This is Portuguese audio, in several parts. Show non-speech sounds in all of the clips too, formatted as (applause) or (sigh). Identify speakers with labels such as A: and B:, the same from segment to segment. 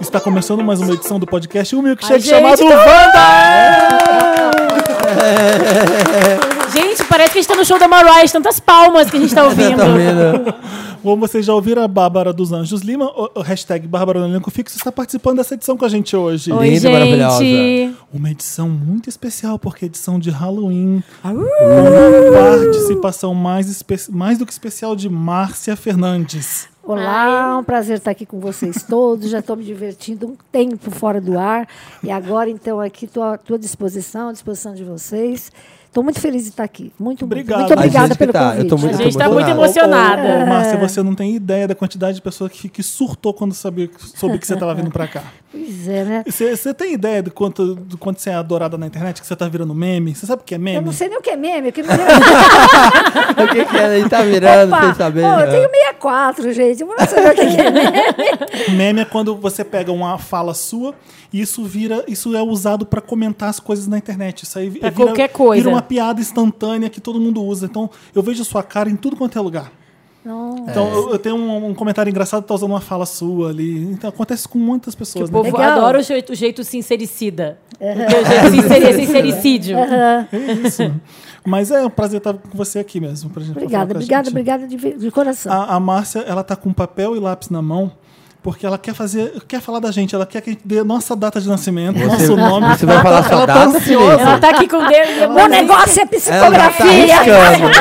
A: Está começando mais uma edição do podcast O Milkshake
B: Ai, gente, tá
A: chamado
B: tô-
A: Wanda!
B: (laughs) Gente, parece que a gente tá no show da Mariah, de tantas palmas que a gente tá ouvindo.
C: é
A: Bom, vocês já ouviram a Bárbara dos Anjos Lima, o, o hashtag Bárbara no Elenco Fixo, está participando dessa edição com a gente hoje.
B: Oi,
C: Linda e
B: gente.
C: maravilhosa.
A: Uma edição muito especial, porque é edição de Halloween. Participação mais, espe- mais do que especial de Márcia Fernandes.
D: Olá, um prazer estar aqui com vocês todos. Já estou me divertindo um tempo fora do ar. E agora, então, aqui estou à tua disposição, à disposição de vocês. Estou muito feliz de estar aqui. Muito, muito.
A: Obrigado.
D: Muito
A: A gente
D: obrigada
C: que
D: pelo
C: tá. Eu
D: convite.
C: tô muito-
B: A
C: Eu
B: gente tá muito
C: emocionada.
B: emocionada.
A: Ô, ô, ô, Márcia, você não tem ideia da quantidade de pessoas que, que surtou quando sabia, soube que você estava vindo pra cá.
D: Pois é, né?
A: Você você tem ideia do quanto, do quanto você é adorada na internet, que você tá virando meme? Você sabe o que é meme?
D: Eu não sei nem o que é meme. O que me
C: (laughs) O que, que é? Ele tá virando sem saber.
D: Ó, eu
C: né?
D: tenho 64, gente. Eu não sei o que
C: (laughs)
D: é meme.
A: Meme é quando você pega uma fala sua e isso vira, isso é usado pra comentar as coisas na internet. Isso aí
B: Pra
A: vira,
B: qualquer coisa.
A: vira uma piada instantânea que todo mundo usa. Então, eu vejo a sua cara em tudo quanto é lugar.
D: Não.
A: Então, eu, eu tenho um, um comentário engraçado, tá usando uma fala sua ali. Então, acontece com muitas
B: Que
A: pessoas.
B: o povo
A: né?
D: Legal.
B: adora o jeito, o jeito sincericida. Porque O jeito sinceri- sincericídio.
A: É isso. Mas é um prazer estar com você aqui mesmo. Pra gente pra falar com
D: Obrigada,
A: a
D: obrigada,
A: gente.
D: obrigada de, ve- de coração.
A: A, a Márcia, ela tá com papel e lápis na mão, porque ela quer fazer, quer falar da gente, ela quer que a gente dê a nossa data de nascimento, nosso nome.
C: Você vai falar sua
A: ela tá
C: data,
A: ansiosa.
C: Felipe?
B: Ela tá aqui com o dedo. e a
D: Meu
B: mãozinha.
D: negócio é
C: Ah, Ela já tá
D: psicografia.
C: arriscando. Ela já tá
B: Ela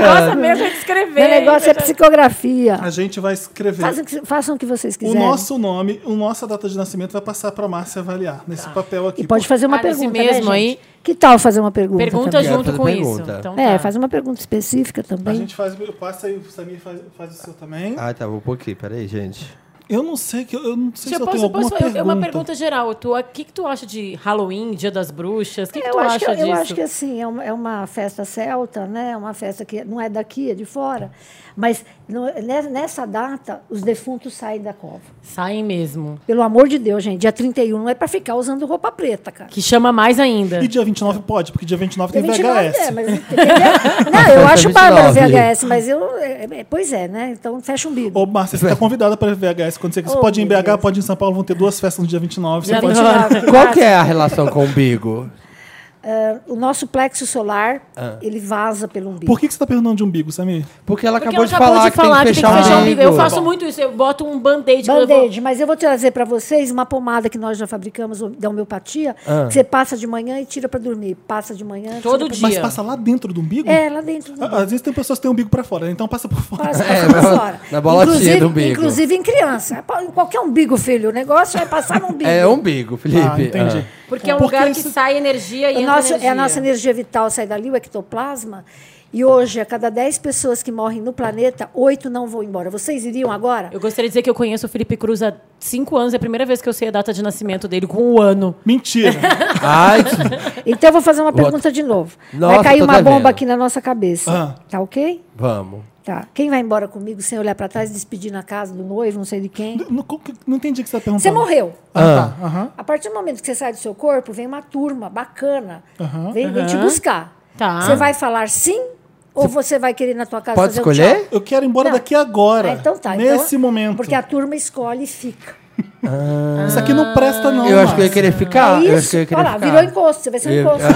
B: gosta
C: arriscando.
B: mesmo de escrever.
D: Meu negócio é psicografia.
A: A gente vai escrever.
D: Façam, o que- façam o que vocês
A: o
D: quiserem.
A: nosso nome, a nossa data de nascimento vai passar para Márcia avaliar nesse papel aqui.
D: Tá. E pode fazer uma
B: Ah, nesse
D: pergunta,
B: mesmo
D: né,
B: aí?
D: gente? Que tal fazer uma pergunta?
B: Pergunta
D: também?
C: Quero
B: junto
C: fazer
B: com isso.
C: pergunta.
B: Então,
D: É,
B: tá.
D: faz uma pergunta específica
A: A
D: também.
A: gente faz, passa aí, o Samir faz, faz o seu também.
C: Ah, tá, vou pôr aqui, peraí, gente.
A: Eu não sei que eu- eu não sei
B: Já
A: se eu
B: posso-
A: tenho alguma
B: posso- eu-
A: pergunta.
B: é uma pergunta geral. Tu- O que, que tu acha de Halloween, Dia das Bruxas? O que, que tu
D: É, eu, acho que,
B: acha disso?
D: eu acho que assim, é uma, é uma festa celta, né? É uma festa que não é daqui, é de fora. Mas no- ne- nessa data, os defuntos saem da cova.
B: Saem mesmo.
D: Pelo amor de Deus, gente. Dia 31 não é para ficar usando roupa preta, cara.
B: Que chama mais ainda.
A: E dia 29 pode, porque dia 29
D: Dia
A: tem
D: 29
A: VHS.
B: (laughs)
D: é, mas entendeu? Não, eu acho
C: 29.
D: bárbaro VHS, mas eu. é, é, pois é, né? Então fecha um bico.
A: Ô, Márcia, você tá convidada para VHS quando você quiser. Você
D: Ô,
A: pode ir em
D: meu
A: BH,
D: Deus.
A: pode ir em São Paulo, vão ter duas festas no dia 29.
B: Dia
A: você
B: (laughs)
A: pode...
B: 29.
C: Qual que é a relação com o umbigo?
D: Ah, o nosso plexo solar,
B: Ah.
D: ele vaza pelo umbigo.
A: Por que, que você tá perguntando de umbigo, Samir?
C: Porque ela
B: Porque é um
C: acabou,
B: ela acabou
C: de, falar que tem que fechar, o umbigo.
B: um Eu faço muito isso. Eu boto um band-aid. quando eu vou-
D: Band-aid, mas eu vou trazer para vocês uma pomada que nós já fabricamos da homeopatia,
C: Ah.
D: que você passa de manhã e tira para dormir. Passa de manhã.
B: Todo
D: tira pra-
A: Mas
B: Dia.
A: passa lá dentro do umbigo?
D: É, lá dentro. Do...
A: Às vezes tem pessoas que têm umbigo pra fora, então passa por fora.
D: Passa,
C: É,
D: passa pra
C: na-
D: fora.
C: na bolotinha
D: Inclusive-
C: do umbigo.
D: Inclusive em criança. Em Qualquer umbigo, filho. O negócio é passar no
C: (laughs)
D: umbigo.
C: É umbigo, Felipe.
A: Ah, entendi.
C: Ah.
B: Porque é um
A: Porque
B: lugar
A: isso-
B: que sai energia e
D: O
B: entra
D: nosso- é
B: energia.
D: a nossa energia vital sai dali, o ectoplasma. E hoje, a cada 10 pessoas que morrem no planeta, oito não vão embora. Vocês iriam agora?
B: Eu gostaria de dizer que eu conheço o Felipe Cruz há cinco anos. É a primeira vez que eu sei a data de nascimento dele, com um ano.
A: Mentira! (laughs)
C: Ah. Ai, que-
D: Então, eu vou fazer uma pergunta de novo.
C: Nossa,
D: vai cair
C: tô
D: uma bomba
C: devendo.
D: aqui na nossa cabeça.
A: Ah.
D: Tá ok?
C: vamos.
D: Tá. Quem vai embora comigo sem olhar pra trás, despedir na casa do noivo, não sei de quem?
A: não, co- não entendi o que você tá perguntando.
D: Você morreu.
A: Ah, tá. Aham.
D: A partir do momento que você sai do seu corpo, vem uma turma bacana.
A: Aham.
D: vem, vem te
B: Aham.
D: buscar.
B: Tá.
D: Você vai falar sim ou você vai querer ir na tua casa
C: Pode
D: fazer um
C: escolher?
D: tchau?
A: Eu quero ir embora
D: Não.
A: daqui agora.
D: Ah, então tá. então-
A: Nesse momento.
D: Porque a turma escolhe e fica.
A: Isso aqui não presta, não.
C: eu acho que eu ia
A: Márcia.
C: querer
A: Ah,
C: ficar.
D: é
C: eu acho
D: isso.
C: que eu ia querer
D: Olha lá,
C: ficar.
D: virou encosto. Você vai ser um
C: Eu-
D: encosto.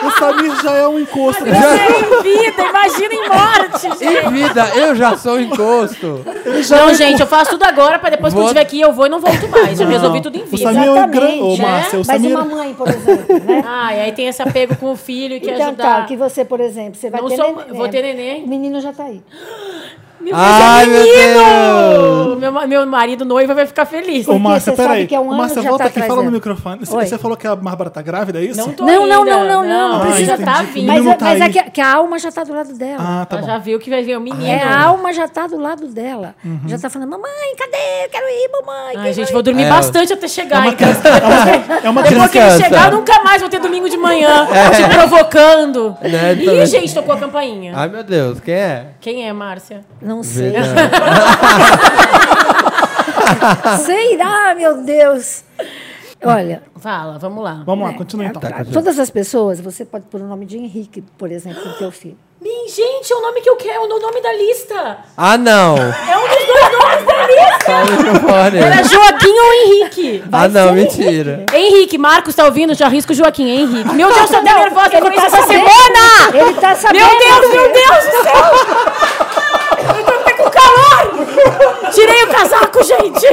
A: O Samir já é um encosto.
B: Em vida, imagina em morte, gente.
C: Em vida, eu já sou um encosto.
B: Não, gente, eu faço tudo agora, pra depois que eu
C: Vou-
B: estiver aqui, eu vou e não volto mais. Eu resolvi tudo em
A: O
B: vida.
A: Samir é um grande. Ô,
D: Exatamente, Né?
A: Márcia, o
D: Mas
A: Samir. é-
D: uma mãe, por
B: (laughs)
D: exemplo, né?
B: Ah, e aí tem esse apego com o filho e quer
D: Então tá,
B: ajudar.
D: que você, por exemplo, você vai
B: Não
D: ter
B: sou-
D: neném.
B: vou ter neném.
D: O menino já tá aí.
B: Meu Deus,
C: Ai, meu Deus.
B: Meu, ma- meu marido noivo vai ficar feliz.
A: Ô, Márcia,
D: Você sabe
A: peraí.
D: que é um
A: Ô,
D: ano
A: Márcia,
D: que já
A: volta
D: tá
A: aqui, fala no
D: atrasando.
A: microfone. Você-
D: Oi.
A: Você falou que a Bárbara tá grávida, é isso?
B: Não tô
D: Não, não,
B: ainda,
D: não, não, não.
A: Ah,
D: precisa
A: entendi.
B: tá
A: O
B: vindo.
A: menino
D: Mas,
A: tá
D: mas é
A: aí.
D: que, que a alma já tá do lado dela.
A: Ah, tá
B: Ela
A: bom.
B: já viu que vai vir o menino.
D: é, a alma já tá do lado dela. Já tá falando, mamãe, cadê? Eu quero ir, mamãe.
B: Ai,
D: quem
B: gente,
D: vai?"
B: vou dormir
C: É.
B: bastante até chegar. em casa.
A: É uma criança.
B: Depois
A: É.
B: que ele
C: Descansa.
B: chegar, eu nunca mais vou ter domingo
A: (laughs)
B: de manhã te provocando.
C: Né,
B: Ih,
C: também.
B: gente, tocou a campainha.
A: Ah.
C: Ai, meu Deus, quem é?
B: Quem é, Márcia?
D: Não sei.
C: Verdade.
D: Será, meu Deus? Olha,
B: Fala, vamos lá.
A: Vamos
D: (laughs)
A: lá, continua então.
C: Tá. continua.
D: todas as pessoas, você pode pôr o nome de Henrique, por exemplo, no teu filho.
B: Bem, gente, é o nome que eu quero, é o nome da lista.
C: Ah, não.
B: É um dos dois nós da lista!
C: Fala o microfone.
B: Era Joaquim ou Henrique? Vai
C: Ah, não,
B: ser
C: mentira.
B: Henrique. Henrique, Marcos tá ouvindo? Já risco Joaquim, Henrique. Meu Deus, eu tô
D: Não,
B: nervosa
D: ele
B: com isso
D: tá
B: essa
D: sabendo.
B: semana!
D: Ele tá sabendo.
B: Ah, Meu Deus, meu Deus do céu!
D: (laughs)
B: Eu tô até com calor! Tirei o casaco, gente!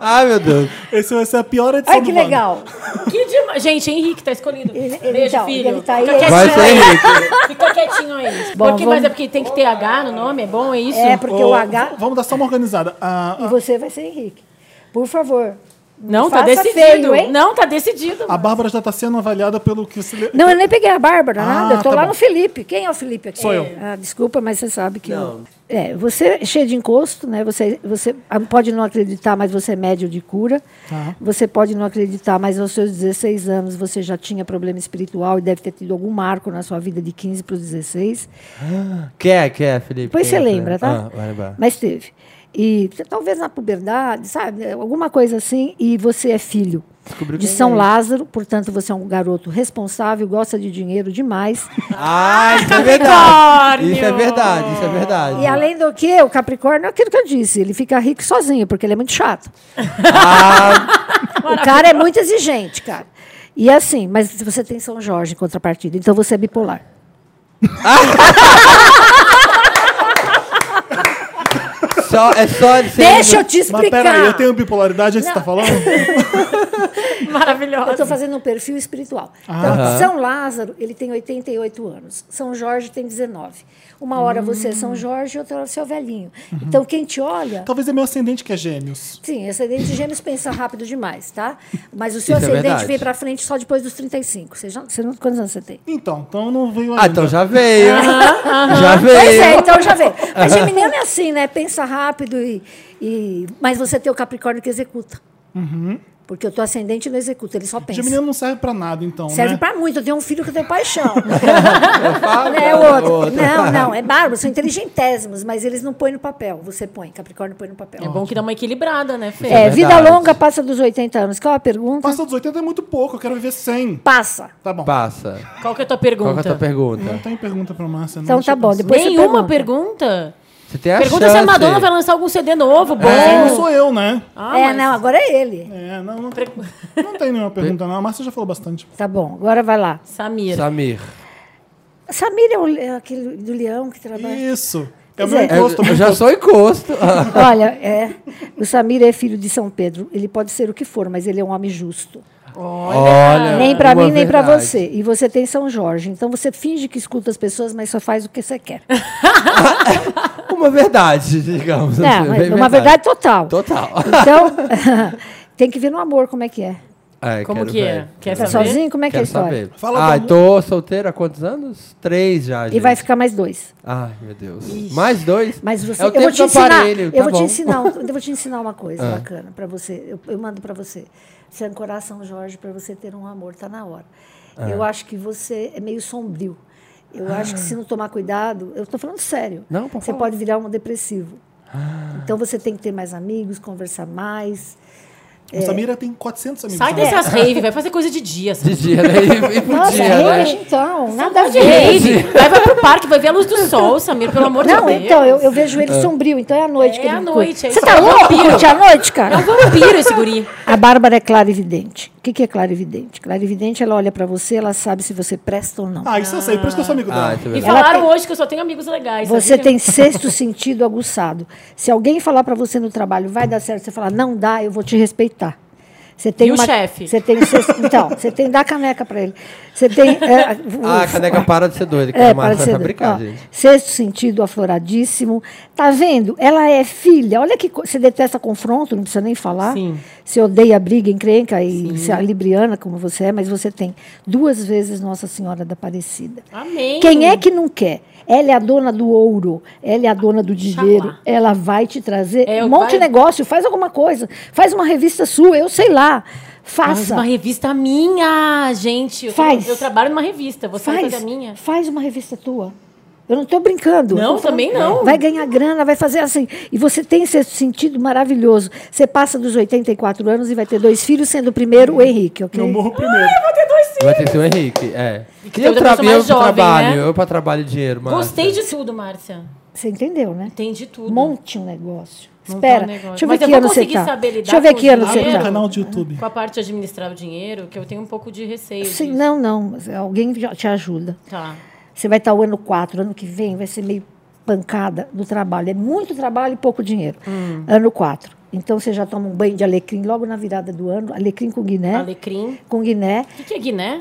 C: Ah, meu Deus.
A: Esse vai ser a pior edição
D: Ai, que
A: do Vanda.
D: legal.
B: Que demais! Gente, Henrique tá escolhido.
D: Ele- ele
B: Beijo,
D: tá-
B: filho.
D: ele tá aí,
B: Fica
D: ele-
C: Vai
B: quietinho
C: ser Henrique.
B: Fica quietinho aí.
D: Bom,
B: porque, Mas
D: vamos-
B: é porque tem que ter H no nome? É bom, é isso?
D: É, porque
A: Ô,
D: o H.
A: Vamos dar só uma organizada. A,
D: E você vai ser Henrique. Por favor.
B: Não, tá
D: faça
B: decidido.
D: feio, hein?
B: Não, tá decidido.
A: a Bárbara já está sendo avaliada pelo que você. le-
D: Não, eu nem peguei a Bárbara,
A: Ah,
D: nada. Eu tô
A: tá
D: lá
A: bom.
D: no Felipe. Quem é o Felipe aqui?
A: Sou eu.
D: Ah, desculpa, mas você sabe que.
C: Não.
D: eu- É, você é cheio de encosto, né? Você, você ah, pode não acreditar, mas você é médio de cura.
A: Tá.
D: Você pode não acreditar, mas aos seus 16 anos você já tinha problema espiritual e deve ter tido algum marco na sua vida de 15 para os 16.
C: Quer, quer, Felipe.
D: Depois
C: quer,
D: você lembra,
C: quer.
D: tá?
C: Ah, vai lembrar.
D: Mas teve. E t- talvez na puberdade, sabe? né, Alguma coisa assim. E você é filho
C: Descobriu
D: de
C: quem
D: São
C: é.
D: Lázaro, portanto você é um garoto responsável, gosta de dinheiro demais.
C: Ah, isso é verdade. Isso é verdade, isso é verdade.
D: E além do que, o Capricórnio é aquilo que eu disse, ele fica rico sozinho, porque ele é muito chato.
C: Ah,
D: (laughs) O cara é muito exigente, cara. E assim, mas você tem São Jorge em contrapartida, então você é bipolar.
C: só, é só de ser.
D: Deixa eu te
A: Mas
D: explicar.
A: peraí, eu tenho bipolaridade, é isso que você tá falando?
B: Maravilhosa.
D: Eu estou fazendo um perfil espiritual. Então, São Lázaro, ele tem 88 anos. São Jorge tem 19. Uma
A: Hum.
D: hora você é São Jorge, outra hora você é o velhinho. Então, quem te olha...
A: Talvez é meu ascendente que é gêmeos.
D: Sim, ascendente de gêmeos pensa rápido demais, tá? Mas o seu
C: Isso é
D: ascendente
C: verdade.
D: vem pra frente só depois dos 35. Você, já, você não, quantos anos você tem?
A: Então, então não veio ainda.
C: Ah, então já veio. Já
D: Pois é,
C: veio.
D: então já vem. Mas Geminiano é assim, né? Pensa rápido e. e- Mas você tem o Capricórnio que executa. Porque o teu ascendente não executa, ele só pensa.
A: Geminiano não serve pra nada, então, é
D: Serve
A: né?
D: pra muito. Eu tenho um filho que eu tenho paixão.
C: Fala,
D: né, o outro.
C: é outro.
D: Não, não. É bárbaro. São inteligentésimos, mas eles não põem no papel. Você põe. Capricórnio põe no papel.
B: É bom que dá uma equilibrada, né, Fê?
D: É,
C: É
D: vida
C: verdade.
D: longa passa dos 80 anos. Qual a pergunta?
A: Passa dos 80 é muito pouco, eu quero viver 100.
D: Passa.
A: Tá bom.
C: Passa.
B: Qual que é a tua pergunta?
C: Qual que é a tua
A: Não
C: pergunta?
A: tem pergunta pra Márcia, não.
D: Então
A: deixa
D: tá
A: eu
D: bom.
A: pensar.
D: Depois você
B: Nenhuma pergunta?
C: Você tem É a
B: Pergunta
D: é
C: chance.
B: se a Madonna vai lançar algum CD novo, bom.
A: É, não sou eu, né?
B: Ah,
D: é,
B: mas-
D: não, agora é ele.
A: É, não, não tem, não tem
D: (laughs)
A: nenhuma pergunta, não. A Márcia já falou bastante.
D: Tá bom, agora vai lá.
B: Samira.
C: Samir.
D: Samir é, o, é aquele do leão que trabalha.
A: Isso. É o
D: Pois
A: meu
D: é.
C: É,
A: encosto.
C: eu
A: meu
C: já
A: encosto.
C: sou encosto. Ah,
D: (laughs) Olha, é, o Samir é filho de São Pedro. Ele pode ser o que for, mas ele é um homem justo.
C: Olha.
D: nem pra
C: É, uma
D: mim, nem pra
C: verdade.
D: você. E você tem São Jorge. Então você finge que escuta as pessoas, mas só faz o que
C: (laughs)
D: você quer.
C: Uma verdade, digamos.
D: Não,
C: Bem
D: É, mas uma verdade total.
C: Total.
D: Então, (laughs) tem que ver no amor como é que é.
C: Ai,
B: Como
C: quero
B: que
C: ver.
B: é? Quer
D: Tá
B: saber?
D: sozinho? Como é que é a
C: Quero
D: história?
C: saber.
A: Fala
C: ah,
A: pra-
C: tô solteiro há quantos anos? Três já.
D: E
C: gente.
D: vai ficar mais dois.
C: Ai, meu Deus. Mais dois?
D: Mas você,
C: é o
D: eu
C: tempo
D: vou te
C: do
D: ensinar.
C: aparelho.
D: eu
C: tá
D: vou
C: bom. Ah.
D: te ensinar, um- eu vou te ensinar uma coisa bacana para você. Eu, eu mando para você. Você ancorar São Jorge para você ter um amor, tá na hora.
C: Ah.
D: Eu acho que você é meio sombrio. Eu acho que se não tomar cuidado, eu estou falando sério.
C: Não, Ah. pode
D: você
C: falar.
D: pode virar um depressivo. Então você tem que ter mais amigos, conversar mais.
A: O Samira tem 400 amigos.
B: Sai
A: né?
B: dessas rave, vai fazer coisa de
C: (laughs)
B: dia.
C: De
B: sabe?
C: dia, né? E, e pro
D: Nossa,
C: dia, né?
D: rave, então, nada a
B: De
D: ver.
B: rave. Vai, vai pro parque, vai ver a luz do sol, Samir, pelo amor de
D: Não,
B: Deus.
D: então, eu, eu vejo
C: Ah.
D: ele sombrio, então é à noite
B: É
D: que ele
B: à
D: me
B: noite,
D: curte.
B: é
D: Você
B: isso
D: tá
B: aí.
D: louco? Curte à noite, cara?
B: É um vampiro esse guri.
D: A Bárbara é clarividente. O que, que é clarividente? Clarividente, ela olha pra você, ela sabe se você presta ou não.
A: Ah, isso eu sei, por isso que eu sou amigo
C: Ah,
A: dela.
C: isso é
B: E
C: verdade.
B: falaram hoje que eu só tenho amigos legais.
D: Você
B: sabia?
D: tem sexto sentido aguçado. Se alguém falar pra você no trabalho, vai dar certo, você falar, não dá, eu vou te respeitar. Você tem
B: E o
D: uma-
B: chefe?
D: Você tem sexto, então, você tem dá caneca pra ele. Você tem é,
C: Ah, a caneca para de ser doida, que
D: É,
C: a Márcia
D: para de
C: vai
D: ser
C: fabricar,
D: doido. Ó,
C: gente.
D: Sexto sentido afloradíssimo. Tá vendo? Ela é filha. Olha que co- você detesta confronto, não precisa nem falar.
B: Sim.
D: Você odeia briga, encrenca e se é libriana como você é, mas você tem duas vezes Nossa Senhora da Aparecida.
B: Amém.
D: Quem é que não quer? Ela é a dona do ouro, ela é a dona do dinheiro,
B: Oxalá.
D: ela vai te trazer
B: É,
D: um monte de
B: vai-
D: negócio, faz alguma coisa, faz uma revista sua, eu sei lá.
B: Faz
D: Faça.
B: uma revista minha, gente. Eu,
D: Faz.
B: Eu trabalho numa revista, você vai
D: Faz,
B: fazer a minha.
D: faz uma revista tua. Eu não estou brincando. eu
B: Não,
D: tô falando-
B: também não.
D: Vai ganhar grana, vai fazer assim. E você tem esse sentido maravilhoso. Você passa dos 84 anos e vai ter dois filhos, sendo o primeiro o Henrique, ok?
A: Eu morro primeiro.
D: Ah,
C: Vai ter que ser o Henrique, é.
B: que
C: E
B: tem
C: eu,
B: outra
C: tra
B: pessoa
C: eu
B: mais jovem,
C: trabalho,
B: né?
C: eu pra trabalho e dinheiro, mano.
B: Gostei de tudo, Márcia.
D: Você entendeu, né?
B: Entendi tudo.
D: Monte um negócio.
B: Montar
D: Espera.
B: um negócio.
D: Deixa eu ver
B: Mas
D: que
B: eu vou
D: ano você
B: conseguir
D: tá.
B: saber lidar
D: Deixa eu ver
B: com
D: que ano
B: o
D: você
A: Abre um
B: dinheiro.
D: tá.
A: canal de YouTube.
B: Com a parte de administrar o dinheiro, que eu tenho um pouco de receio.
D: Sim, né?
B: disso.
D: não, não. mas Alguém já te ajuda.
B: Tá.
D: Você vai estar o ano 4, ano que vem vai ser meio pancada do trabalho. É muito trabalho e pouco dinheiro.
B: Hum.
D: Ano 4. Então você já toma um banho de alecrim logo na virada do ano, alecrim com guiné.
B: Alecrim.
D: Com guiné.
B: O que, que é Guiné?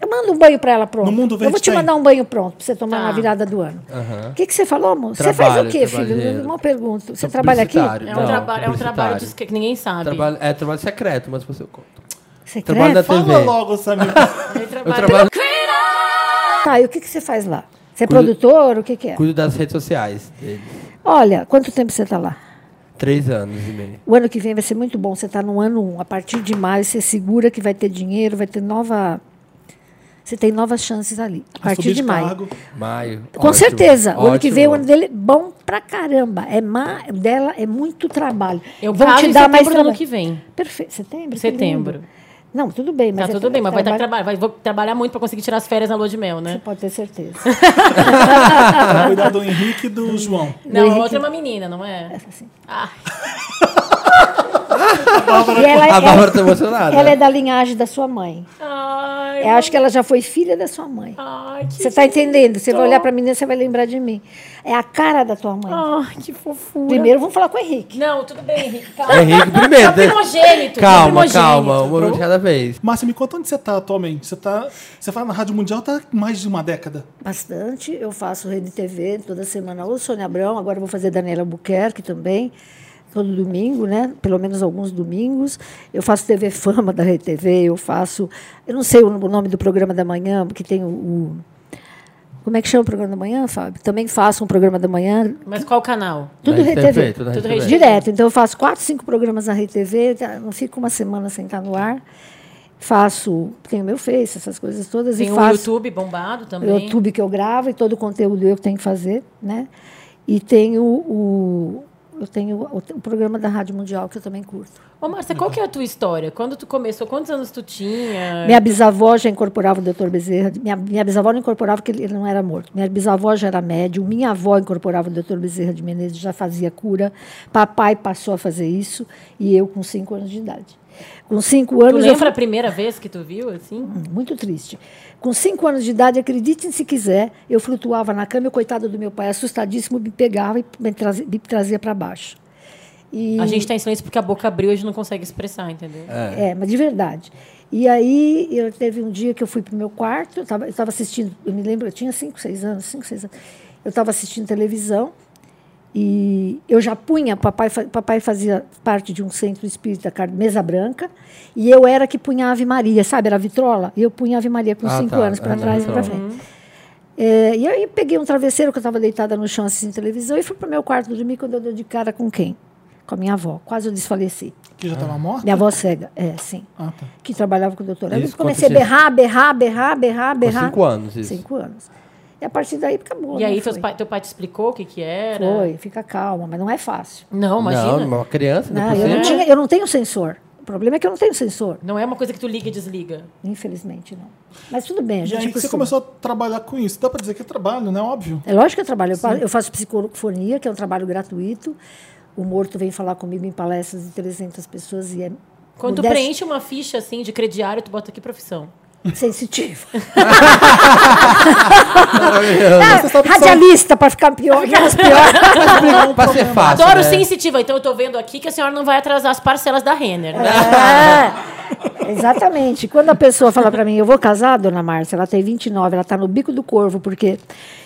D: Eu mando um banho para ela pronto.
A: No Mundo
D: eu
A: Verde
D: vou te
A: tem.
D: mandar um banho pronto para você tomar
B: Tá.
D: na virada do ano. O
C: Aham.
D: que, que você falou, amor? Você faz o
C: Trabalho,
D: quê, filho?
C: trabalheiro.
D: Uma pergunta. Você trabalha aqui?
C: Publicitário.
B: É um,
C: Não,
B: traba é um trabalho
C: publicitário.
B: de... que ninguém sabe.
C: Trabalho, é trabalho secreto, mas você conta.
D: Secreto?
C: Trabalho na TV.
A: Fala logo, Samir.
D: (laughs)
B: É trabalho-
C: Eu trabalho,
D: Tá, e o que, que você faz lá? Você é
C: Cuido-
D: produtor? O que, que é?
C: cuido das redes sociais dele.
D: Olha, quanto tempo você está lá?
C: Três anos e meio.
D: O ano que vem vai ser muito bom. Você está no ano 1. A partir de maio, você segura que vai ter dinheiro, vai ter nova. Você tem novas chances ali. A partir
A: Subir
D: de maio.
A: cargo.
C: Maio.
D: Com
C: ótimo,
D: certeza. O ano que
C: ótimo.
D: vem, o ano dele é bom pra caramba. É má, dela é muito trabalho.
B: Eu
D: Vão
B: caso
D: te
B: em
D: dar mais
B: setembro do ano
D: trabalho.
B: que vem.
D: Perfeito. Setembro? que
B: Setembro.
D: lindo. Não, tudo bem. Mas
B: Tá
D: é
B: tudo bem, mas vai, dar
D: trabalho-
B: trabalho, vai vou trabalhar muito pra conseguir tirar as férias na lua de mel,
D: Você
B: né?
D: pode ter certeza.
B: (laughs)
A: Vai cuidar do Henrique e
D: (laughs)
A: do João.
B: Não, a outra é uma menina, não é?
D: Assim.
B: Ah,
D: (laughs) E ela, é
C: A Bárbara
D: ela,
C: tá emocionada.
D: ela é da linhagem da sua mãe.
B: ai,
D: Eu acho que ela já foi filha da sua mãe.
B: ai, que,
D: Você tá entendendo? Você vai olhar pra menina, você vai lembrar de mim. É a cara da tua mãe.
B: ai, que fofura.
D: Primeiro, vamos falar com o Henrique.
B: Não, tudo bem, Henrique. Calma.
D: (laughs)
C: Henrique
D: Tá
C: primeiro. né?
B: É o primogênito, é
C: Calma,
B: o primogênito.
C: calma. Uma de cada vez.
A: Márcia, me conta onde você tá atualmente. Você tá. Você fala na Rádio Mundial tá mais de uma década.
D: Bastante. Eu faço Rede TV toda semana. Ou Sônia Abrão, agora eu vou fazer Daniela Buquerque também. Todo domingo, né? Pelo menos alguns domingos. Eu faço TV Fama da Rede TV. Eu faço... Eu não sei o nome do programa da manhã, porque tem o... o- como é que chama o programa da manhã, Fábio? Também faço um programa da manhã.
B: Mas qual canal?
D: Tudo
C: Na
D: Rede
C: RTV,
D: TV.
C: né? tudo na
B: Tudo
C: RTV.
B: Rede
D: Direto. Então, eu faço quatro, cinco programas na Rede TV, tá? não fico uma semana sem estar no ar. Faço, tenho meu Face, essas coisas todas.
B: Tem
D: e
B: o
D: faço
B: YouTube bombado
D: o
B: também.
D: YouTube que eu gravo e todo o conteúdo eu que tenho que fazer, né? E tenho o. Eu tenho o, o programa da Rádio Mundial, que eu também curto.
B: Ô, Márcia, qual que é a tua história? Quando tu começou, quantos anos tu tinha?
D: Minha bisavó já incorporava o Dr. Bezerra. Minha, minha bisavó não incorporava porque ele ele não era morto. Minha bisavó já era médium. Minha avó incorporava o Dr. Bezerra de Menezes, já fazia cura. Papai passou a fazer isso e eu com cinco anos de idade. Com cinco
B: Tu
D: anos. eu
B: lembra a primeira vez que tu viu, assim?
D: fui- Muito triste. Com cinco anos de idade, acreditem se quiser, eu flutuava na cama e o coitado do meu pai, assustadíssimo, me pegava e me trazia, me trazia para baixo. E-
B: A gente tá em silêncio porque a boca abriu e a gente não consegue expressar, entendeu?
D: É, mas de verdade. E aí, eu teve um dia que eu fui pro meu quarto, eu estava eu tava assistindo, eu me lembro, eu tinha 5, 6 anos, 5, 6 anos. Eu estava assistindo televisão e eu já punha, papai, fa- papai fazia parte de um centro espírita, Car- Mesa Branca, e eu era que punha a Ave Maria, sabe? Era vitrola, e eu punha a Ave Maria com
C: Ah,
D: 5
C: tá,
D: anos, para
C: ah, tá,
D: trás e para
C: vitrola.
D: frente. É, e aí eu peguei um travesseiro que eu estava deitada no chão assistindo televisão e fui pro meu quarto dormir quando eu dou de cara com quem? Com a minha avó. Quase eu desfaleci.
A: Que já tava morta?
D: Ah. Minha avó cega, é, sim
A: Ah, tá.
D: que trabalhava com o doutor. Aí eu
C: Isso,
D: comecei a
C: quanto
D: berrar, berrar, berrar, berrar, berrar.
C: cinco anos, isso.
D: Cinco anos. E a partir daí acabou. né?
B: E aí
D: foi.
B: teus pai- teu pai te explicou o que que era?
D: Foi, fica calma, mas não é fácil.
B: Não, imagina.
C: Não,
B: Não,
C: uma criança, né?
D: Não,
C: depois
D: eu, não
B: É.
C: você...
D: tinha, eu não tenho sensor. O problema é que eu não tenho sensor.
B: é uma coisa que tu liga e desliga.
D: Infelizmente, não. Mas tudo bem, a
A: E
D: gente
A: aí que você
D: acostuma.
A: começou a trabalhar com isso. Dá pra dizer que é trabalho, né? Óbvio.
D: É lógico que eu trabalho. Eu fa- Eu faço psicofonia, que é um trabalho gratuito. O morto vem falar comigo em palestras de 300 pessoas e é...
B: Quando tu
D: modéstia-
B: preenche uma ficha, assim, de crediário, tu bota aqui profissão.
D: Sensitiva.
A: Você sabe que
D: (laughs)
A: são-
D: Radialista, para ficar
B: (laughs)
D: pior. menos pior.
C: Pra ser fácil,
B: Adoro
C: né?
B: sensitiva. Então eu tô vendo aqui que a senhora não vai atrasar as parcelas da Renner. né?
D: É, exatamente. Quando a pessoa fala para mim, eu vou casar, dona Márcia, ela tem 29, ela está no bico do corvo, porque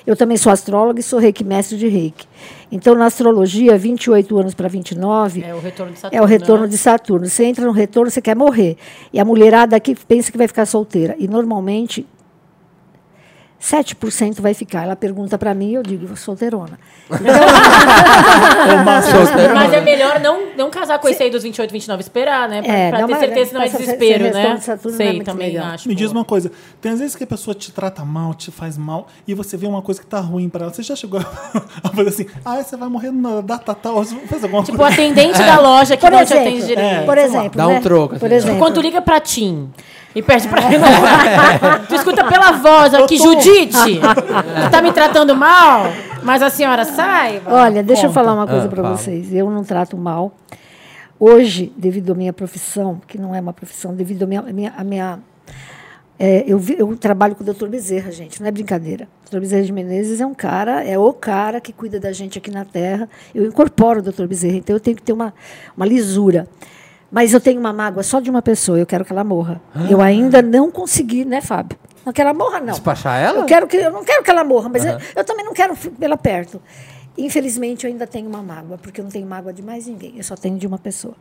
D: eu também sou astróloga e sou reiki, mestre de reiki. Então, na astrologia, 28 anos para 29
B: É o retorno de Saturno.
D: é o retorno
B: né?
D: de Saturno. Você entra no retorno, você quer morrer. E a mulherada aqui pensa que vai ficar solteira. E normalmente 7% vai ficar. Ela pergunta para mim, eu digo, solteirona.
A: Ô, Márcia, você-
C: Solteiro.
B: Mas é melhor não, não casar com esse aí dos 28, 29 esperar, né? Pra,
D: É,
B: pra
D: dá
B: ter
D: uma-
B: certeza que não é
D: essa- esse
B: desespero,
D: retorno
B: né?
D: de Saturno não é
B: Sei,
D: muito
B: também
D: legal.
B: acho.
A: Me diz uma coisa, tem às vezes que a pessoa te trata mal, te faz mal, e você vê uma coisa que tá ruim pra ela. Você já chegou (laughs) a a fazer assim, ah, você vai morrer na data tal, ou você faz alguma
B: Tipo, o
D: assim,
A: coisa. (laughs) É.
B: atendente da loja que
D: Por
B: não te atende
D: exemplo, É.
B: direito. É.
D: por exemplo,
C: Dá um
D: né?
C: troco, assim,
D: Por
C: ó.
D: exemplo,
B: Quando tu liga pra Tim, E perde
D: (laughs)
B: pra renovar. Tu escuta pela voz aqui,
D: (laughs)
B: Judite. Tu tá me tratando mal, mas a senhora saiba.
D: Olha, deixa eu
B: Conta.
D: falar uma coisa
C: Ah,
D: pra
C: fala.
D: vocês. Eu não trato mal. Hoje, devido à minha profissão, que não é uma profissão, devido à minha. à minha- à minha- é, eu, vi- eu trabalho com o doutor Bezerra, gente, não é brincadeira. O doutor Bezerra de Menezes é um cara, é o cara que cuida da gente aqui na Terra. Eu incorporo o doutor Bezerra, então eu tenho que ter uma, uma lisura. Mas eu tenho uma mágoa só de uma pessoa, eu quero que ela morra.
C: Ah.
D: Eu ainda não consegui, né, Fábio? Não quero que ela morra, não.
C: Despachar ela?
D: Eu, quero que, eu não quero que ela morra, mas eu, eu também não quero fi- ela perto. Infelizmente, eu ainda tenho uma mágoa, porque eu não tenho mágoa de mais ninguém, eu só tenho de uma pessoa.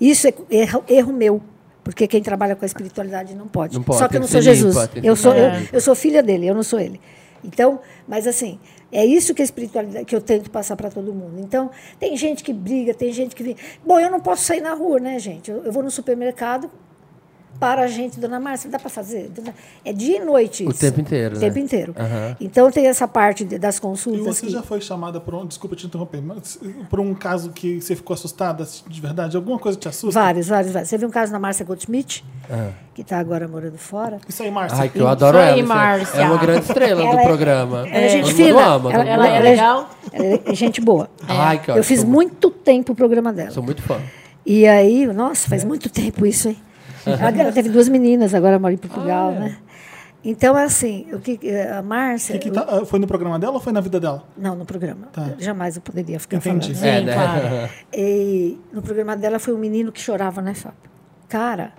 D: Isso é erro, erro meu, porque quem trabalha com a espiritualidade não pode.
C: Não pode,
D: só que
C: tem
D: eu não
C: que
D: sou
C: ser
D: Jesus.
C: limpa, tem que
D: eu,
C: ser
D: sou, eu,
B: limpa.
D: eu sou filha dele, eu não sou ele. Então, mas assim, é isso que a espiritualidade que eu tento passar para todo mundo. Então, tem gente que briga, tem gente que. vi- Bom, eu não posso sair na rua, né, gente? Eu, eu vou no supermercado, para a gente, dona Márcia, dá para fazer? Dona- É dia e noite
C: O
D: isso.
C: tempo inteiro,
D: O
C: né?
D: tempo inteiro.
C: Aham.
D: Então tem essa parte de- das
A: E
D: consultas.
A: você
D: que-
A: já foi chamada por um. Desculpa te interromper, mas por um caso que você ficou assustada assim, de verdade? Alguma coisa te assusta?
D: Vários, vários, vários. Você viu um caso da Márcia Goldschmidt, que está agora morando fora?
A: Isso aí, Márcia.
C: Ai, que eu adoro
B: Isso aí,
C: ela. isso é-
B: Márcia.
C: É uma grande estrela do
D: é-
C: programa.
D: Ela é gente
C: Todo mundo
D: fina.
C: ama, todo mundo
B: ela é
C: ama.
B: legal.
D: Ela é gente boa.
C: Ai, que ótimo.
D: Eu fiz
C: Sou
D: muito tempo o programa dela.
C: Sou muito fã.
D: E aí, nossa, faz muito tempo isso, hein? Ela ela teve duas meninas, agora mora em Portugal, né? Então, assim, o que, a Márcia.
A: Que que tá- ah, foi no programa dela ou foi na vida dela?
D: Não, no programa. Jamais eu poderia ficar
A: Entendi.
D: falando.
B: Sim,
C: É, né?
B: claro.
D: E no programa dela foi um menino que chorava, né, Fábio? Cara,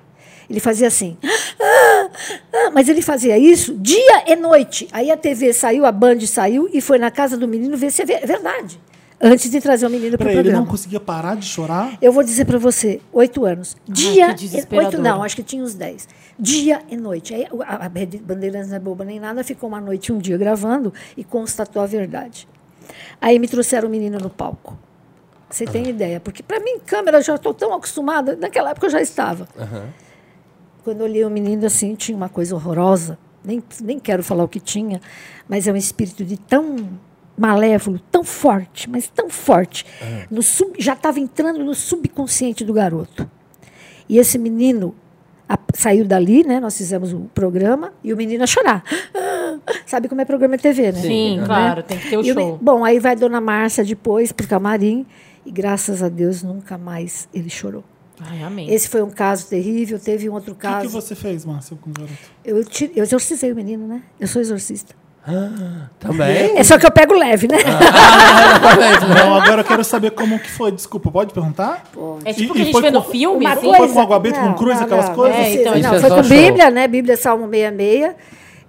D: ele fazia assim. "Ah, ah", mas ele fazia isso dia e noite. Aí a TV saiu, a Band saiu e foi na casa do menino ver se é ver- é verdade. Antes de trazer o menino para o
A: Peraí, ele não
D: programa.
A: conseguia parar de chorar?
D: Eu vou dizer para você, oito anos. Dia.
B: Ah, que
D: e-
B: desesperador.
D: oito não, acho que tinha uns dez. Dia e noite. Aí a- a Rede Bandeirantes não é boba nem nada, ficou uma noite e um dia gravando e constatou a verdade. Aí me trouxeram o menino no palco. Você tem ideia? Porque para mim, câmera, eu já estou tão acostumada. Naquela época eu já estava. Quando eu olhei o menino assim, tinha uma coisa horrorosa. Nem, nem quero falar o que tinha, mas é um espírito de tão malévolo, tão forte, mas tão forte.
A: É.
D: No sub, já estava entrando no subconsciente do garoto. E esse menino a- saiu dali, né? Nós fizemos o programa e o menino a chorar. (gasps) Sabe como é programa de TV, né?
B: Sim,
D: Né?
B: claro, tem que ter o
D: E me-
B: show.
D: bom, aí vai Dona Márcia depois pro camarim e graças a Deus nunca mais ele chorou.
B: Ai, amém.
D: Esse foi um caso terrível, teve um outro
A: O que, que
D: caso.
A: você fez, Márcia, com o garoto?
D: Eu, ti- eu exorcizei o menino, né? Eu sou exorcista.
C: (laughs) Também?
D: É só que eu pego leve, né?
A: Ah. Não, agora eu quero saber como que foi. Desculpa, pode perguntar?
B: É
A: E-
B: tipo que
A: e
B: a gente
A: foi
B: vê no
A: com-
B: filme,
D: Uma
B: assim.
A: coisa- com água benta, com cruz, aquelas coisas?
D: não,
B: É, então,
D: não,
C: isso é
D: foi
C: só
D: com
C: show.
D: Bíblia, né? Bíblia, Salmo 66.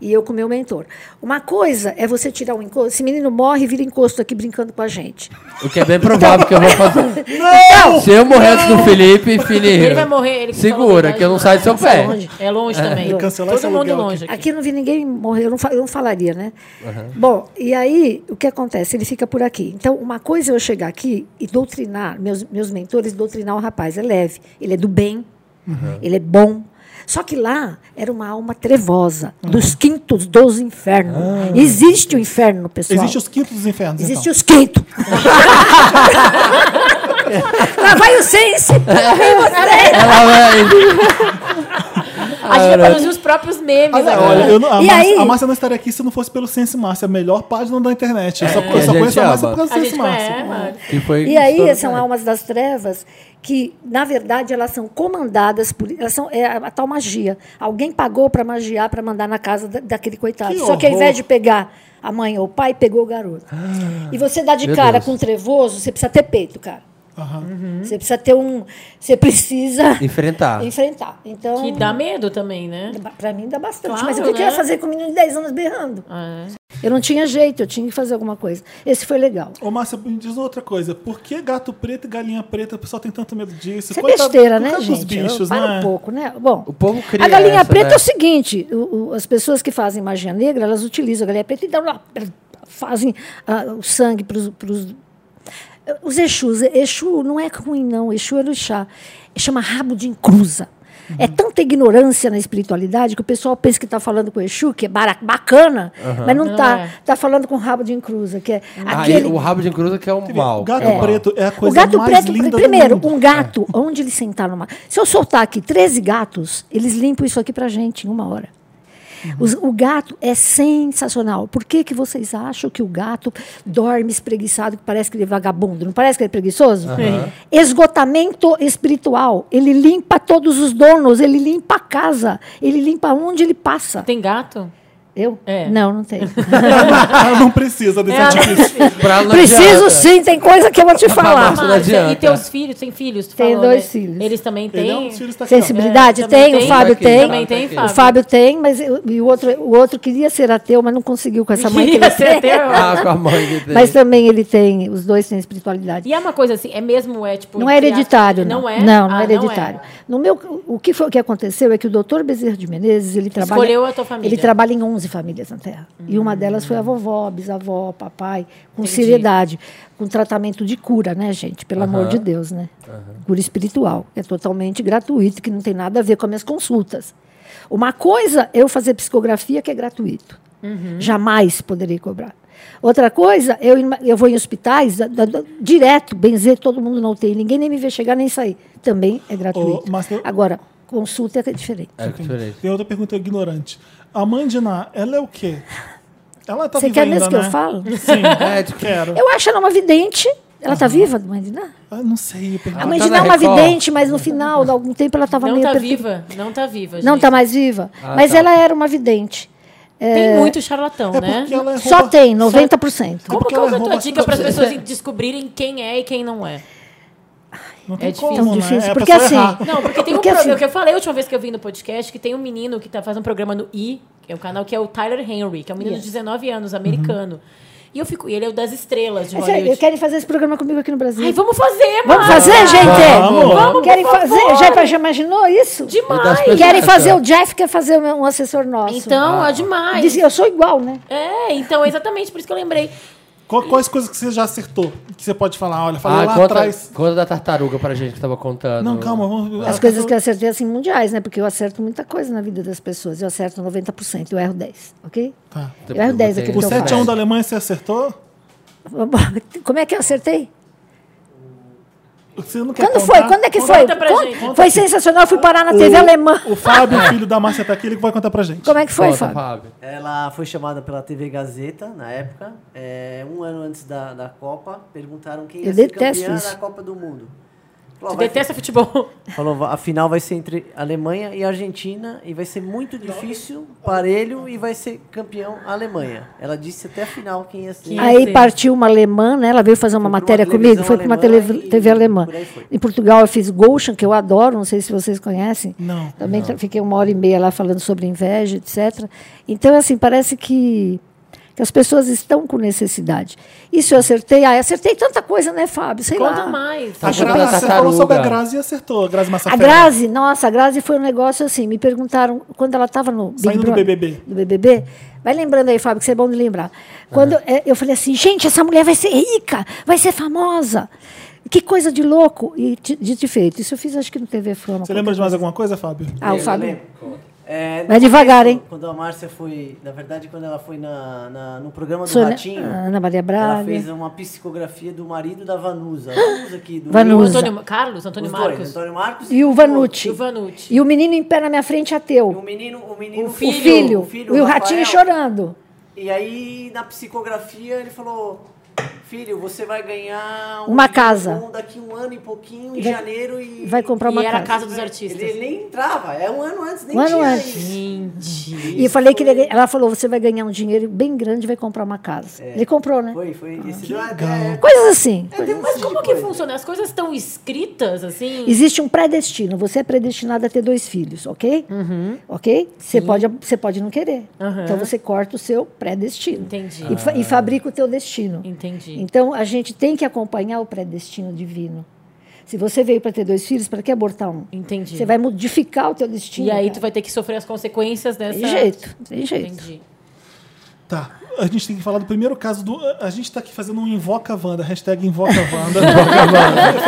D: E eu com meu mentor. Uma coisa é você tirar um encosto. Esse menino morre e vira encosto aqui brincando com a gente.
C: O que é bem provável que eu vou fazer.
D: Não!
C: Se eu morresse do Felipe, filhinho.
B: Ele vai morrer, ele falou
C: Segura,
B: a
C: que eu não saio do
B: verdade.
C: seu pé.
D: longe.
B: É longe também.
A: Vou cancelar esse
B: Todo mundo
A: aluguel aqui.
B: longe.
D: Aqui eu não vi ninguém morrer, eu não, fa- eu não falaria, né? Bom, e aí o que acontece? Ele fica por aqui. Então, uma coisa é eu chegar aqui e doutrinar, meus, meus mentores doutrinar o rapaz, é leve, ele é do bem, ele é bom. Só que lá era uma alma trevosa, dos quintos dos infernos. Existe o inferno, pessoal.
A: Ah. Existe os quintos dos infernos,
D: Existe
A: então. (laughs)
D: os quintos. lá vai o sense.
A: É.
C: Ela vai.
B: A gente vai produzir os próprios memes
A: Olha,
B: agora.
A: olha, eu não- a,
D: né? E
A: Márcia,
D: aí?
A: a Márcia não estaria aqui se não fosse pelo Sense Márcia, a melhor página da internet. Eu só,
C: que
A: eu
C: É, a
A: só
C: gente
A: conheço a Márcia
C: ama.
A: por causa
B: A
A: do
B: gente
A: Sense Márcia.
B: vai, mano.
C: Que foi
D: E aí é
C: estourado.
D: são almas das trevas que, na verdade, elas são comandadas por. Elas são, é a, a tal magia. Alguém pagou para magiar para mandar na casa da- daquele coitado.
A: Que
D: Só que ao
A: horror.
D: invés de pegar a mãe ou o pai, pegou o garoto. e você dá de
C: Ah, meu
D: cara
C: Deus. Hum.
D: com um trevoso, você precisa ter peito, cara.
A: Aham.
D: Você precisa ter um. Você precisa
C: Enfrentar.
D: enfrentar. Então.
B: Que dá medo também, né?
D: Pra mim dá bastante.
B: Claro,
D: mas o que que eu
B: né?
D: ia fazer com um menino de 10 anos berrando?
B: Ah, é.
D: Eu não tinha jeito, eu tinha que fazer alguma coisa. Esse foi legal.
A: Ô, Márcia, me diz outra coisa. Por que gato preto e galinha preta? O pessoal tem tanto medo disso.
D: Isso é
A: Coitado-
D: besteira,
A: por
D: né,
A: causa dos
D: gente?
A: bichos,
D: Para
A: né?
D: um pouco, né? Bom,
C: O povo cria
D: a galinha
C: essa,
D: preta
C: né?
D: é o seguinte: o- o- as pessoas que fazem magia negra, elas utilizam a galinha preta e dão lá, fazem ah, o sangue para os. Os Exus. Exu não é ruim, não. Exu é orixá. Chama rabo de encruza. É tanta ignorância na espiritualidade que o pessoal pensa que está falando com o Exu, que é bara- bacana, mas não
B: Não
D: está.
B: é.
D: Está falando com o rabo de encruza, que é
C: Ah,
D: aquele.
C: e o rabo de encruza que é o mal.
A: O gato
C: é o mal.
A: preto é a
D: O
A: coisa
D: gato
A: mais
D: preto,
A: linda
D: primeiro,
A: do mundo. É.
D: um gato, onde ele sentar numa. Se eu soltar aqui 13 gatos, eles limpam isso aqui pra gente em uma hora.
A: Uhum.
D: Os- o gato é sensacional. Por que, que vocês acham que o gato dorme espreguiçado, que parece que ele é vagabundo? Não parece que ele é preguiçoso? Esgotamento espiritual. Ele limpa todos os donos, ele limpa a casa, ele limpa onde ele passa.
B: Tem gato?
D: Eu?
B: É.
D: Não, não tenho.
A: (laughs) Ela não precisa desse tipo
B: É.
A: artifício.
C: Pra não
D: Preciso
C: adianta.
D: sim, tem coisa que eu vou te
B: Tá
D: falar.
C: Isso não
B: Márcia, e
C: adianta.
B: teus filhos? Tem filhos? Tu
D: Tem
B: falou,
D: dois
B: né?
D: filhos.
B: Eles também
A: Ele é um
B: têm? (laughs)
A: dos filhos tá aqui, ó.
D: Sensibilidade
B: É, também
D: tem, o
B: tem.
D: Fábio
C: Aqui,
D: tem.
B: também tem,
D: O
B: Fábio.
D: Fábio tem, mas eu- e o outro, o outro queria ser ateu, mas não conseguiu com essa mãe que
B: Queria
A: (laughs)
D: ele
B: (laughs) ser
D: tem.
B: ateu.
C: Ah, com a mãe que tem.
D: Mas também ele tem, os dois têm espiritualidade.
B: E é uma coisa assim, é mesmo, é tipo...
D: Não é
B: entre
D: hereditário,
B: aspas,
D: não.
B: é?
D: Não, não
B: Ah,
D: é hereditário. No meu, o que foi o que aconteceu é que o doutor Bezerra de Menezes, ele trabalha
B: Escolheu a tua família.
D: Ele trabalha em 11 famílias na Terra. E uma delas foi a vovó, bisavó, papai, com seriedade, com tratamento de cura, né, gente? Pelo amor de Deus, né? Cura espiritual, que é totalmente gratuito, que não tem nada a ver com as minhas consultas. Uma coisa é eu fazer psicografia que é gratuito.
A: Uhum.
D: Jamais poderei cobrar. Outra coisa, eu, em- eu vou em hospitais da- da- da- direto, benzer todo mundo na UTI. Ninguém nem me vê chegar nem sair. Também é gratuito.
A: mas eu-
D: Agora, consulta é diferente.
C: É diferente.
A: Tem outra pergunta ignorante. A mãe de Ná, ela é o quê? Ela tá
D: Você
A: viva
D: quer
A: ainda,
D: mesmo que
A: né?
D: eu falo?
A: Sim,
C: É, tipo,
A: quero.
D: Eu acho ela uma vidente. Ela está viva, mãe de Ná?
A: Eu não sei. eu pergunto.
D: A mãe
C: tá
D: de
C: na
D: Ná é uma
C: Record.
D: vidente, mas no final, de algum tempo, ela estava
B: Não
D: meio...
B: tá
D: pertur-
B: viva, não tá viva,
D: Não
B: gente.
D: está mais viva. mas
C: tá.
D: ela era uma vidente.
B: Tem muito charlatão,
A: É
B: né?
A: porque ela é
D: Só
A: rouba-
D: tem, 90%.
B: Como
A: porque um
B: que é
A: ela
B: a
A: rouba
B: tua dica
A: as
B: para as
A: pessoas. (laughs)
B: pessoas em- descobrirem quem é e quem não é?
A: Não tem
B: É difícil.
A: como,
D: Tão
A: né?
D: difícil,
A: É a
D: porque
A: pessoa
D: assim-
A: errar.
B: Não, porque tem
D: Porque
B: um
D: assim-
B: problema que eu falei a última vez que eu vim no podcast, que tem um menino que tá, faz um programa no I, que é o canal que é o Tyler Henry, que é um menino de 19 anos, americano. E eu fico, e ele é o das estrelas de
D: É sério,
B: Hollywood.
D: Querem fazer esse programa comigo aqui no Brasil?
B: Ai, vamos fazer, mano.
D: Vamos fazer, gente?
A: Vamos.
B: Vamos,
D: Querem
B: por
D: fazer?
B: favor.
D: Já, já imaginou isso?
C: E das
B: Demais.
C: pessoas-
D: Querem fazer o Jeff, quer fazer um um assessor nosso.
B: Então, é demais.
D: Diz, eu sou igual, né?
B: É, então é exatamente por isso que eu lembrei.
A: Qual- Quais coisas que você já acertou? Que você pode falar? Olha, falei
C: Ah,
A: lá
C: conta,
A: atrás.
C: conta da tartaruga pra gente que tava contando.
A: Não, calma, vamos. Tá.
D: As coisas que eu acertei, assim, mundiais, né? Porque eu acerto muita coisa na vida das pessoas. Eu acerto 90%, eu erro 10%, ok?
A: Tá.
D: Eu erro 10 aqui
C: O
D: no
A: O
D: teu
C: Então
A: 7
C: faz.
A: a 1
D: caso.
A: da Alemanha você acertou?
D: (laughs) Como é que eu acertei?
A: Você não quer
D: Quando
A: contar?
D: foi? Quando é que foi?
B: Conta pra
D: Quando-
B: gente.
D: Foi sensacional, eu fui parar na TV alemã.
A: O Fábio, filho da Márcia, tá aqui, ele que vai contar pra gente.
D: Como é que foi,
C: Conta,
D: Fábio?
C: Fábio.
E: Ela foi chamada pela TV Gazeta, na época, é, um ano antes da, da Copa. Perguntaram quem
D: Eu
E: ia ser
D: detesto
E: campeã
D: isso.
E: da Copa do Mundo.
B: Tu
E: Falou, vai-
B: detesta futebol.
D: Tá.
E: falou, "Va- a final vai ser entre Alemanha e Argentina e vai ser muito difícil, parelho, e vai ser campeão a Alemanha. Ela disse até a final quem ia ser.
B: Que-
D: Aí
B: Sim.
D: partiu uma alemã, né? Ela veio fazer uma
E: Foi pra uma
D: matéria
E: televisão
D: comigo, foi para uma
E: alemã
D: tele-
E: e-
D: TV alemã.
E: por aí foi.
D: Em Portugal eu fiz Goshen, que eu adoro, não sei se vocês conhecem.
A: Não.
D: Também tra- fiquei uma hora e meia lá falando sobre inveja, etc. Então, assim, parece que, que as pessoas estão com necessidade. Isso eu acertei. Ah, eu acertei tanta coisa, né, Fábio? Sei
B: Conta
D: lá.
B: mais.
C: Tá
A: Você
C: Ajuda
A: falou-
C: a
A: Você falou sobre a
C: tartaruga.
A: Grazi e acertou. A Grazi
D: A
A: Massafera.
D: Grazi, nossa, a Grazi foi um negócio assim. Me perguntaram, quando ela estava no. Big
A: Saindo do
D: Brother-
A: BBB.
D: Do BBB. Vai lembrando aí, Fábio, que você é bom de lembrar. Quando é, eu falei assim, gente, essa mulher vai ser rica, vai ser famosa. Que coisa de louco. E ti- dito e feito. Isso eu fiz, acho que no TV Fama.
A: Você lembra de mais alguma coisa, Fábio?
D: Ah, o Fábio.
E: Lembro. É,
D: Vai devagar, hein?
E: Quando a Márcia foi, na verdade, quando ela foi na, na- no programa do
D: Sônia-
E: Ratinho,
D: Ana Maria
E: ela
D: Braga.
E: fez uma psicografia do marido da Vanusa. Vanusa aqui do
B: O
D: Vanusa.
B: Antônio Carlos, Antônio
E: Os
B: Marcos.
E: dois, Antônio Marcos
D: E o Vanucci.
B: E o Vanucci.
D: E o menino em pé na minha frente
E: E o
D: ateu.
E: menino, o menino,
D: O filho. e o ratinho
E: Rafael.
D: chorando.
E: E aí na psicografia ele falou: "Filho, você vai ganhar um
D: Uma casa.
E: bom daqui um ano e pouquinho em
D: Vai-
E: janeiro e
D: Vai comprar
B: E
D: uma
B: era a
D: casa.
B: casa dos artistas.
E: Ele, ele nem entrava, é um ano antes, nem
D: Um ano
E: tinha
D: antes.
E: isso.
B: Gente.
D: E eu falei que ele ia ganhar- ela falou: você vai ganhar um dinheiro bem grande e vai comprar uma casa. Ele comprou, né?
E: Foi, foi esse deu até-
D: Coisas assim.
B: Mas como que
E: coisa.
B: funciona? As coisas estão escritas, assim?
D: Existe um predestino. Você é predestinado a ter dois filhos, ok? Ok? Você pode, você pode não querer.
B: Uhum.
D: Então você corta o seu predestino.
B: Entendi. Ah.
D: E, fa- e fabrica o teu destino.
B: Entendi.
D: Então a gente tem que acompanhar o predestino divino. Se você veio para ter dois filhos, para que abortar um?
B: Entendi.
D: Você vai modificar o teu destino.
B: E aí
D: cara.
B: tu vai ter que sofrer as consequências dessa...
D: Tem jeito, tem jeito.
B: Entendi.
A: Tá. a gente tem que falar do primeiro caso do. A gente tá aqui fazendo um Invoca Wanda, hashtag Invoca
C: (laughs)
A: Wanda.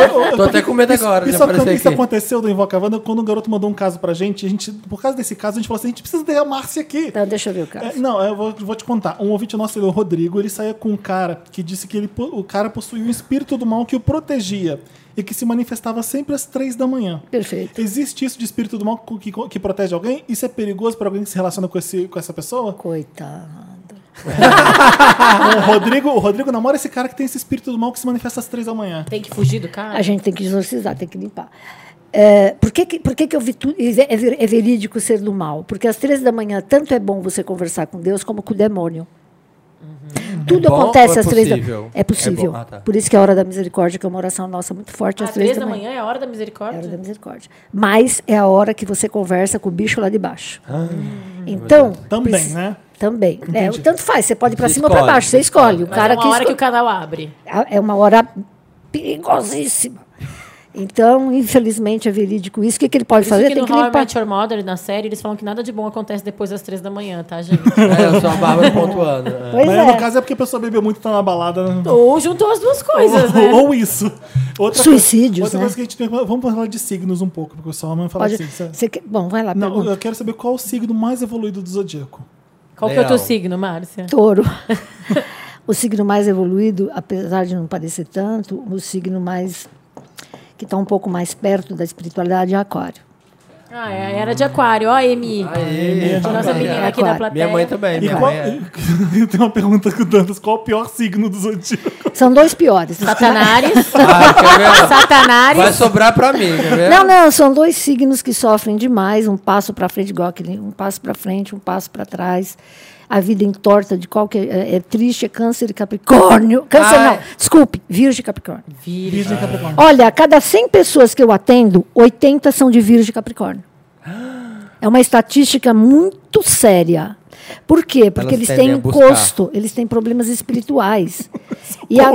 A: Invoca
C: Tô até com medo agora de
A: Isso, sabe
C: aparecer
A: quando isso
C: aqui.
A: aconteceu do Invoca Wanda? Quando o garoto mandou um caso pra gente, a gente, por causa desse caso, a gente falou assim: a gente precisa ter a Márcia aqui.
D: Então, deixa eu ver o caso.
A: É, não, eu vou, vou te contar. Um ouvinte nosso, ele é o Rodrigo, ele saía com um cara que disse que ele, po- o cara possuía um espírito do mal que o protegia e que se manifestava sempre às três da manhã.
D: Perfeito.
A: Existe isso de espírito do mal que, que- que protege alguém? Isso é perigoso para alguém que se relaciona com, esse, com essa pessoa?
D: Coitado.
A: o, Rodrigo, o Rodrigo namora esse cara que tem esse espírito do mal que se manifesta às três da manhã.
B: Tem que fugir do cara?
D: A gente tem que exorcizar, tem que limpar. É, por que, que, por que, que eu vi tudo? É, é ver- é verídico ser do mal? Porque às três da manhã, tanto é bom você conversar com Deus como com o demônio. Tudo
C: É bom ou
D: acontece
C: é
D: às três da
C: possível?
D: É possível.
C: É bom, ah, tá.
D: Por isso que é a hora da misericórdia, que é uma oração nossa muito forte às
B: Às
D: três, da manhã.
B: manhã é a hora da
D: É a hora da
B: misericórdia?
D: misericórdia. Mas é a hora que você conversa com o bicho lá de baixo.
A: Ah.
C: Uhum.
D: então.
A: Também,
D: preci-
A: né?
D: Também. É,
A: Entendi.
D: tanto faz. Você pode ir pra
C: Você
D: cima ou pra
C: escolhe,
D: baixo. Você
C: você
D: escolhe. O
B: Mas
D: cara
B: é uma
D: que,
B: hora
D: esco-
B: que o canal abre.
D: a- É uma hora perigosíssima. Então, infelizmente, é verídico isso. O que, que ele pode
B: Por
D: fazer?
B: isso que
D: Tem
B: no
D: que
B: How I
D: limpar.
B: Met Your Mother, na série, eles falam que nada de bom acontece depois das três da manhã, tá,
D: (laughs)
B: gente?
C: É, eu sou a Bárbara
A: (laughs)
C: pontuando. é.
D: Pois
A: Mas no
D: é.
A: caso é porque a pessoa bebeu muito e tá na balada. né?
B: Ou juntou as duas coisas,
A: ou,
B: né?
A: ou isso. Outra
D: é, Suicídios,
A: coisa, outra
D: né?
A: coisa que a gente tem. Vamos falar de signos um pouco, porque o pessoal ama falar
D: Pode,
A: de signos.
D: você que- bom, vai lá.
A: assim, Não,
D: pergunta.
A: eu quero saber qual é o signo mais evoluído do zodíaco.
B: Qual que é o teu
C: Leão.
B: signo, Márcia?
D: (laughs) Touro. o signo mais evoluído, apesar de não parecer tanto, o signo mais que está um pouco mais perto da espiritualidade é aquário.
B: Ah, é a era de aquário. Ó, a Emi.
C: Aê,
B: A nossa
C: rapaz.
B: menina aqui da
D: Aquário.
B: plateia.
C: É. Minha mãe também.
A: E
C: Minha
A: qual,
C: mãe é.
A: (laughs) eu tenho uma pergunta com o Dantas: qual é o pior signo do zodíaco?
D: São dois piores. tá?
B: Satanares.
C: (laughs) Ah, quer ver? Vai
B: Satanares.
C: sobrar pra mim, quer ver?
D: Não, não, são dois signos que sofrem demais, um passo para frente, igual aquele, um passo para frente, um passo para trás. A vida entorta de qualquer. É, é triste, é câncer e capricórnio. Câncer
C: Ai.
D: não, desculpe, virgem e capricórnio.
B: Virgem.
C: é
A: Virgem e Capricórnio.
D: Olha, a cada 100 pessoas que eu atendo, 80 são de Virgem e Capricórnio. É uma estatística muito séria. Por quê? Porque
C: Elas
D: eles
C: tendem
D: têm
C: a buscar.
D: encosto, eles têm problemas
C: (laughs)
D: espirituais. e a-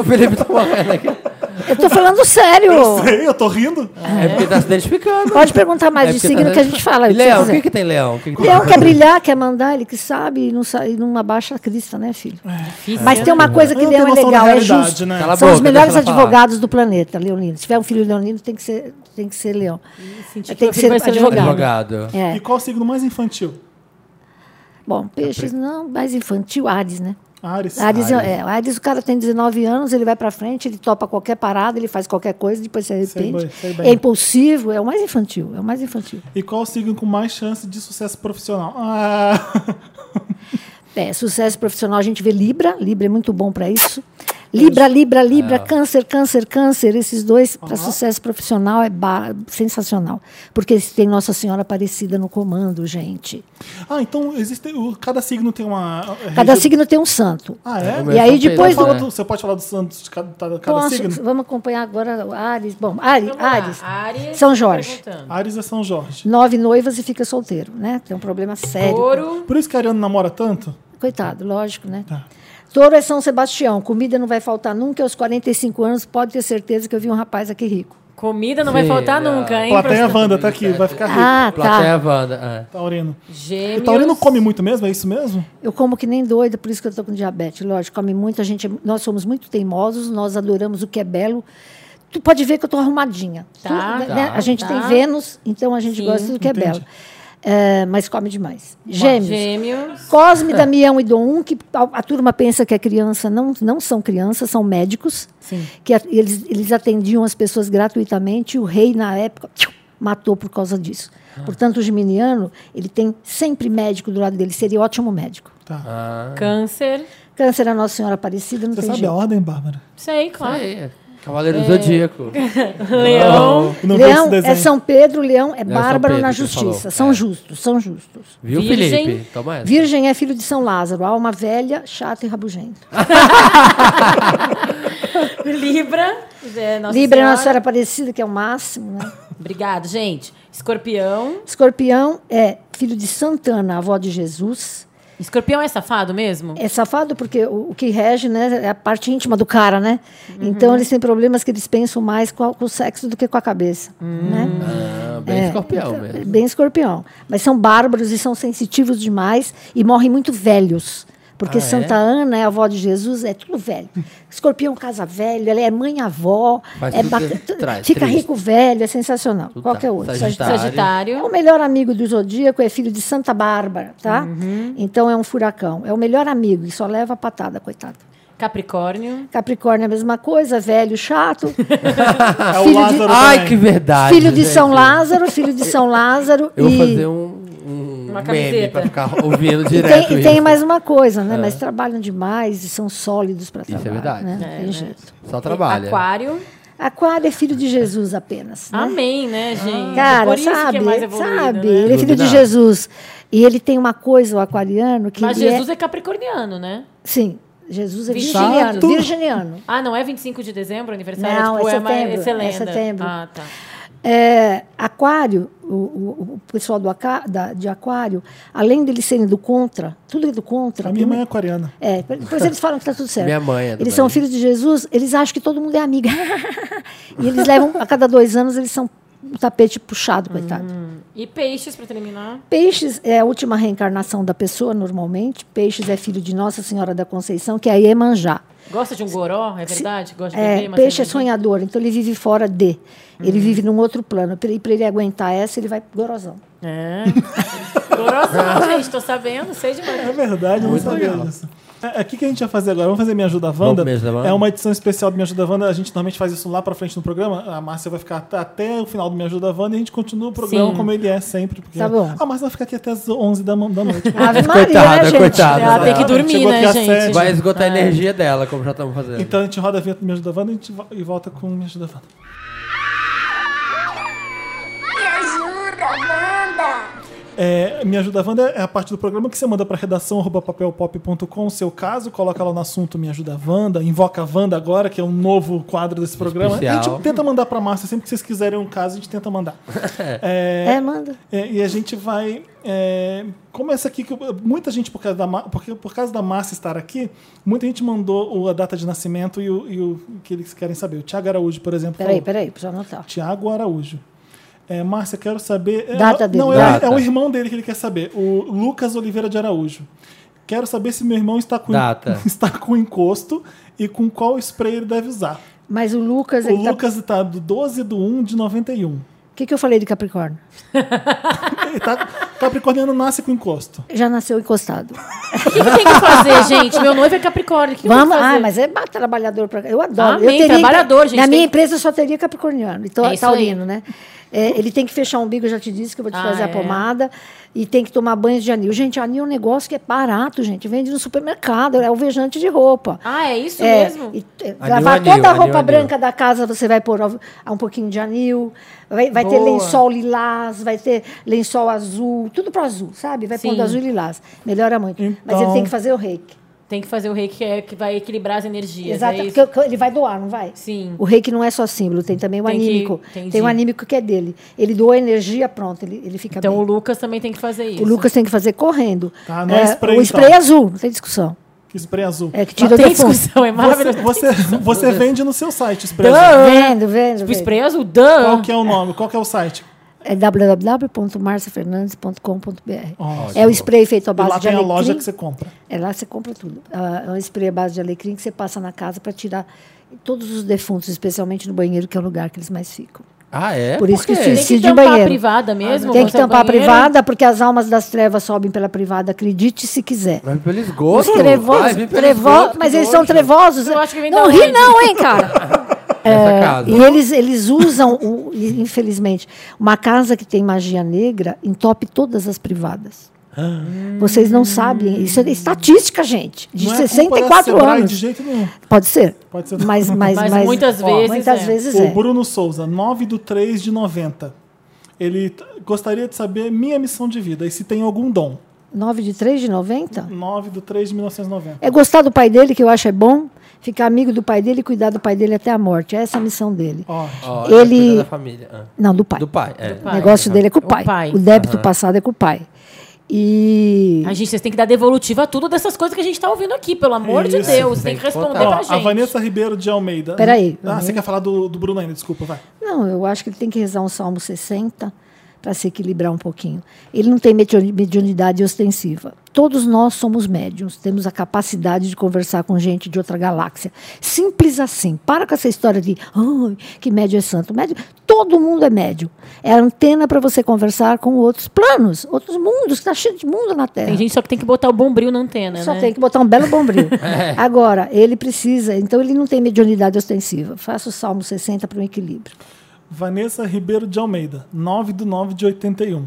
C: O Felipe tá morrendo aqui.
D: eu tô falando sério.
A: (laughs) Sei, eu tô rindo.
C: É porque tá se identificando.
D: Pode perguntar mais
C: É
D: de
C: porque
D: signo
C: tá-
D: que a gente fala.
C: E
D: o que você
C: Leão, o
D: quiser.
C: que, que tem leão? O que que
D: Leão quer um é brilhar, quer mandar, ele que sabe e não, sa- e não abaixa a crista, né, filho?
B: Difícil,
D: Mas tem uma coisa que
A: É Eu não tenho
D: Leão
A: noção da
D: é legal, é
A: realidade,
D: justo.
A: né?
C: É, né? Cala a
D: São os
C: boca,
D: melhores
C: deixa ela falar.
D: advogados do planeta, leonino. Se tiver um filho leonino, tem que ser, tem que ser leão.
B: senti que
D: Tem
B: meu
D: que
B: filho vai
D: ser
B: ser
D: advogado.
C: Advogado.
D: É.
A: E qual o signo mais infantil?
D: Bom, peixes não, mais infantil, Ares, né?
A: Ares.
D: Ares, É, Ares, o cara tem 19 anos, ele vai pra frente, ele topa qualquer parada, ele faz qualquer coisa, depois se arrepende.
A: bem, sei bem.
D: é impulsivo, é o mais infantil, é o mais infantil.
A: E qual o signo com mais chance de sucesso profissional? Ah, (laughs)
D: É, sucesso profissional, a gente vê Libra, Libra é muito bom pra isso. Libra, Libra, Libra, câncer, câncer, câncer, esses dois pra sucesso profissional é ba- sensacional. Porque eles têm Nossa Senhora Aparecida no comando, gente.
A: ah então existe. o- Cada signo tem uma. é,
D: Cada signo tem um santo.
A: Ah, é?
C: O meu
D: E aí
C: São Pedro,
D: depois
A: Fala
C: né?
A: do- você pode falar dos santos de cada, cada
D: Posso-
A: signo?
D: Vamos acompanhar agora o Ares. Bom, Ares,
B: Vamos lá,
D: Ares, São Jorge.
B: perguntando.
A: Ares é São Jorge.
D: Nove noivas e fica solteiro, né? Tem um problema sério.
B: Touro.
A: Por isso que a Ariana namora tanto?
D: Coitado, lógico, né? Touro é São Sebastião. Comida não vai faltar nunca. Aos 45 anos, pode ter certeza que eu vi um rapaz aqui rico.
B: Comida não vai
C: Sim,
B: faltar
C: é.
B: nunca, hein?
A: Plateia
B: professor?
A: Wanda tá aqui, vai ficar Tá, rico.
D: Ah, tá.
C: Plateia Wanda. é.
A: Taurino.
B: Gêmeos.
A: O
C: Tá
A: Taurino Tá, come muito mesmo? É isso mesmo?
D: Eu como que nem doida, por isso que eu tô com diabetes. Lógico, come muito. A gente, é- nós somos muito teimosos, nós adoramos o que é belo. Tu pode ver que eu tô arrumadinha.
B: Tá,
D: Tu- né?
C: tá.
D: A gente
B: Tá.
D: tem Vênus, então a gente
B: Sim,
D: gosta do que
A: entendi.
D: é belo. É, mas come demais. Gêmeos.
B: Gêmeos. (laughs)
D: Cosme, Damião e Dom, que a, a turma pensa que é criança, não, não são crianças, são médicos, que a- eles, eles atendiam as pessoas gratuitamente, e o rei, na época, tchiu, matou por causa disso.
B: Ah.
D: Portanto, o geminiano, ele tem sempre médico do lado dele, seria ótimo médico.
A: Tá.
C: Ah,
B: Câncer.
D: Câncer a Então, Nossa Senhora Aparecida, não
A: Você
D: tem
A: sabe a
D: jeito.
A: ordem, Bárbara?
B: Sei, claro.
C: aí. Cavaleiro Zodíaco.
B: Leão.
A: Eu não vi
D: É. (laughs) leão
A: esse desenho.
D: é São Pedro, leão é,
C: São
D: bárbaro
C: Pedro
D: na
C: que você falou.
D: justiça. São
C: É.
D: justos, são justos.
C: Viu,
B: Virgem.
C: Felipe? Toma essa.
D: Virgem é filho de São Lázaro, alma velha, chata e rabugenta.
B: (laughs) Libra. É, Nossa
D: Libra é
B: Senhora.
D: Nossa Senhora Aparecida, que é o máximo, né?
B: Obrigado, gente. Escorpião.
D: Escorpião é filho de Santana, avó de Jesus.
B: Escorpião é safado mesmo?
D: É safado porque o, o que rege né, é a parte íntima do cara, né?
B: Uhum.
D: Então eles têm problemas que eles pensam mais com, a- com o sexo do que com a cabeça. Né?
B: Uhum.
C: Ah, bem
D: É,
C: escorpião
D: então,
C: mesmo.
D: Bem escorpião. Mas são bárbaros e são sensitivos demais e morrem muito velhos. Porque
C: Ah, é?
D: Santa Ana é a avó de Jesus, é tudo
C: (laughs)
D: velho. Escorpião casa velho, ela é mãe avó,
C: Faz
D: é
C: tudo
D: bac-
C: de trás,
D: fica
C: triste.
D: rico velho, é sensacional.
C: Tudo
D: Qual
C: tá.
D: que é o outro?
C: Sagitário.
D: É
B: Sagitário.
D: o melhor amigo do Zodíaco, é filho de Santa Bárbara, tá? Então é um furacão. É o melhor amigo e só leva patada, coitado.
B: Capricórnio.
D: Capricórnio é a mesma coisa, velho, chato.
A: É o
D: Filho de-
A: Lázaro
C: (laughs) Ai,
A: também.
C: que verdade.
D: filho de
C: gente.
D: São Lázaro, filho de São Lázaro.
C: (laughs) Eu
D: e...
C: vou fazer um, um
B: Uma
C: meme
B: camiseta.
C: pra ficar ouvindo
D: E
C: direto.
D: tem, e tem
C: isso.
D: mais uma coisa, né? Mas trabalham demais e são sólidos para
C: é
D: trabalhar.
C: verdade.
D: Né?
B: É,
D: Tem
B: né?
D: jeito.
C: Só trabalha.
B: Aquário.
D: Aquário é filho de Jesus apenas. Né?
B: Amém, né, gente?
D: Cara,
B: Por isso
D: sabe,
B: que é mais evoluído,
D: sabe,
B: né?
D: ele é filho de
C: Iluminado.
D: Jesus. E ele tem uma coisa, o aquariano, que
B: Mas
D: ele
B: Jesus
D: é...
B: é capricorniano, né?
D: Sim, Jesus é
B: Virginiano.
D: virginiano.
B: Tudo.
D: Virginiano.
B: Ah, não é 25 de dezembro, aniversário?
D: Não,
B: tipo,
D: é
B: mais-
D: setembro,
B: essa
D: é
B: lenda.
D: setembro.
B: Ah, tá.
D: É, aquário, o, o- o pessoal do aca- da- de aquário, além deles serem do contra, tudo é do contra.
A: A minha
D: tem
A: mãe é aquariana.
D: É, depois eles falam que tá tudo certo.
C: Minha mãe é
D: Eles
C: também.
D: são filhos de Jesus, eles acham que todo mundo é
C: (laughs)
D: amigo. e eles levam, a cada dois anos, eles são um tapete puxado, coitado.
C: Hum.
B: E peixes, pra terminar.
D: Peixes é a última reencarnação da pessoa, normalmente. Peixes é filho de Nossa Senhora da Conceição, que é a Iemanjá.
B: Gosta de um goró, é verdade? Gosta de
D: É,
B: beber, mas
D: peixe é
B: cervejinha?
D: sonhador, então ele vive fora de.
C: Hum.
D: Ele vive num outro plano. E para ele aguentar essa, ele vai pro gorozão.
C: (laughs)
B: É. (laughs) Gorosão, gente, tô sabendo, sei demais.
A: É verdade, eu não sabia disso. É, é, o que, que a gente vai fazer agora? Vamos fazer Me Ajuda Wanda?
C: Vamos pro Me Ajuda Wanda?
A: É uma edição especial do Me Ajuda Wanda. A gente normalmente faz isso lá pra frente no programa. A Márcia vai ficar at- até o final do Me Ajuda Wanda e a gente continua o programa
B: Sim.
A: como ele é sempre. Porque
D: Tá bom.
A: A Márcia vai ficar aqui até as 11 da, man- da
D: (laughs)
A: noite.
D: Ave Maria,
C: Coitada,
D: né, gente?
C: coitada.
B: É, Ela tem que
A: Exatamente,
B: dormir,
A: chegou aqui
B: né,
A: às sete.
B: gente?
C: Vai esgotar a energia dela, como já estamos fazendo.
A: Então a gente roda a vinheta do Me Ajuda Wanda e, a gente vo- e volta com o Me Ajuda Wanda.
F: Me ajuda, Wanda!
A: É, me ajuda, Wanda, é a parte do programa que você manda para redação arroba papelpop.com o seu caso, coloca lá no assunto Me ajuda, Wanda, invoca a Wanda agora, que é um novo quadro desse programa. A
C: Especial.
A: gente tenta mandar para Márcia sempre que vocês quiserem um caso, a gente tenta mandar. É,
D: É, manda.
A: é, e a gente vai. É, como essa aqui, que eu- muita gente, por causa, da, Ma- porque, por causa da Márcia estar aqui, muita gente mandou o- a data de nascimento e o, e o que eles querem saber. O Tiago Araújo, por exemplo.
D: Peraí,
A: falou.
D: peraí, precisa anotar.
A: Tiago Araújo. É, Márcia, quero saber. é,
D: Data dele.
A: Não, é,
C: Data.
A: é o irmão dele que ele quer saber, o Lucas Oliveira de Araújo. Quero saber se meu irmão está com, (laughs)
C: Data.
A: está com encosto e com qual spray ele deve usar.
D: Mas o Lucas,
A: O
D: ele tá-
A: Lucas está do 12 de 1 de 91.
D: O que, que eu falei de Capricórnio?
A: Ele tá, Capricorniano nasce com encosto.
D: Já nasceu encostado.
B: O (laughs) que, que tem que fazer, gente? Meu noivo é Capricórnio. O que
D: Vamos,
B: eu vou fazer? Ah,
D: ah, mas é ba- trabalhador pra Eu adoro.
B: Amém,
D: eu teria,
B: trabalhador, gente,
D: Na
B: tem
D: minha
B: que-
D: empresa só teria capricorniano, então
B: É isso
D: taurino, né? É, ele tem que fechar o umbigo, eu já te disse que eu vou te
B: Ah,
D: fazer
B: é.
D: a pomada. E tem que tomar banho de anil. Gente, anil é um negócio que é barato, gente. Vende no supermercado, é alvejante de roupa.
B: Ah, é isso
D: É,
B: mesmo?
D: e, é,
C: Anil,
D: lavar
C: anil,
D: toda a
C: anil,
D: roupa
C: anil.
D: branca da casa, você vai pôr al- um pouquinho de anil, vai, vai ter
B: Boa.
D: lençol lilás, vai ter lençol azul, tudo pro azul, sabe? Vai
B: Sim.
D: pondo azul e lilás. Melhora muito. Mas ele
A: Então-
D: tem que fazer o reiki.
B: Tem que fazer o reiki que, é, que vai equilibrar as energias.
D: Exato,
B: é isso?
D: porque o- ele vai doar, não vai?
B: Sim.
D: O reiki não é só símbolo, tem também o
B: Tem que-
D: anímico.
B: entendi.
D: tem o anímico que é dele. Ele doa energia, pronto, ele, ele fica
B: Então o
D: bem.
B: Lucas também tem que fazer isso.
D: O Lucas tem que fazer correndo.
A: Tá, não é spray,
D: o spray
A: então.
D: azul, não tem discussão.
A: Que spray azul.
D: É que tira
B: tem
D: do fundo.
B: discussão, é
A: Você,
B: maravilhoso.
A: você, você vende no seu site spray azul.
D: Vendo, vendo.
B: O
D: vendo.
B: Ah, Tipo spray azul,
A: Qual
B: dan.
A: que é o nome? Qual que é o site?
D: É www.marciafernandes.com.br.
A: Ótimo.
D: É o spray feito à
A: E
D: base
A: lá
D: de
A: tem a
D: alecrim.
A: loja que você compra.
D: É lá você compra tudo. Ah, É um spray à base de alecrim que você passa na casa para tirar todos os defuntos, especialmente no banheiro, que é o lugar que eles mais ficam.
C: Ah, é?
D: Por isso que
C: quê?
D: o
B: Tem que
D: suicídio é
B: tampar a
D: banheiro.
B: privada mesmo?
D: Tem que
B: você é
D: tampar a
B: banheiro?
D: privada, porque as almas das trevas sobem pela privada, acredite se quiser.
C: Vai pelo
D: Os
C: esgoto. Vai,
D: trevosos,
C: vem pelo
D: trevo,
C: esgoto,
D: mas
C: que
D: eles são
C: nojo.
D: trevosos.
B: Eu acho que vem da
D: Não ri
B: onde?
D: não, hein, cara?
C: Essa casa.
D: é, E eles, eles usam, o- e, infelizmente, uma casa que tem magia negra entope todas as privadas.
A: Ah.
D: Vocês não sabem, isso é estatística, gente, de
A: Não é culpa da
D: 64
A: Sebrae
D: anos.
A: De jeito nenhum.
D: Pode ser?
A: Pode ser.
D: Mas, mas,
B: Mas muitas
D: ó,
B: vezes
D: muitas
B: é.
D: vezes
A: O
D: é.
A: Bruno Souza, 9 do 3 de 90. Ele t- gostaria de saber minha missão de vida e se tem algum dom.
D: 9 de 3 de 90?
A: 9 do 3 de 1990.
D: É gostar do pai dele, que eu acho é bom, ficar amigo do pai dele e cuidar do pai dele até a morte. Essa é a missão dele.
A: Ótimo.
C: Ó,
D: Ele-
C: cuida Da família. Ah.
D: Não, do pai.
C: Do pai, é.
D: O negócio dele é com o
B: O
D: pai.
B: pai.
D: O débito passado é com o pai. E.
B: A gente, vocês têm que dar devolutiva a tudo dessas coisas que a gente tá ouvindo aqui, pelo amor de
A: Isso.
B: Deus. Tem
E: Tem
B: que
E: que
B: responder
E: contar.
A: Ó,
B: pra
A: a
B: gente.
A: Vanessa Ribeiro de Almeida.
D: Peraí.
A: Ah,
D: Uhum.
A: você quer falar do, do Bruno ainda, desculpa, vai.
D: Não, eu acho que ele tem que rezar um Salmo 60 para se equilibrar um pouquinho. Ele não tem mediuni- mediunidade ostensiva. Todos nós somos médiums, temos a capacidade de conversar com gente de outra galáxia. Simples assim. Para com essa história de "Ai, que médium é santo. Médium, todo mundo é médium. É a antena para você conversar com outros planos, outros mundos, está cheio de mundo na Terra.
B: Tem gente só que tem que botar o bombril na antena,
D: Só
B: né?
D: tem que botar um belo bombril. Agora, ele precisa, então ele não tem mediunidade ostensiva. Faça o Salmo 60 para um equilíbrio.
A: Vanessa Ribeiro de Almeida, 9 de 9 de 81.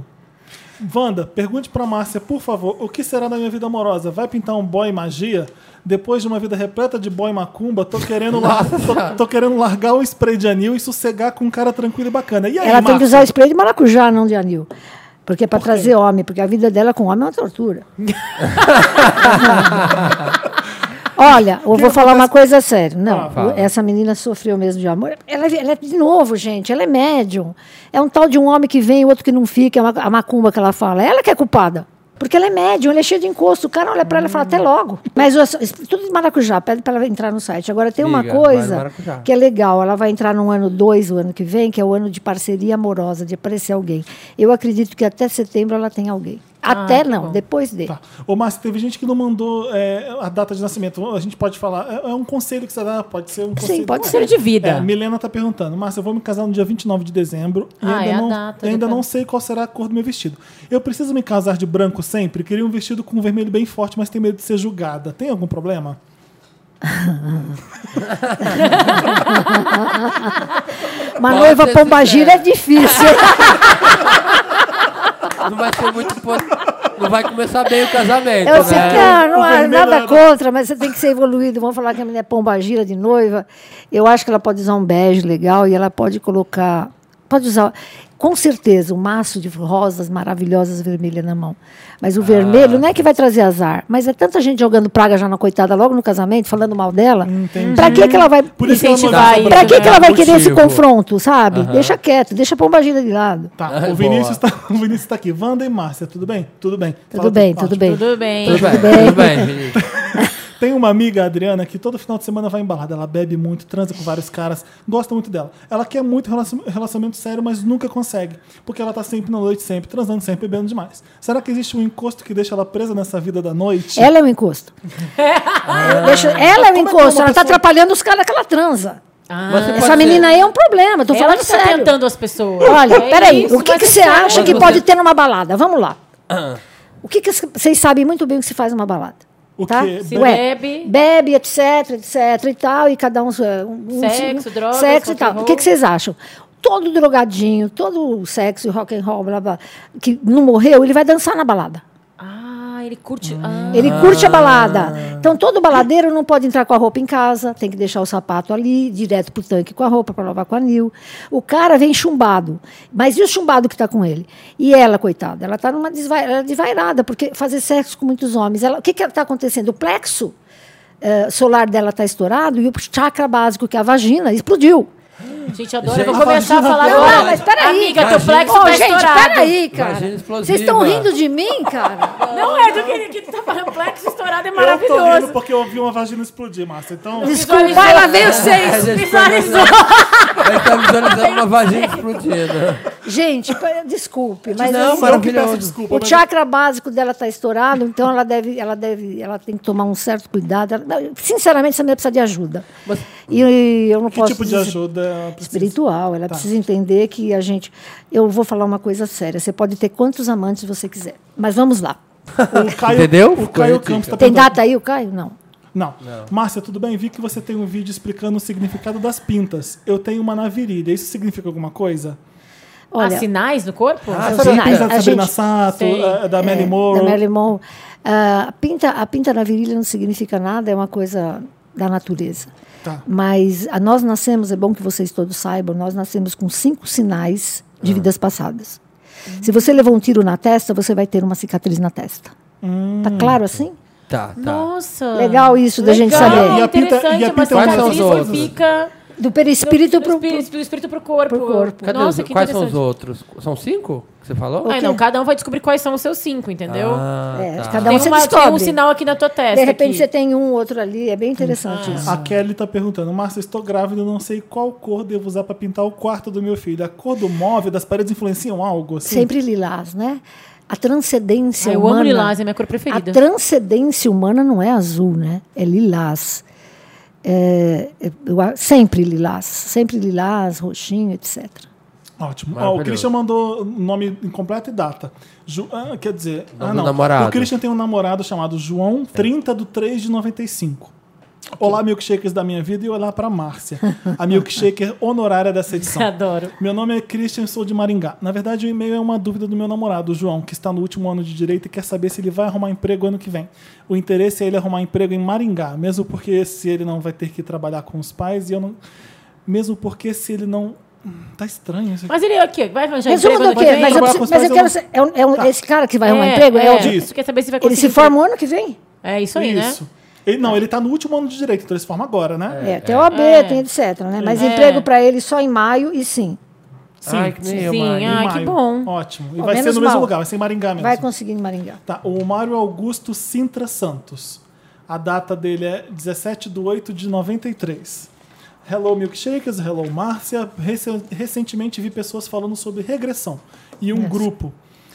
A: Wanda, pergunte pra Márcia, por favor, o que será da minha vida amorosa? Vai pintar um boy magia? Depois de uma vida repleta de boy macumba, tô querendo, lar- tô, tô querendo largar o spray de anil e sossegar com um cara tranquilo e bacana. E aí,
D: Ela tem que
A: Márcia?
D: usar o spray de maracujá, não de anil. Porque é para trazer homem, porque a vida dela com homem é uma
C: (laughs)
D: tortura. Olha, eu vou falar uma coisa séria. Não,
C: Ah, fala.
D: essa menina sofreu mesmo de amor. Ela, ela é de novo, gente, ela é médium. É um tal de um homem que vem e outro que não fica, é uma- a macumba que ela fala. Ela que é culpada. Porque ela é médium, ela é cheia de encosto. O cara olha pra ela e fala, até logo. Mas ó, tudo de maracujá, pede pra ela entrar no site. Agora tem uma
C: Liga, vai no
D: coisa
C: maracujá.
D: que é legal. Ela vai entrar no ano 2, o ano que vem, que é o ano de parceria amorosa, de aparecer alguém. Eu acredito que até setembro ela tem alguém. Até não, depois dele.
A: Tá. Ô, Márcia, teve gente que não mandou é, a data de nascimento. A gente pode falar. É, é um conselho que você dá, pode ser um conselho.
D: pode
B: Conselho de vida.
A: É, Milena tá perguntando, Márcia, eu vou me casar no dia 29 de dezembro e
B: Ah,
A: ainda,
B: é a
A: não,
B: data,
A: e ainda
B: né,
A: não
B: cara?
A: sei qual será a cor do meu vestido. Eu preciso me casar de branco sempre? Queria um vestido com vermelho bem forte, mas tenho medo de ser julgada. Tem algum problema?
D: Uma
C: Pode
D: noiva
C: ser
D: pombagira é
C: sincera.
D: difícil.
C: Não vai ser muito. po- Não vai começar bem o
A: É
C: casamento,
D: Eu sei que
C: né?
D: não, não
A: O
D: há
A: vermelho
D: nada
A: era-
D: contra, mas você tem que ser evoluído. Vamos falar que a menina é pombagira de noiva. Eu acho que ela pode usar um bege legal e ela pode colocar. Pode usar, com certeza, um maço de rosas maravilhosas vermelhas na mão. Mas
A: Ah,
D: o vermelho não é que vai trazer azar, mas é tanta gente jogando praga já na coitada logo no casamento, falando mal dela. Pra que, que ela vai.
A: Por isso que ela
C: Tá
A: mandou
B: Incentivar
A: essa
B: isso,
D: Pra
A: branca.
D: que, que ela vai querer esse
C: Motivo.
D: confronto, sabe? Deixa quieto, deixa a pombagira de lado.
A: Tá,
C: Ah,
A: o, Vinícius tá, (laughs) o Vinícius tá aqui. Wanda e Márcia, tudo bem? Tudo bem. Fala
D: Tudo bem,
A: ótimo.
D: tudo bem.
B: Tudo bem.
C: Tudo bem, tudo bem, Vinícius.
A: Tem uma amiga, a Adriana, que todo final de semana vai embalada. Ela bebe muito, transa com vários caras, gosta muito dela. Ela quer muito relacion- relacionamento sério, mas nunca consegue. Porque ela tá sempre na noite, sempre transando, sempre bebendo demais. Será que existe um encosto que deixa ela presa nessa vida da noite?
D: Ela é um encosto.
B: Ah.
D: Eu deixo- ela é um
A: Como é que
D: encosto,
A: uma
D: ela está
A: pessoa-
D: atrapalhando os caras que ela transa.
C: Você
D: Essa
C: pode
D: menina aí é um problema, tô
B: Ela
D: falando
B: que tá
D: sério.
B: tentando as pessoas.
D: Olha,
B: É
D: peraí,
B: isso,
D: o que,
B: mas
D: que
B: é Ah.
D: você
B: sério.
D: acha que
C: Mas
D: pode
C: você-
D: ter numa balada? Vamos lá. O que, que vocês sabem muito bem o que se faz numa balada?
A: O
D: tá?
A: quê?
B: Se
D: Ué,
B: bebe.
D: Bebe, etc, etc e tal, e cada um. um
B: Sexo,
D: um-
B: drogas,
D: Sexo e tal.
B: rock and
D: O que, que vocês acham? Todo drogadinho, todo sexo, rock and roll, blá, blá, que não morreu, ele vai dançar na balada.
B: Ah, ele curte. Ah,
D: Ele curte a balada. Então, todo baladeiro não pode entrar com a roupa em casa, tem que deixar o sapato ali, direto pro tanque com a roupa, para lavar com a Nil. O cara vem chumbado. Mas e o chumbado que tá com ele? E ela, coitada, ela tá numa desvai- ela é desvairada, porque fazer sexo com muitos homens. ela- o que que tá acontecendo? O plexo eh, solar dela tá estourado e o chakra básico, que é a vagina, explodiu.
B: gente, adora.
C: Gente,
B: Vou começar a falar
D: Não,
B: agora.
D: não, mas peraí.
B: Amiga, teu
C: Imagina.
B: plexo
D: Ô,
B: tá
D: gente,
B: estourado.
D: peraí, cara.
C: Imagina explosiva.
D: Vocês estão rindo de mim, cara?
B: Não é do que ele que tá falando. Plexo estourado é
A: Eu tô rindo
B: maravilhoso.
A: porque eu ouvi uma vagina explodir, Márcia. Então,
D: Desculpa,
B: Visualizou.
D: ela veio
C: A
D: seis.
C: gente tá
B: Visualizou.
C: visualizando uma vagina explodindo.
D: Gente, pe- desculpe, mas
A: eu
C: Não,
D: assim,
A: que peço
C: maravilhoso.
A: desculpa.
D: O
A: mas-
D: chakra básico dela está estourado, então ela deve, ela deve, ela tem que tomar um certo cuidado. Ela- não, Sinceramente, essa mulher precisa de ajuda.
C: Mas-
D: E, e eu não
A: Que
D: posso
A: tipo de
D: dizer-
A: ajuda ela precisa? Tá.
D: Espiritual, ela precisa entender que a gente. Eu vou falar uma coisa séria. Você pode ter quantos amantes você quiser, mas vamos lá.
A: O Caio,
C: Entendeu?
A: O
C: Ficou
A: Caio
C: ridículo.
A: Campos tá
D: Tem
A: perguntando-
D: data aí, o Caio? Não.
A: Não. Márcia, tudo bem? Vi que você tem um vídeo explicando o significado das pintas. Eu tenho uma na virilha. Isso significa alguma coisa?
B: Há
D: Olha,
B: sinais no corpo?
A: Sabe
C: Ah,
A: a
D: sinais.
A: pinta da
D: A
A: Sabrina
D: gente-
A: Sato,
B: Sim.
A: eh, da Mary
D: É,
A: Moore?
D: Da Marilyn Monroe. Ah, a, pinta, a pinta na virilha não significa nada, é uma coisa da natureza.
A: Tá.
D: Mas a- nós nascemos, é bom que vocês todos saibam, nós nascemos com cinco sinais
A: Ah.
D: de vidas passadas. Se você levou um tiro na testa, você vai ter uma cicatriz na testa.
A: Hum.
D: Tá claro assim?
C: Tá, tá.
B: Nossa.
D: Legal isso da gente
B: Ah, Legal,
D: saber.
A: E a pinta- e a
B: interessante,
A: pinta
B: mas
A: é um
B: cicatriz
C: dos outros.
B: que fica...
D: Do perispírito
B: do,
D: para o.
B: espírito, do espírito pro corpo.
D: Pro corpo.
C: Cadê
B: Nossa,
C: os,
B: que
C: quais são os
B: interessante.
C: outros? São cinco que você falou?
B: Ai, não, cada um vai descobrir quais são os seus cinco, entendeu?
C: Ah,
D: É,
C: tá.
D: cada
B: tem,
D: um você
B: uma- tem
D: descobre.
B: um sinal aqui na tua testa.
D: De repente você
B: aqui.
D: tem um outro ali, é bem interessante isso.
A: A Kelly tá perguntando, Márcia, estou grávida, não sei qual cor devo usar para pintar o quarto do meu filho. A cor do móvel, das paredes influenciam algo? Assim?
D: Sempre lilás, né? A transcendência
B: Ah, eu
D: humana.
B: amo lilás, é minha cor
D: A
B: preferida.
D: transcendência humana não é azul, né? É lilás. É, é, eu a- sempre lilás, sempre lilás, roxinho, etc.
A: Ótimo. Ó, o
C: Maravilhoso.
A: Christian mandou nome incompleto e data. Ju- ah, quer dizer,
C: Nome
A: ah,
C: do
A: não.
C: namorado.
A: o Christian tem um namorado chamado João, 30 do 3 de 95. Olá, milkshakers da minha vida, e olá para Márcia, a milkshaker honorária dessa
D: (laughs) Tá
A: edição.
B: (laughs) Adoro.
A: Meu nome é Christian, sou de Maringá. Na verdade, o e-mail é uma dúvida do meu namorado, o João, que está no último ano de direito e quer saber se ele vai arrumar emprego ano que vem. O interesse é ele arrumar emprego em Maringá, mesmo porque se ele não vai ter que trabalhar com os pais e eu não. Mesmo porque se ele não. Hum, Tá estranho isso aqui.
B: Mas é ele aqui, vai arranjar
D: Resumo
B: emprego
D: do quê?
B: ano
D: Mas
A: Trabalhar
B: que vem?
D: eu,
A: com
D: preciso,
A: os
D: mas eu quero.
A: pais,
D: sa- É, um- é um-
A: Tá.
D: Esse cara que vai arrumar
B: É,
D: emprego? É,
B: é.
D: o-
A: Disso.
B: Quer saber se vai
D: ele
B: conseguir.
D: se forma o ano que vem?
B: É isso aí, né?
A: Ele, não, ele tá no último ano de direito, então ele se forma agora, né?
D: É, tem OAB, tem etc. Né? Mas
B: É.
D: emprego para ele só em maio e sim, um-
C: Ai, que nem eu,
B: Sim,
C: Mari.
A: Em
B: ah, que
A: maio.
B: bom.
A: Ótimo. E
D: Ó,
A: vai ser
D: menos
A: no mesmo
D: mal.
A: lugar, vai ser em Maringá mesmo.
D: vai conseguir em Maringá.
A: Tá, o Mário Augusto Sintra Santos. A data dele é 17 de 8 de 93. Hello, Milkshakers. Hello, Márcia. Rece- Recentemente vi pessoas falando sobre regressão e um grupo.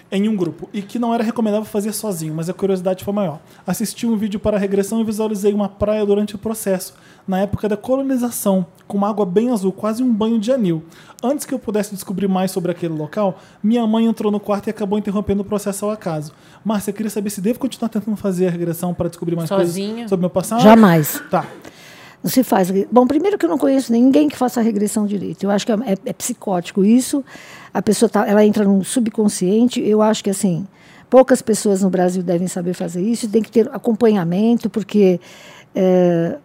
A: Em um grupo, e que não era recomendável fazer sozinho, mas a curiosidade foi maior. Assisti um vídeo para a regressão e visualizei uma praia durante o processo, na época da colonização, com uma água bem azul, quase um banho de anil. Antes que eu pudesse descobrir mais sobre aquele local, minha mãe entrou no quarto e acabou interrompendo o processo ao acaso. Márcia, eu queria saber se devo continuar tentando fazer a regressão para descobrir mais
B: Sozinha?
A: coisas sobre meu passado?
D: Jamais.
A: Tá.
D: Não se faz. Bom, primeiro que eu não conheço ninguém que faça regressão direito. Eu acho que é, é- é psicótico isso. A pessoa tá, ela entra num subconsciente. Eu acho que assim poucas pessoas no Brasil devem saber fazer isso. Tem que ter acompanhamento porque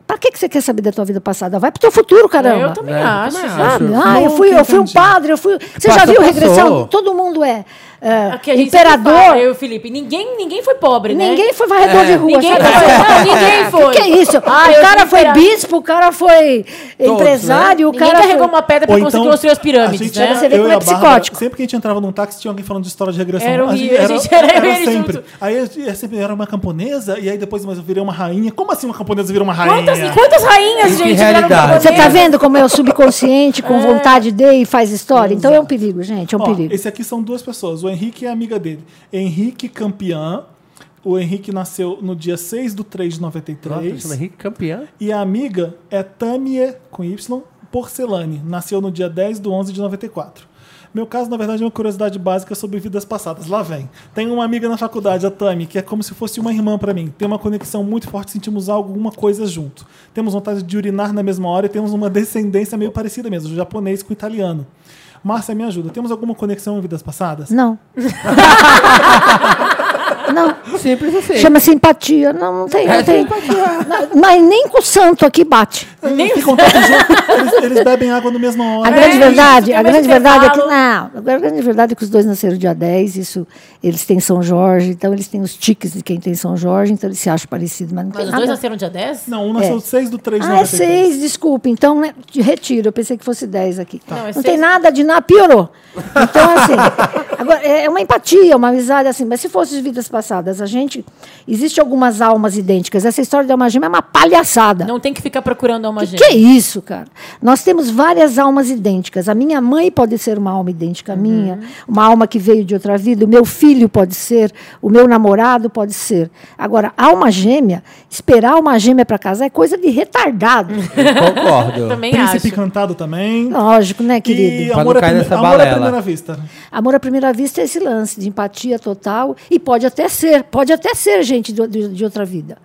D: para que que você quer saber da tua vida passada? Vai para o teu futuro, caramba.
B: Eu também
C: É, eu
B: acho.
C: também
B: sabe?
C: acho.
D: Sabe?
A: acho.
D: Ah, eu fui, eu fui um
A: Entendi.
D: padre, eu fui. Você já
C: Passou,
D: viu
C: passou.
D: regressão? Todo mundo é ah,
B: Aqui a gente sempre
D: imperador.
B: fala, eu e o Felipe. Ninguém, ninguém foi pobre, né?
D: Ninguém foi varredor de rua.
B: Ninguém
D: sabe?
B: foi. Não, ninguém
D: O
B: foi.
D: (laughs) que, que é isso?
B: Ah, eu
D: o cara
B: fui
D: foi
B: imperador.
D: bispo, o cara foi empresário, o
B: né? Ninguém
D: cara
B: carregou
D: foi...
B: uma pedra pra
A: Ou
B: conseguir
A: então,
B: construir as
A: a
B: pirâmides,
A: gente
B: né?
A: era-
D: Você vê
A: eu
D: como
A: e
D: é
A: a Bárbara,
D: psicótico.
A: Sempre que a gente entrava num táxi, tinha alguém falando de história de regressão.
B: Era
A: a
B: horrível, a gente era- ele
A: sempre.
B: junto.
A: Aí eu, eu sempre era uma camponesa, e aí depois mas eu virei uma rainha. Como assim uma camponesa vira uma rainha?
B: Quantas, quantas rainhas,
C: Em que
B: gente, viraram
C: realidade?
D: Você tá
B: camponesa?
D: vendo como é o
B: (laughs)
D: subconsciente, com vontade de e faz história? Então é um perigo, gente, é um
A: Ó,
D: perigo.
A: esse aqui são duas pessoas. O Henrique é amiga dele. Henrique Campeã. O Henrique nasceu no dia 6 do 3 de
C: Nossa, chama
A: 93.
C: Henrique campeão.
A: E a amiga é Tamie, com Y, Porcelane. Nasceu no dia 10 do 11 de 94. Meu caso, na verdade, é uma curiosidade básica sobre vidas passadas. Lá vem. Tenho uma amiga na faculdade, a Tami, que é como se fosse uma irmã pra mim. Tem uma conexão muito forte, sentimos alguma coisa junto. Temos vontade de urinar na mesma hora e temos uma (laughs) descendência meio parecida mesmo, japonês com italiano. Márcia, me ajuda. Temos alguma conexão em vidas passadas?
B: (laughs)
D: Não. não.
C: Simples assim.
D: Chama simpatia. Não, não tem.
B: É,
D: Não tem. Não, Mas nem com o santo aqui bate.
A: Eles ficam todos juntos. Eles, eles bebem água na mesma hora.
D: A grande
B: isso,
D: verdade,
B: tem
D: a
B: mais
D: grande verdade é que
B: intervalo.
D: não. A grande verdade é que os dois nasceram dia 10, isso eles têm São Jorge, então eles têm os tiques de quem tem São Jorge, então eles se acham parecidos, mas não
B: Mas
D: tem
B: os dois
D: nada.
B: nasceram né, dia 10?
A: Não, um nasceu 6 do 3 de
D: Ah, é
A: 93.
D: seis, desculpa. Então, né, te retiro. Eu pensei que fosse dez aqui.
B: Não, é
D: Não,
B: seis.
D: tem nada de nada, piorou. Então, assim, (laughs) agora, é é uma empatia, uma amizade, assim. Mas se fosse de vidas passadas, a gente. Existe algumas almas idênticas. Essa história de alma gêmea é uma palhaçada.
B: Não tem que ficar procurando uma
D: Que,
B: gente.
D: que é isso, cara? Nós temos várias almas idênticas. A minha mãe pode ser uma alma idêntica à minha, uma alma que veio de outra vida, o meu filho pode ser, o meu namorado pode ser. Agora, alma gêmea, esperar uma gêmea para casar é coisa de retardado.
C: Concordo.
B: Também
A: Príncipe
B: acho.
A: Cantado também.
D: Lógico, né,
A: E
D: querido?
C: Pra
A: amor,
C: não
A: à
C: cair
A: prime-
C: nessa
A: amor à
C: balela.
A: primeira vista. né?
D: Amor à primeira vista é esse lance de empatia total e pode até ser, pode até ser gente de, de- de outra vida.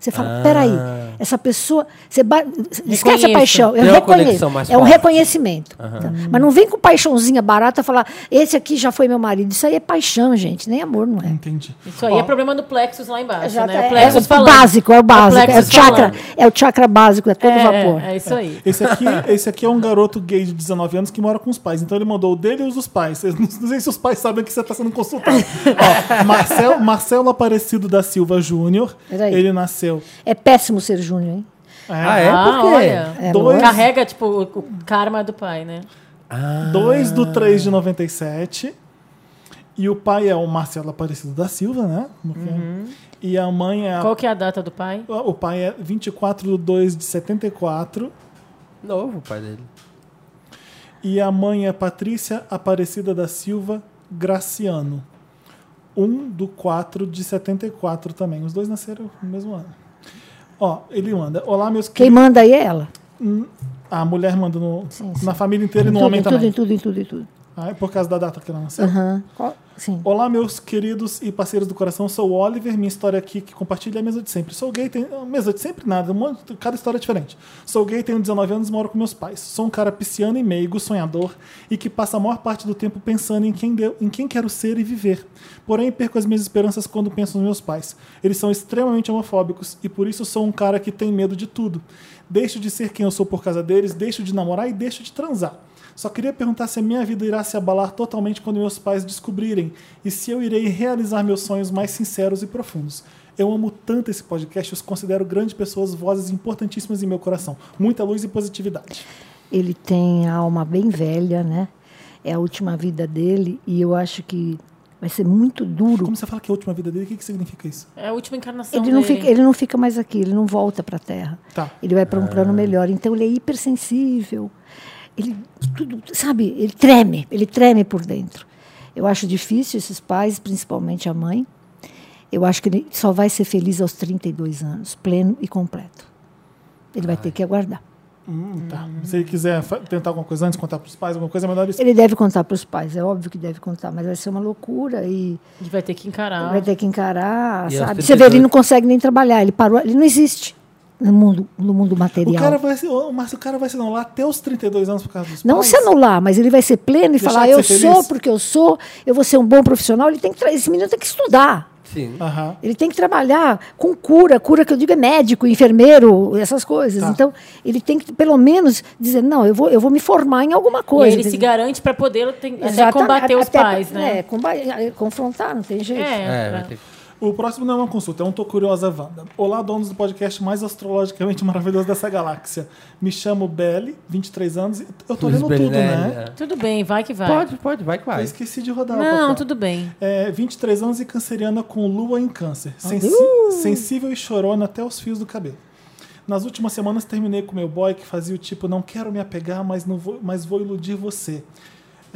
D: Você
C: Ah.
D: fala, peraí, essa pessoa. Você ba- esquece
B: Reconheço.
D: a paixão.
C: Tem
D: Eu
C: uma
D: reconheço.
C: conexão mais
D: É um
C: forte.
D: reconhecimento. Tá? Mas não vem com paixãozinha barata falar, esse aqui já foi meu marido. Isso aí é paixão, gente. Nem amor, não é.
A: Entendi.
B: Isso aí é problema do plexus lá embaixo,
D: Já tá-
B: né? O
D: é,
B: plexus
D: o
B: falando.
D: básico, é o básico. É o
B: plexus
D: chakra,
B: falando.
D: é o chakra básico, é todo
B: É,
D: vapor.
B: É isso aí.
A: Esse aqui, esse aqui é um garoto gay de 19 anos que mora com os pais. Então ele mandou o dele e os dos pais. Eu não sei se os pais sabem que você está sendo consultado. Ó, Marcel, Marcelo Aparecido da Silva Júnior.
D: Peraí.
A: Ele nasceu.
D: É péssimo ser Júnior, hein?
C: Ah, é?
B: Ah,
C: Por quê?
B: olha.
D: É,
A: Dois-
B: Carrega, tipo, o, o karma do pai, né?
A: 2
C: Ah.
A: do 3 de 97. E o pai é o Marcelo Aparecido da Silva, né? E a mãe
C: Ah.
A: é. a-
B: Qual que é a data do pai?
A: O pai é 24 de 2 de 74.
C: Novo o pai dele.
A: E a mãe é Patrícia Aparecida da Silva Graciano. 1 do 4 de 74 também. Os dois nasceram no mesmo ano. Ó, ele manda. Olá, meus
D: Quem
A: queridos.
D: manda aí é ela.
A: A mulher manda no,
D: Sim, sim.
A: na família inteira
D: Em
A: e no
D: tudo,
A: homem
D: em tudo,
A: também.
D: em tudo, em tudo, em tudo.
A: Ah, é por causa da data que ela nasceu.
D: Aham. Qual- Sim.
A: Olá, meus queridos e parceiros do coração. Sou o Oliver. Minha história aqui que compartilha é a mesma de sempre. Sou gay, tenho. Mesma de sempre, nada. Um monte- cada história é diferente. Sou gay, tenho 19 anos e moro com meus pais. Sou um cara pisciano e meigo, sonhador e que passa a maior parte do tempo pensando em quem, deu, em quem quero ser e viver. Porém, perco as minhas esperanças quando penso nos meus pais. Eles são extremamente homofóbicos e por isso sou um cara que tem medo de tudo. Deixo de ser quem eu sou por causa deles, deixo de namorar e deixo de transar. Só queria perguntar se a minha vida irá se abalar totalmente quando meus pais descobrirem e se eu irei realizar meus sonhos mais sinceros e profundos. Eu amo tanto esse podcast, os considero grandes pessoas, vozes importantíssimas em meu coração. Muita luz e positividade.
D: Ele tem a alma bem velha, né? É a última vida dele e eu acho que vai ser muito duro.
A: Como você fala que é a última vida dele, o que, que significa isso?
B: É a última encarnação
D: Ele não,
B: dele.
D: fica, ele não fica mais aqui, ele não volta para a Terra.
A: Tá.
D: Ele vai para um plano melhor. Então ele é hipersensível. Ele tudo, sabe? Ele treme, ele treme por dentro. Eu acho difícil esses pais, principalmente a mãe. Eu acho que ele só vai ser feliz aos 32 anos, pleno e completo. Ele vai ter que aguardar.
A: Hum, tá. Se ele quiser fa- tentar alguma coisa antes, contar pros pais, alguma coisa, é melhor isso.
D: Ele deve contar para os pais, é óbvio que deve contar, mas vai ser uma loucura e
B: Ele vai ter que encarar.
D: vai ter que encarar,
C: E aos
D: sabe? Você vê, ele
C: 32?
D: não consegue nem trabalhar, ele parou, ele não existe no mundo, no mundo
A: O
D: material.
A: cara vai se. ô, Mas o cara vai se anular até os 32 anos por causa dos
D: Não
A: pais.
D: se anular, mas ele vai ser pleno e
A: Deixar
D: falar:
A: de
D: eu
A: ser
D: sou
A: feliz.
D: porque eu sou, eu vou ser um bom profissional. Ele tem que tra- esse menino tem que estudar.
C: Sim.
B: Ah,
A: Aham.
D: Ele tem que trabalhar com cura, cura que eu digo é médico, enfermeiro, essas coisas.
A: Tá.
D: Então, ele tem que, pelo menos, dizer: não, eu vou, eu vou me formar em alguma
B: E aí
D: coisa.
B: ele se garante pra poder até
D: Exatamente,
B: combater os
D: até-
B: pais, né?
D: É, comba- confrontar, não tem jeito.
C: É,
B: pra-
C: vai ter que.
A: O próximo não é uma consulta, é um Tô Curiosa Wanda. Olá, donos do podcast mais astrologicamente maravilhoso dessa galáxia. Me chamo Belle, 23 anos. e Eu tô
C: Os
A: lendo tudo,
C: Belinelli,
A: né?
C: é.
B: Tudo bem, vai que vai.
C: Pode, pode, vai que
A: Eu
C: vai.
A: esqueci de rodar o
B: Não,
A: papel.
B: tudo bem.
A: É, 23 anos e canceriana com lua em câncer. Sensi- Sensível e chorona até os fios do cabelo. Nas últimas semanas terminei com meu boy que fazia o tipo não quero me apegar, mas, não vou, mas vou iludir você.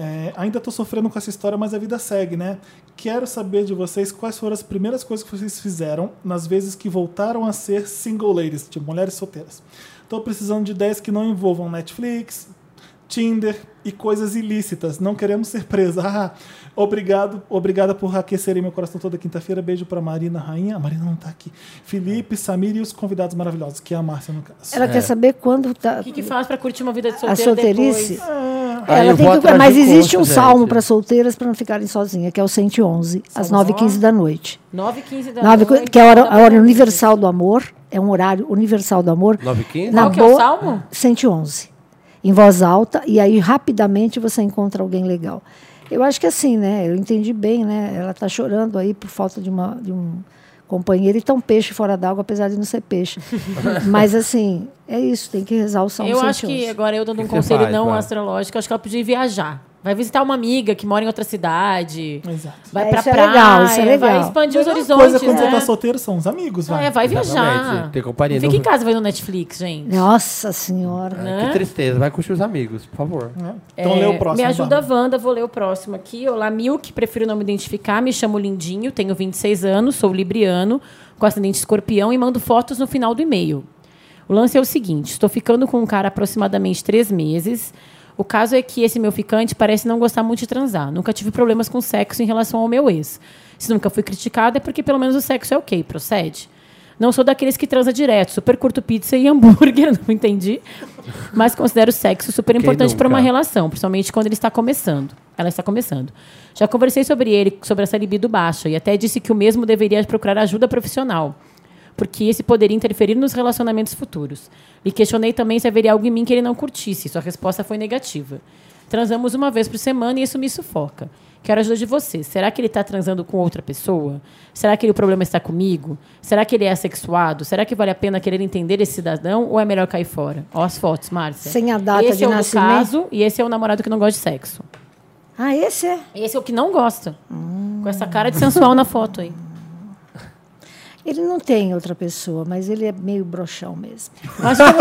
A: É, ainda tô sofrendo com essa história, mas a vida segue, né? Quero saber de vocês quais foram as primeiras coisas que vocês fizeram nas vezes que voltaram a ser single ladies, tipo mulheres solteiras. Tô precisando de ideias que não envolvam Netflix, Tinder e coisas ilícitas. Não queremos ser presa. (laughs) Ah, obrigado, obrigada por aquecerem meu coração toda quinta-feira. Beijo pra Marina Rainha. A Marina não tá aqui. Felipe, Samir e os convidados maravilhosos, que é a Márcia no caso.
D: É. Ela quer saber quando tá.
B: O que, que faz pra curtir uma vida de
D: a
B: solteiro
D: solteirice.
B: depois?
C: Ah. Aí
D: Ela
C: eu
D: tem
C: vou
D: que-
C: atrás
D: mas
C: do
D: existe
C: Costa,
D: um salmo
C: gente.
D: para solteiras para não ficarem sozinhas, que é o 111, às 9h15 da noite.
B: 9 15 da
D: Nove,
B: noite. tá
D: que é a hora,
B: dá
D: a hora
B: pra-
D: universal do amor, é um horário universal do amor.
C: 9h15?
D: Na
B: Qual que é o
D: boa-
B: salmo?
D: 111. Em voz alta, e aí rapidamente você encontra alguém legal. Eu acho que assim, né? Eu entendi bem, né? Ela está chorando aí por falta de, uma, de um companheiro e tá um peixe fora d'água, apesar de não ser
B: (laughs)
D: peixe. Mas assim, é isso, tem que rezar o salmo
B: Eu
D: 111.
B: acho que agora eu dando um
C: que você
B: conselho
C: faz,
B: não
C: vai?
B: astrológico, acho que ela podia viajar. Vai visitar uma amiga que mora em outra cidade.
A: Exato.
B: Vai
D: É,
B: pra
D: isso é
B: praia.
D: legal, isso é legal.
B: Vai expandir os
A: Melhor
B: horizontes.
A: coisa quando você
B: né?
A: tá solteiro são os amigos, vai.
B: É, vai viajar.
C: Exatamente, ter companhia.
B: Fica
C: Não-
B: em casa vendo Netflix,
D: É,
B: gente.
D: Nossa Senhora.
B: É.
D: né?
C: Ai, Ah,
B: Né?
C: Que tristeza. Vai curtir os amigos, por favor.
A: Né? Então
D: é,
A: lê o próximo.
B: Me ajuda,
A: Bárbara.
B: Wanda, vou ler o próximo aqui. Olá, Milk, prefiro não me identificar. Me chamo Lindinho, tenho 26 anos, sou libriano, com ascendente escorpião e mando fotos no final do e-mail. O lance é o seguinte: estou ficando com um cara há aproximadamente três meses. O caso é que esse meu ficante parece não gostar muito de transar. Nunca tive problemas com sexo em relação ao meu ex. Se nunca fui criticado, é porque pelo menos o sexo é ok, procede. Não sou daqueles que transa direto, super curto pizza e (laughs) hambúrguer, não entendi. Mas considero o sexo super importante para uma
C: nunca?
B: relação, principalmente quando ele está começando. Ela está começando. Já conversei sobre ele, sobre essa libido baixa, e até disse que o mesmo deveria procurar ajuda profissional, porque esse poderia interferir nos relacionamentos futuros. Lhe questionei também se haveria algo em mim que ele não curtisse, sua resposta foi negativa. Transamos uma vez por semana e isso me sufoca. Quero a ajuda de você. Será que ele está transando com outra pessoa? Será que ele- o problema está comigo? Será que ele é assexuado? Será que vale a pena querer entender esse cidadão ou é melhor cair fora? Ó as fotos, Márcia.
D: Sem a data
B: esse
D: de
B: é o meu
D: nascimento?
B: caso e esse é o namorado que não gosta de sexo.
D: Ah, esse é?
B: Esse é o que não gosta. Com essa cara de sensual na foto aí.
D: Ele não tem outra pessoa, mas ele é meio broxão mesmo.
B: Mas (laughs) tu,
D: (laughs)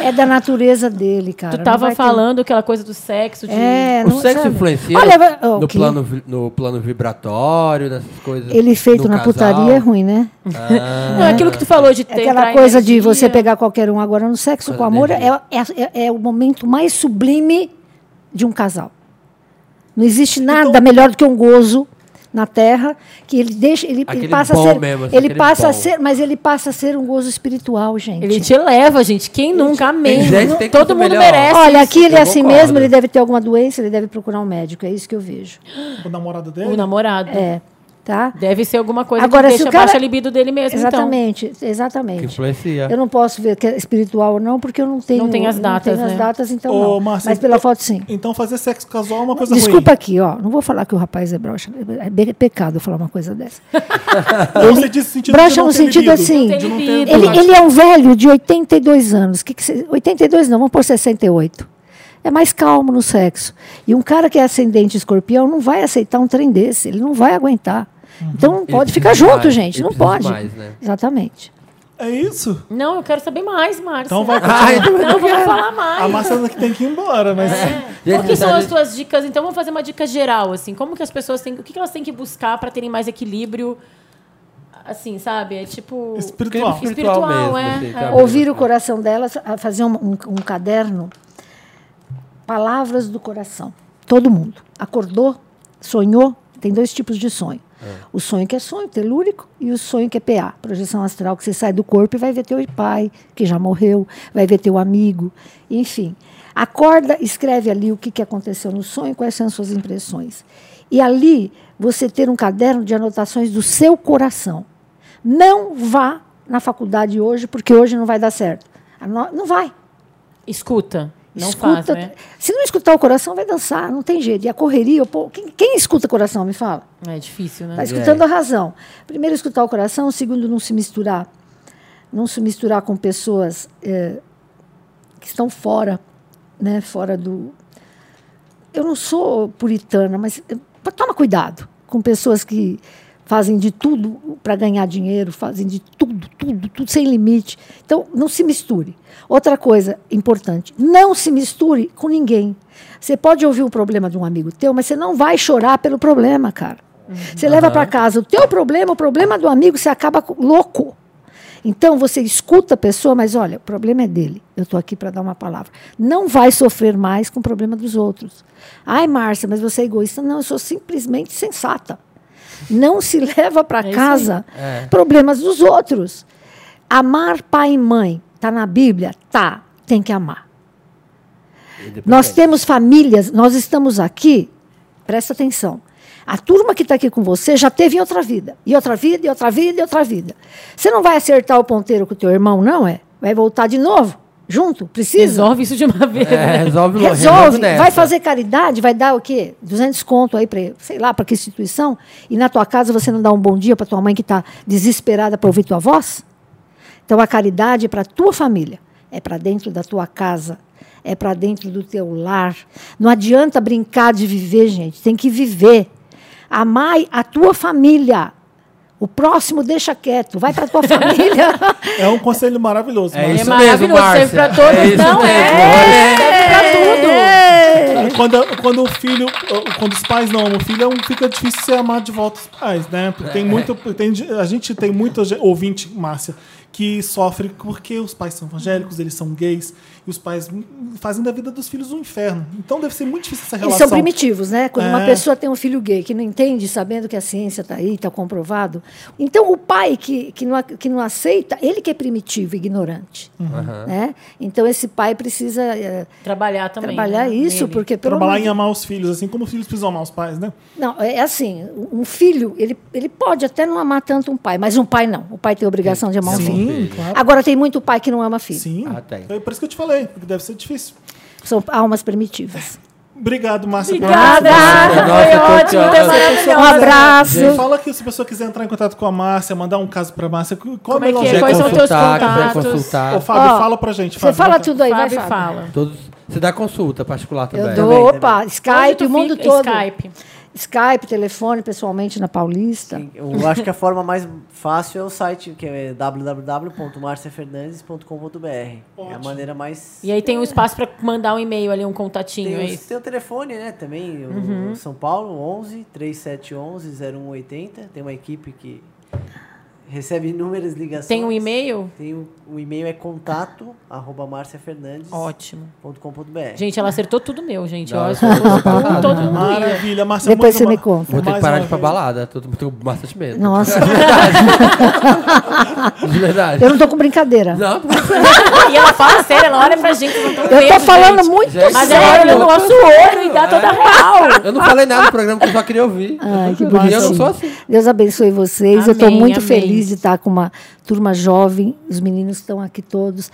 D: É da natureza dele, cara.
B: tu
D: não
B: tava
D: vai ter-
B: falando aquela coisa do sexo, de...
D: É,
C: O
D: não
C: sexo
D: sabe?
C: influencia
D: Olha, vai- oh,
C: no,
D: que
C: plano, vi- no plano vibratório, nessas coisas.
D: Ele feito
C: do
D: na
C: casal? Ah,
D: putaria é ruim, né?
B: Não, é aquilo que tu falou de ter...
D: É Aquela
B: entrar em
D: coisa de você
B: energia.
D: pegar qualquer um agora no sexo com amor é, é- é o momento mais sublime de um casal. Não existe
C: Então
D: nada melhor do que um gozo na terra que ele deixa ele, ele
C: Aquele
D: passa a
C: bom
D: ser
C: mesmo, assim,
D: ele
C: aquele
D: passa a
C: bom.
D: ser mas ele passa a ser um gozo espiritual gente
B: Ele te eleva, gente. Quem nunca? Amém.
C: gente que tem
B: Todo
C: tudo
B: mundo
C: melhor.
B: merece.
D: olha
B: isso.
D: aqui ele é
C: Eu
D: assim
C: concordo.
D: mesmo ele deve ter alguma doença ele deve procurar um médico é isso que eu vejo
A: O namorado dele?
B: O namorado.
D: é tá
B: Deve ser alguma coisa
D: Agora,
B: que
D: se
B: deixa
D: o cara-
B: baixa a libido dele mesmo, então.
D: exatamente (laughs)
C: Que
D: exatamente
C: influencia.
D: Eu não posso ver que é espiritual ou não, porque eu não tenho.
B: Não tem as datas,
D: tenho as
B: né?
D: datas, então
A: Ô,
D: não.
A: Márcia,
D: Mas pela
A: eu-
D: foto, sim.
A: Então fazer sexo casual é uma coisa
D: Desculpa
A: ruim.
D: aqui, ó. Não vou falar que o rapaz é broxa. É be- pecado eu falar uma coisa dessa.
A: Desculpa. Não sentido sentido
D: Broxa
A: de não
D: no
A: ter
D: sentido
A: libido.
D: assim,
A: De não ter
B: (laughs) ele-
D: Ele,
A: vontade.
D: ele é um velho de 82 anos. Que que cê- 82 não, vamos por 68. É mais calmo no sexo. E um cara que é ascendente escorpião não vai aceitar um trem desse. Ele não vai aguentar. Então não pode
C: Uhum. precisa
D: ficar
C: de
D: junto,
C: mais,
D: gente.
C: ele
D: Não
C: precisa de
D: pode.
C: mais, né?
D: Exatamente.
A: É isso?
B: então. Não, eu quero saber mais, Márcia.
A: Então vai
C: Ai,
B: Não, vamos falar mais.
A: A Marcela que tem que ir embora, mas...
D: É.
B: Qual que são
C: Gente,
B: as tuas dicas? Então vamos fazer uma dica geral, assim. Como que as pessoas têm. O que que elas têm que buscar para terem mais equilíbrio? Assim, sabe? É tipo.
A: Espiritual.
B: Espiritual, é.
C: sabe? né?
D: Ouvir o coração delas, a fazer um, um- um caderno. Palavras do coração. Todo mundo. Acordou, sonhou. Tem dois tipos de sonho. O sonho que é sonho telúrico e o sonho que é PA, projeção astral, que você sai do corpo e vai ver teu pai, que já morreu, vai ver teu amigo, enfim. Acorda, escreve ali o que, que aconteceu no sonho, quais são as suas impressões. E ali você ter um caderno de anotações do seu coração. Não vá na faculdade hoje, porque hoje não vai dar certo. A no- Não vai.
B: Escuta. Não
D: escuta.
B: faz, né?
D: Se não escutar o coração, vai dançar, não tem jeito. E a correria, o povo- quem, quem escuta o coração, me fala?
B: É difícil, né?
D: Está escutando a razão. Primeiro, escutar o coração. Segundo, não se misturar. Não se misturar com pessoas eh, que estão fora, né? Fora do... Eu não sou puritana, mas eh, toma cuidado com pessoas que fazem de tudo para ganhar dinheiro, fazem de tudo, tudo, tudo sem limite. Então, não se misture. Outra coisa importante, não se misture com ninguém. Você pode ouvir o problema de um amigo teu, mas você não vai chorar pelo problema, cara. Você leva para casa o teu problema, o problema do amigo, você acaba co- louco. Então você escuta a pessoa, mas olha, o problema é dele. Eu estou aqui para dar uma palavra. Não vai sofrer mais com o problema dos outros. Ai, Márcia, mas você é egoísta. Não, eu sou simplesmente sensata. Não se (laughs) leva para casa problemas dos outros. Amar pai e mãe, tá na Bíblia? Tá, tem que amar. Nós temos famílias, nós estamos aqui, presta atenção. A turma que está aqui com você já teve em outra vida, e outra vida, e outra vida, e outra vida. Você não vai acertar o ponteiro com o teu irmão, não é? Vai voltar de novo, junto, precisa.
B: Resolve isso de uma vez.
C: É,
B: né?
C: resolve logo.
D: Resolve,
C: nessa.
D: vai fazer caridade, vai dar o quê? 200 conto aí para, sei lá, para que instituição? E na tua casa você não dá um bom dia para tua mãe que está desesperada para ouvir tua voz? Então a caridade é para tua família, é para dentro da tua casa, é para dentro do teu lar. Não adianta brincar de viver, gente, tem que viver. Amar a tua família. O próximo deixa quieto, vai para tua (laughs) família.
A: É um conselho maravilhoso,
C: É
A: Márcia.
C: isso mesmo,
B: maravilhoso,
C: Márcia.
B: serve pra todos,
C: É isso
B: não é?
C: mesmo, olha aí.
A: Quando, quando o filho, quando os pais não amam o filho, é um- fica difícil você amar de volta os pais, né? Porque
C: É.
A: tem muito, tem, a gente tem muito ge- ouvinte, Márcia, que sofre porque os pais são evangélicos, eles são gays, e os pais hum, fazem da vida dos filhos um inferno. Então deve ser muito difícil essa
D: Eles
A: relação.
D: são primitivos, né? Quando uma
A: É.
D: pessoa tem um filho gay que não entende, sabendo que a ciência está aí, está comprovado. Então, o pai que, que, não, ac- que não aceita, ele que é primitivo, ignorante. Né? Então, esse pai precisa eh,
B: Trabalhar também.
D: trabalhar
B: né,
D: isso,
B: nele.
D: porque pelo
A: Trabalhar
D: menos-
A: em amar os filhos, assim como os filhos precisam amar os pais, né?
D: Não, é assim, um filho, ele, ele pode até não amar tanto um pai, mas um pai não. O pai tem a obrigação de amar um filho.
A: Sim, claro.
D: Agora, tem muito pai que não ama filho.
A: Sim.
C: Ah, tem.
A: É por isso que eu te falei, porque deve ser difícil.
B: (laughs)
D: São almas primitivas.
A: Obrigado, Márcia. por
B: Obrigada!
C: Nossa,
B: Foi
C: tô
B: ótimo,
C: aqui, ó.
B: foi maravilhoso.
D: Um abraço.
A: Você fala que se a pessoa quiser entrar em contato com a Márcia, mandar um caso pra Márcia, qual
B: Como
A: é
B: é
A: o melhor
B: que é?
A: jeito?
B: Quais são
C: consultar,
B: teus
C: quiser
B: contatos?
A: Ô,
C: consultar.
A: Fábio,
D: Ó,
A: fala pra gente.
D: Você
A: Fábio,
D: fala
A: conta.
D: tudo aí, vai,
B: Fábio
D: Fábio.
B: fala.
C: Todos, você dá consulta particular também.
D: Eu
C: né?
D: dou,
E: Também,
D: opa,
B: Onde
D: Skype,
B: tu
D: o mundo
B: fica?
D: todo.
B: Skype.
D: Skype, telefone, pessoalmente na Paulista.
E: é? Eu acho que a forma mais fácil é o site, que é www.marciafernandes.com.br. É a maneira mais.
B: E aí tem um espaço para mandar um e-mail ali, um contatinho.
E: Tem,
B: é
E: o-
B: isso? Uhum.
E: tem o telefone, né? Também, o São Paulo, 11 3711 0180. Tem uma equipe que recebe inúmeras ligações.
B: Tem um e-mail?
E: Tem o, o e-mail é contato, arroba marciafernandes.com.br.
B: Ótimo. Gente, ela acertou tudo meu, gente.
C: Não,
B: Ó,
C: eu
B: eu
C: tô
B: sou
C: passada. (laughs)
B: tudo, todo mundo ia.
A: Maravilha, Márcia.
D: Depois
A: muito
D: você me
A: ma-
D: conta.
C: Vou ter que
A: mais
C: parar
A: uma
C: de ir pra
A: vez.
C: balada. Tô, tô com bastante medo.
E: (laughs)
D: Nossa,
C: (laughs) De verdade.
D: eu não tô com brincadeira.
C: (laughs) Não,
B: Ah, E ela fala sério, ela olha pra gente. Eu
D: Eu tô falando muito
C: Gente,
B: Mas ela
D: sério.
B: olha no nosso olho e
C: (laughs)
B: dá toda real.
C: É. eu não falei nada no programa que eu só queria ouvir.
D: Ai, que
C: E eu
D: bonitinho.
C: não sou assim.
D: Deus abençoe vocês. eu estou
B: Amém,
D: muito
B: amém.
D: feliz de estar com uma turma jovem. Os meninos estão aqui todos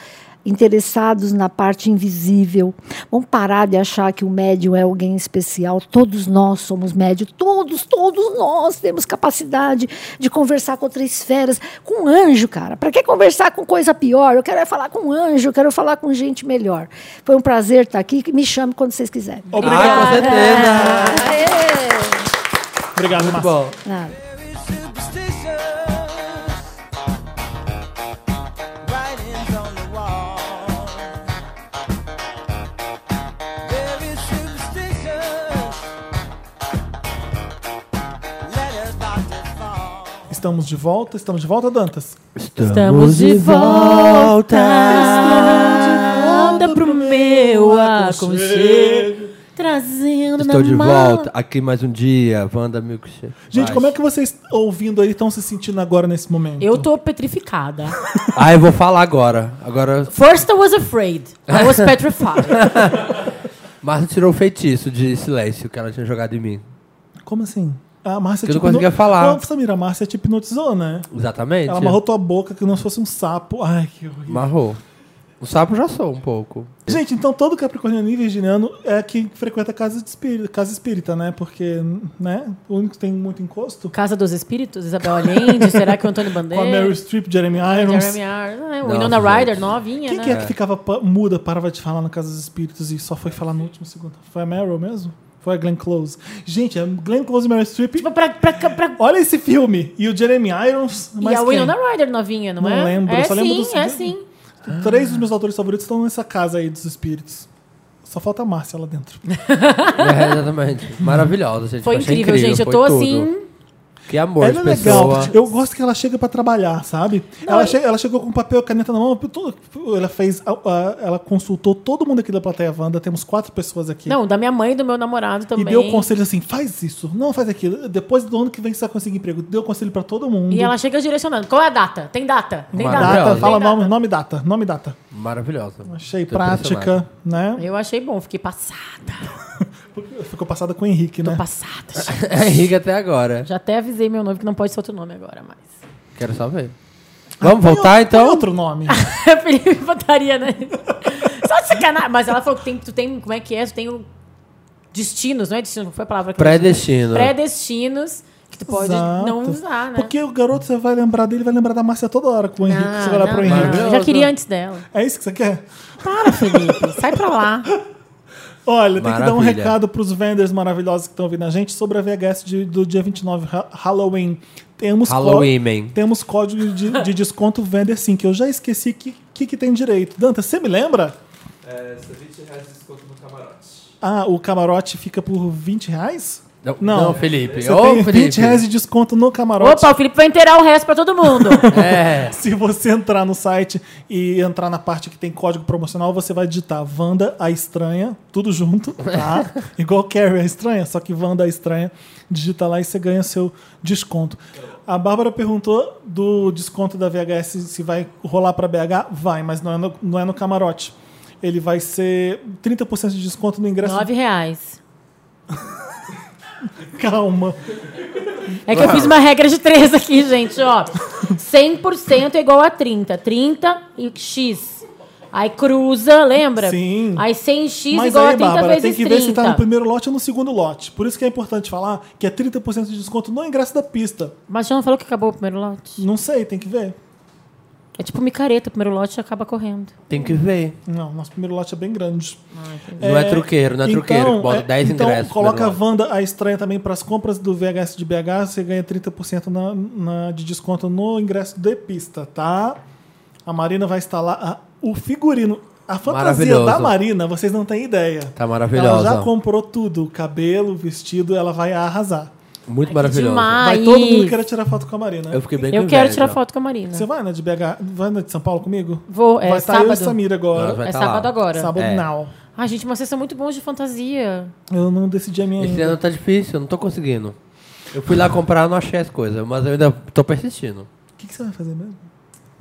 D: interessados na parte invisível. Vamos parar de achar que o médium é alguém especial. Todos nós somos médium. Todos, todos nós temos capacidade de conversar com outras esferas, com anjo, cara. Para que conversar com coisa pior? Eu quero é falar com anjo, eu quero falar com gente melhor. Foi um prazer estar aqui. Me chame quando vocês quiserem.
A: Obrigado.
C: Ah, com certeza.
A: Obrigado,
C: Ah, Muito
A: Márcia.
C: bom.
D: Nada.
A: Estamos de volta, estamos de volta, Dantas.
B: Estamos de volta. Volta pro meu
D: Ah,
B: aconchego. Trazendo
C: Estou
B: na
C: de
B: mala.
C: volta. Aqui mais um dia. Wanda Milkshake.
A: Gente,
C: Vai.
A: como é que vocês ouvindo aí estão se sentindo agora nesse momento?
B: Eu tô petrificada.
C: Ah, eu vou falar agora. Agora,
B: First I was afraid.
C: (laughs)
B: I was petrified.
C: Márcia tirou o feitiço de silêncio que ela tinha jogado em mim.
A: Como assim? A Márcia
C: Que eu não
A: te hipno-
C: conseguia falar.
A: Não, Samira, a Márcia te hipnotizou, né?
C: Exatamente.
A: Ela amarrou tua boca que não fosse um sapo. Ai, que horrível.
C: Amarrou. O sapo já sou um pouco.
A: Gente, então todo capricorniano e virginiano é que frequenta casa, de espírita, casa espírita, né? Porque, né? O único que tem muito encosto.
B: Casa dos Espíritos, Isabel Allende. Será que o Antônio
A: Com
D: Né?
A: a Mary
B: Bandeira?
A: Streep, Jeremy Irons.
B: Jeremy Irons. Ah, O
C: Nossa,
B: Winona
C: gente.
B: Ryder, novinha,
A: Quem
B: né?
A: que é que ficava pa- muda, parava de falar na Casa dos Espíritos e só foi falar no último segundo? Foi a Meryl mesmo? Foi a Glenn Close. Gente, a Glenn Close e Meryl Streep.
B: Tipo, pra, pra, pra-
A: Olha esse filme! E o Jeremy Irons.
B: E
A: Mas
B: a
A: quem?
B: Winona Ryder novinha, não,
A: Não
B: é?
A: lembro,
B: é
A: só
B: sim,
A: lembro do
B: é
A: segundo.
B: sim.
A: Três dos meus autores favoritos estão nessa casa aí dos espíritos. Só falta a Márcia lá dentro.
C: (laughs) É, exatamente. Maravilhosa, gente.
B: Foi
C: Eu achei
B: incrível, gente. Eu
C: foi
B: tô
C: tudo.
B: assim.
C: Que amor
A: Ela é
C: de
A: legal.
C: pessoa.
A: Eu gosto que ela chega pra trabalhar, sabe? ela, che- ela chegou com papel e caneta na mão. tudo- Ela fez. a- a- Ela consultou todo mundo aqui da plateia Wanda. Temos quatro pessoas aqui.
B: Não, da minha mãe e do meu namorado
A: E
B: também.
A: deu conselho assim, faz isso, não faz aquilo. Depois do ano que vem você vai conseguir emprego. Deu conselho pra todo mundo.
B: E ela chega direcionando. Qual é a data? Tem data? Tem
C: Uma
B: data.
A: Uhum. data,
C: Maravilhosa.
A: fala
B: Tem data.
A: nome, nome e data, nome e data.
C: Maravilhosa.
A: Achei
C: Tô
A: prática, né?
B: Eu achei bom, fiquei passada. (laughs)
A: Ficou passada com o Henrique, né?
B: Passada.
C: impressionado. (laughs) É rica até agora.
B: Já até avisei meu noivo que não pode ser outro nome agora (laughs) mais.
C: Quero só ver. Vamos voltar
A: Ah, Tem
C: então?
A: outro nome.
B: Felipe botaria, né? Só de sacanagem. Mas ela falou que tem, tu tem, como é que é? Tu tem o- destinos, não é destino? Foi a palavra que eu
C: Predestino.
B: usei. Predestinos que tu (laughs) pode
A: Exato.
B: não usar, né?
A: Porque o garoto, você vai lembrar dele, vai lembrar da Márcia toda hora com o Henrique.
B: Ah,
A: você vai olhar
B: não,
A: pro
B: não,
A: Henrique.
B: não. Eu já queria antes dela.
A: É isso que você quer?
B: Para, Felipe. Sai pra lá.
A: Olha, tem que dar um
C: Maravilha.
A: recado pros vendors maravilhosos que estão ouvindo a gente sobre a VHS de- do dia 29, ha- Halloween. Temos co-
C: Halloween, man.
A: Temos código de, de desconto Vender 5, que eu já esqueci que, que, que tem direito. Danta, você me lembra?
G: É, são 20 reais de desconto no camarote.
A: Ah, o camarote fica por 20 reais?
C: Não,
A: Não.
C: não, Felipe.
A: Você
C: Ô,
A: tem
C: Felipe.
A: 20 reais de desconto no camarote.
B: Opa, o Felipe vai inteirar o resto pra
A: (laughs)
B: todo mundo.
C: É.
A: Se você entrar no site e entrar na parte que tem código promocional, você vai digitar Wanda a Estranha, tudo junto,
B: (laughs)
A: tá? Igual Carrie a Estranha, só que Wanda a Estranha. Digita lá e você ganha seu desconto. A Bárbara perguntou do desconto da VHS se vai rolar para BH. Vai, mas não é no, não é no camarote. Ele vai ser 30% de desconto no ingresso.
B: Nove reais.
A: (laughs) Calma.
B: É que eu fiz uma regra de três aqui, gente, ó. 100% é igual a 30. 30 e X. Aí cruza, lembra?
A: Sim.
B: Aí 100x
A: Mas
B: igual
A: aí,
B: a 30
A: Bárbara, tem
B: vezes
A: que
B: 30.
A: ver se tá no primeiro lote ou no segundo lote. Por isso que é importante falar que é 30% de desconto no ingresso da pista.
B: Mas já não falou que acabou o primeiro lote?
A: Não sei, tem que ver.
B: É tipo micareta, o primeiro lote acaba correndo.
C: Tem que ver.
A: Não, nosso primeiro lote é bem grande.
B: Ah,
C: Não é truqueiro, não é truqueiro. Bota 10
A: então,
C: ingressos.
A: Coloca a
C: primeiro lote.
A: Wanda a estranha também para as compras do VHS de BH, você ganha 30% na, na- de desconto no ingresso de pista, tá? A Marina vai instalar a- o figurino. A fantasia
C: Maravilhoso.
A: da Marina, vocês não têm ideia.
C: Tá maravilhosa.
A: Ela já comprou tudo: cabelo, vestido, ela vai arrasar.
C: Muito maravilhoso.
B: demais.
A: Vai todo mundo querer tirar foto com a Marina.
C: Eu fiquei bem com
B: Eu quero
C: inveja.
B: tirar foto com a Marina.
A: Você vai na de BH? Vai na de São Paulo comigo?
B: Vou, é
A: vai estar eu e
B: sábado.
A: Samir agora.
C: Nós vai
B: É
C: tá
B: sábado
C: lá.
B: agora.
A: Sábado
C: É.
A: não.
B: Ai, gente, mas vocês são muito bons de fantasia.
A: É. Eu não decidi a minha
C: Esse
A: ainda.
C: ano tá difícil, eu não tô conseguindo. Eu fui lá comprar, não achei as coisas, mas eu ainda tô persistindo.
A: O que, que você vai fazer mesmo?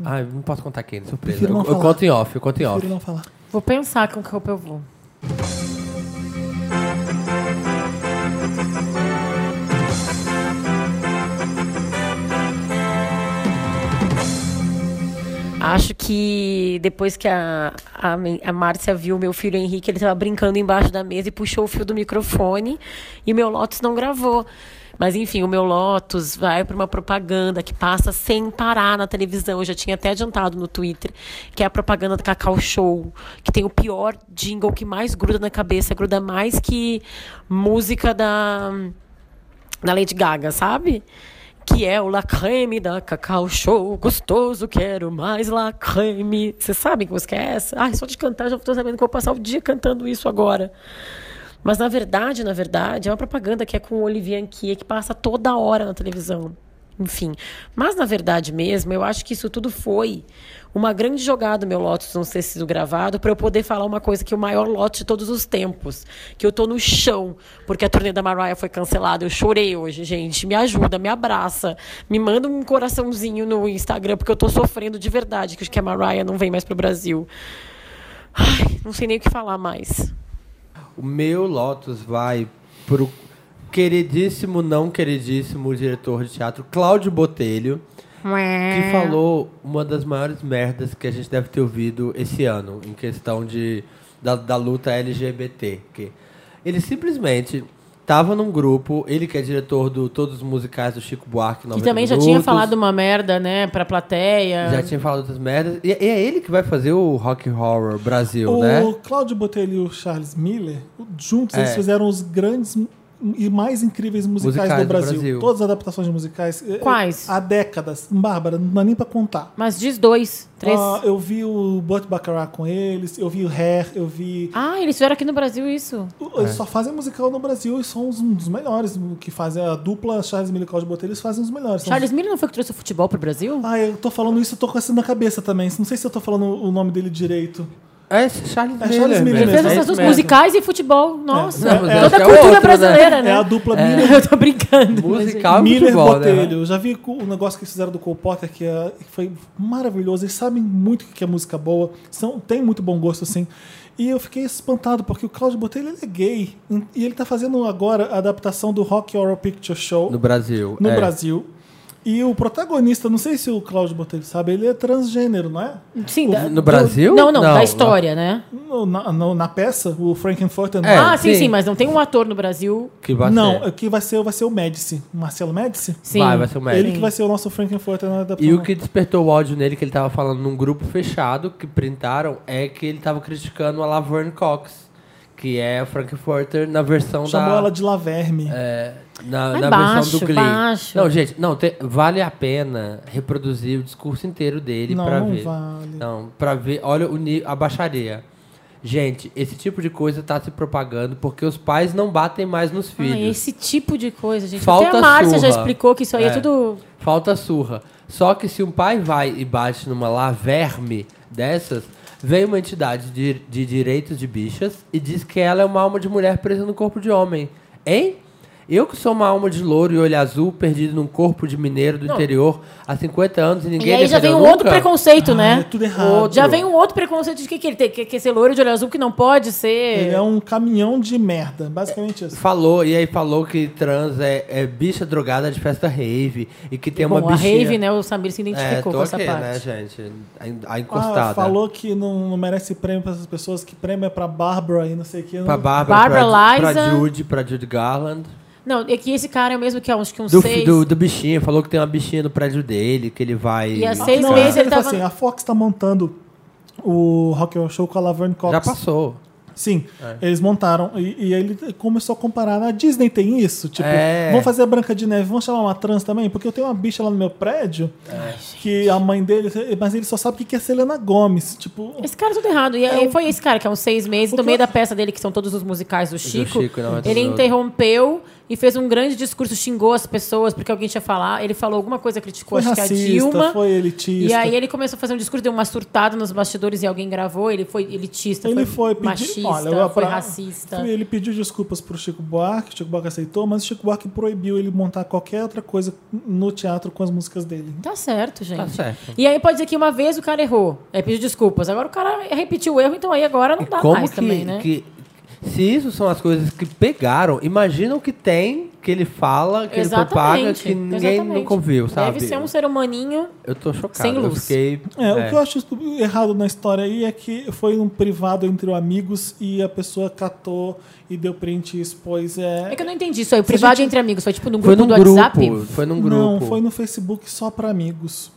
C: Ah, eu não posso contar aqui, de surpresa.
A: Hum. Prefiro
C: Eu,
A: não
C: eu
A: falar.
C: conto em off, eu conto em
A: Prefiro
C: off.
A: não falar.
B: Vou pensar com que roupa eu vou. Acho que depois que a, a, men- a Márcia viu meu filho Henrique, ele estava brincando embaixo da mesa e puxou o fio do microfone e o meu Lotus não gravou. Mas enfim, o meu Lotus vai para uma propaganda que passa sem parar na televisão. Eu já tinha até adiantado no Twitter, que é a propaganda do Cacau Show, que tem o pior jingle que mais gruda na cabeça, gruda mais que música da da Lady Gaga, sabe? Que é o La Creme da Cacau Show, gostoso, quero mais La Creme. Vocês sabem que música é essa? Ai, só de cantar já estou sabendo que eu vou passar o dia cantando isso agora. Mas na verdade, na verdade, é uma propaganda que é com o Olivier Anquia, que passa toda hora na televisão. Enfim. Mas na verdade mesmo, eu acho que isso tudo foi uma grande jogada, meu Lotus, não ter sido gravado, para eu poder falar uma coisa que é o maior lote de todos os tempos. Que eu tô no chão, porque a turnê da Mariah foi cancelada. Eu chorei hoje, gente. Me ajuda, me abraça. Me manda um coraçãozinho no Instagram, porque eu tô sofrendo de verdade, que acho que a Mariah não vem mais pro Brasil. Ai, não sei nem o que falar mais.
C: O meu Lotus vai pro queridíssimo, não queridíssimo diretor de teatro, Cláudio Botelho, que falou uma das maiores merdas que a gente deve ter ouvido esse ano, em questão de, da, da luta LGBT. Que ele simplesmente estava num grupo, ele que é diretor do Todos os Musicais do Chico Buarque, 90 Minutos,
B: uma merda, né, pra plateia.
C: Já tinha falado outras merdas. E, e é ele que vai fazer o Rock Horror Brasil,
A: O
C: né?
A: Cláudio Botelho e o Charles Miller, juntos,
C: É.
A: eles fizeram os grandes m- e mais incríveis musicais,
C: Musicais
A: do,
C: do
A: Brasil.
C: Brasil.
A: Todas as adaptações de musicais. eh,
B: Quais?
A: Há décadas. Bárbara, não dá nem pra contar.
B: Mas diz dois, três.
A: Ah, eu vi o Burt Baccarat com eles, eu vi o Hair, eu vi...
B: Ah, eles fizeram aqui no Brasil isso.
A: O-
C: É.
A: Eles só fazem musical no Brasil e são os- um dos melhores. O que fazem a dupla Charles Miller e Cláudio Botelho, eles fazem os melhores. São os-
B: Charles Miller não foi que trouxe o futebol pro Brasil?
A: Ah, eu tô falando isso, eu tô com essa na cabeça também. Não sei se eu tô falando o nome dele direito.
C: É esse Charles
A: É
C: Miller.
A: Charles Miller
B: Ele
A: mesmo,
B: fez
A: é
B: essas
A: isso
B: duas
A: mesmo.
B: musicais e futebol. Nossa,
C: Não, mas eu acho
B: toda
C: que é
B: a cultura
C: outro, né?
B: brasileira, né?
A: É a dupla Miller
B: (laughs) Eu tô brincando.
C: Musical e
A: Miller
C: futebol, né?
A: Botelho. Eu já vi o um negócio que eles fizeram do Cole Porter, que, é- que foi maravilhoso. Eles sabem muito o que é música boa, são, tem muito bom gosto, assim. E eu fiquei espantado, porque o Claudio Botelho ele é gay. E ele tá fazendo agora a adaptação do Rock Horror Picture Show
C: No Brasil.
A: no
C: é.
A: Brasil. E o protagonista, não sei se o Claudio Botelho sabe, ele é transgênero, não é?
B: Sim, da-
C: No Brasil?
B: Não, não,
C: Não,
B: da história, né?
A: No- na, no- na peça, o Frankenfurter.
C: É,
B: ah, sim, sim,
C: sim.
B: mas não tem um ator no Brasil.
C: Que é. vai
A: Não,
C: ser.
A: o que vai ser, vai ser o Médici. Marcelo Médici?
B: Sim.
C: Vai, vai ser o médico.
A: Ele que vai ser o nosso Frankenfurter na adaptação.
C: E o que despertou o ódio nele, que ele tava falando num grupo fechado, que printaram, é que ele tava criticando a Laverne Cox, que é a Frankfurter na versão
A: Chamou
C: da...
A: ela de Laverme.
C: é, na
B: Ai,
C: na
B: baixo,
C: versão do Glee.
B: baixo.
C: Não, gente, não, te- vale a pena reproduzir o discurso inteiro dele
A: Não,
C: pra
A: não
C: ver.
A: vale.
C: Não, pra ver, olha o ni- a baixaria. Gente, esse tipo de coisa tá se propagando porque os pais não batem mais nos
B: Ah,
C: filhos.
B: esse tipo de coisa, gente.
C: Falta
B: Até a Márcia já
C: surra.
B: explicou que isso aí é,
C: É.
B: tudo.
C: Falta surra. Só que se um pai vai e bate numa laverme dessas, vem uma entidade de, de direitos de bichas e diz que ela é uma alma de mulher presa no corpo de homem. Hein? Eu que sou uma alma de louro e olho azul, perdido num corpo de mineiro do interior há 50 anos e ninguém
B: E aí já vem
C: defendeu
B: um
C: nunca.
B: outro preconceito, né?
A: é tudo errado.
B: Outro. Já vem um outro preconceito de que, que ele tem que, que ser loiro de olho azul, que não pode ser.
A: Ele é um caminhão de merda, basicamente isso.
C: Falou, e aí falou que trans é, é bicha drogada de festa rave e que tem uma
B: Bom, a
C: bichinha...
B: rave, né? O Samir se
C: É,
B: identificou
C: tô
B: com essa
C: aqui,
B: parte.
C: né, gente? A- A encostada.
A: Ah, falou que não, não merece prêmio pra essas pessoas, que prêmio é pra Bárbara e não sei o que.
C: Pra
A: Não-
C: Bárbara,
B: Bárbara,
C: pra,
B: Liza.
C: pra Judy, pra Judy Garland.
B: Não, é que esse cara é o mesmo que há uns, que uns
C: Do,
B: seis.
C: do, do bichinho, falou que tem uma bichinha no prédio dele, que ele vai.
B: E a seis
A: Não,
B: meses
A: ele,
B: ele
A: falou
B: tava-
A: assim, a Fox tá montando o Rock and Roll Show com a Laverne Cox.
C: Já passou. É.
A: Sim, eles montaram. E, e aí ele começou a comparar. A Disney tem isso? Tipo,
C: É.
A: vamos fazer a Branca de Neve, vamos chamar uma trans também? Porque eu tenho uma bicha lá no meu prédio,
C: É.
A: que a mãe dele... Mas ele só sabe o que que é Selena Gomes. Tipo,
B: Esse cara é tudo errado. E aí foi esse cara que há uns seis meses, no meio da peça dele, que são todos os musicais do Chico,
C: Chico, não, é do
B: ele
C: Zorro.
B: interrompeu e fez um grande discurso, xingou as pessoas porque alguém tinha falar. Ele falou alguma coisa, criticou,
A: foi
B: acho
A: racista,
B: que é a Dilma.
A: foi elitista.
B: E aí ele começou a fazer um discurso, deu uma surtada nos bastidores e alguém gravou. Ele foi elitista,
A: Ele
B: foi,
A: foi pedir,
B: machista,
A: olha, agora
B: foi
A: pra-
B: racista.
A: Foi- Ele pediu desculpas pro Chico Buarque, o Chico Buarque aceitou, mas o Chico Buarque proibiu ele montar qualquer outra coisa no teatro com as músicas dele.
B: Tá certo, gente.
C: Tá certo.
B: E aí pode dizer que uma vez o cara errou, aí pediu desculpas. Agora o cara repetiu o erro, então aí agora não dá
C: Como
B: mais
C: que,
B: também, né?
C: que- Se isso são as coisas que pegaram, imagina o que tem que ele fala, que ele propaga, que ninguém
B: exatamente.
C: nunca ouviu, sabe?
B: Deve ser um ser humaninho.
C: Eu tô chocado.
B: sem
C: Eu
B: luz.
C: fiquei.
A: É, O que eu acho errado na história aí é que foi um privado entre amigos e a pessoa catou e deu print e expôs. É...
B: É que eu não entendi isso aí. O
A: Se a
B: privado
A: gente-
B: entre amigos. Foi tipo num
C: Foi
B: grupo
C: num
B: do
C: grupo.
B: WhatsApp.
C: Foi num grupo.
A: Não, foi no Facebook só pra amigos.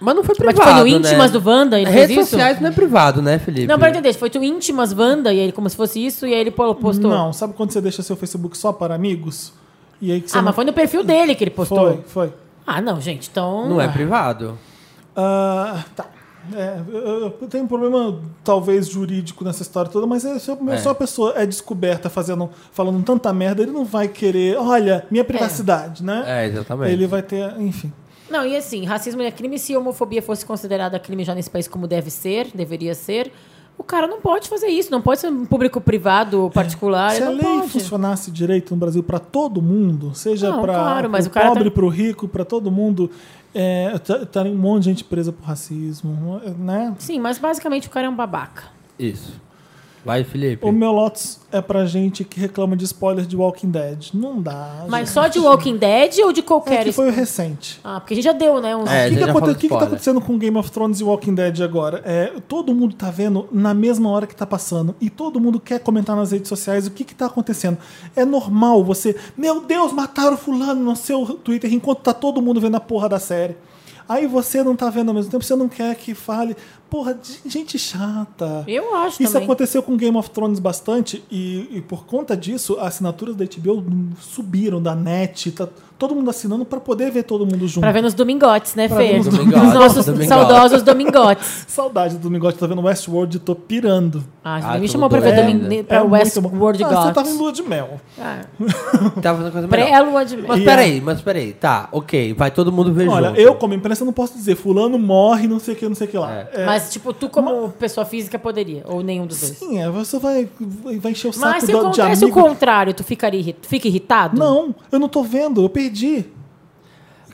C: Mas não foi
B: Tipo, Mas
C: privado.
B: foi no
C: né?
B: íntimas do Wanda, ele
C: Redes
B: fez isso?
C: sociais não é privado, né, Felipe?
B: Não, pra entender. Foi tu íntimas Wanda, e ele como se fosse isso, e aí ele pô- postou.
A: Não, sabe quando você deixa seu Facebook só para amigos? E aí que você
B: Ah,
A: não-
B: mas foi no perfil dele que ele postou.
A: Foi, foi.
B: Ah, não, gente. Então.
C: Não é privado.
A: Ah, tá. É, eu, eu tenho um problema, talvez, jurídico nessa história toda, mas é, se, a-
C: É.
A: se uma pessoa é descoberta fazendo, falando tanta merda, ele não vai querer, olha, minha privacidade, né?
C: É, exatamente.
A: Ele vai ter, enfim.
B: Não, e assim, racismo é crime. Se a homofobia fosse considerada crime já nesse país como deve ser, deveria ser, o cara não pode fazer isso. Não pode ser um público privado particular.
A: se
B: ele
A: a
B: não
A: é lei
B: pode.
A: funcionasse direito no Brasil para todo mundo, seja
B: Não,
A: para
B: claro,
A: o
B: mas o cara
A: pobre,
B: tá-
A: para o rico, para todo mundo, é, tá, tá um monte de gente presa por racismo, né?
B: Sim, mas basicamente o cara é um babaca.
C: Isso. Vai, Felipe.
A: O meu Lotus é pra gente que reclama de spoiler de Walking Dead. Não dá.
B: Mas
A: gente.
B: só de Walking Dead ou de
A: É
B: qualquer.
A: que foi o recente.
B: Ah, porque a gente já deu, né? Uns...
C: É,
A: O que, que,
C: já
A: aconte-
C: falou
A: o que que tá
C: spoiler.
A: acontecendo com Game of Thrones e Walking Dead agora? É, todo mundo tá vendo na mesma hora que tá passando. E todo mundo quer comentar nas redes sociais o que, que tá acontecendo. É normal você. Meu Deus, mataram fulano no seu Twitter enquanto tá todo mundo vendo a porra da série. Aí você não tá vendo ao mesmo tempo, você não quer que fale. Porra, de- gente chata.
B: Eu acho
A: Isso
B: também.
A: aconteceu com Game of Thrones bastante e, e por conta disso, as assinaturas da HBO subiram da net, tá todo mundo assinando pra poder ver todo mundo junto.
B: Pra ver nos domingotes, né, Fê?
A: ver
B: Os
A: nos
C: domingotes.
B: nossos
C: Domingotes.
A: (laughs)
B: saudosos domingotes.
A: Saudade do Domingote, tá vendo Westworld, tô pirando.
B: Ah, você
C: Ah,
B: me
C: tô
B: chamou pra ver
C: doido.
B: domingo,
A: É
B: pra
A: muito
B: West
A: bom.
B: World
A: ah, Você
B: Gods.
A: tava em lua de mel.
C: Tá fazendo coisa melhor.
B: Pré-lua de mel.
C: Mas peraí, mas peraí. Tá, ok. Vai todo mundo ver
A: é. Olha,
C: junto.
A: eu como imprensa não posso dizer, fulano morre, não sei o que, não sei o que lá. É.
B: Mas, tipo, tu como pessoa física poderia, ou nenhum dos dois.
A: Sim, é, você vai, vai encher o saco
B: Mas se
A: do, de
B: acontece o
A: amigo.
B: contrário, tu ficaria irri- fica irritado?
A: Não, eu não tô vendo, eu perdi.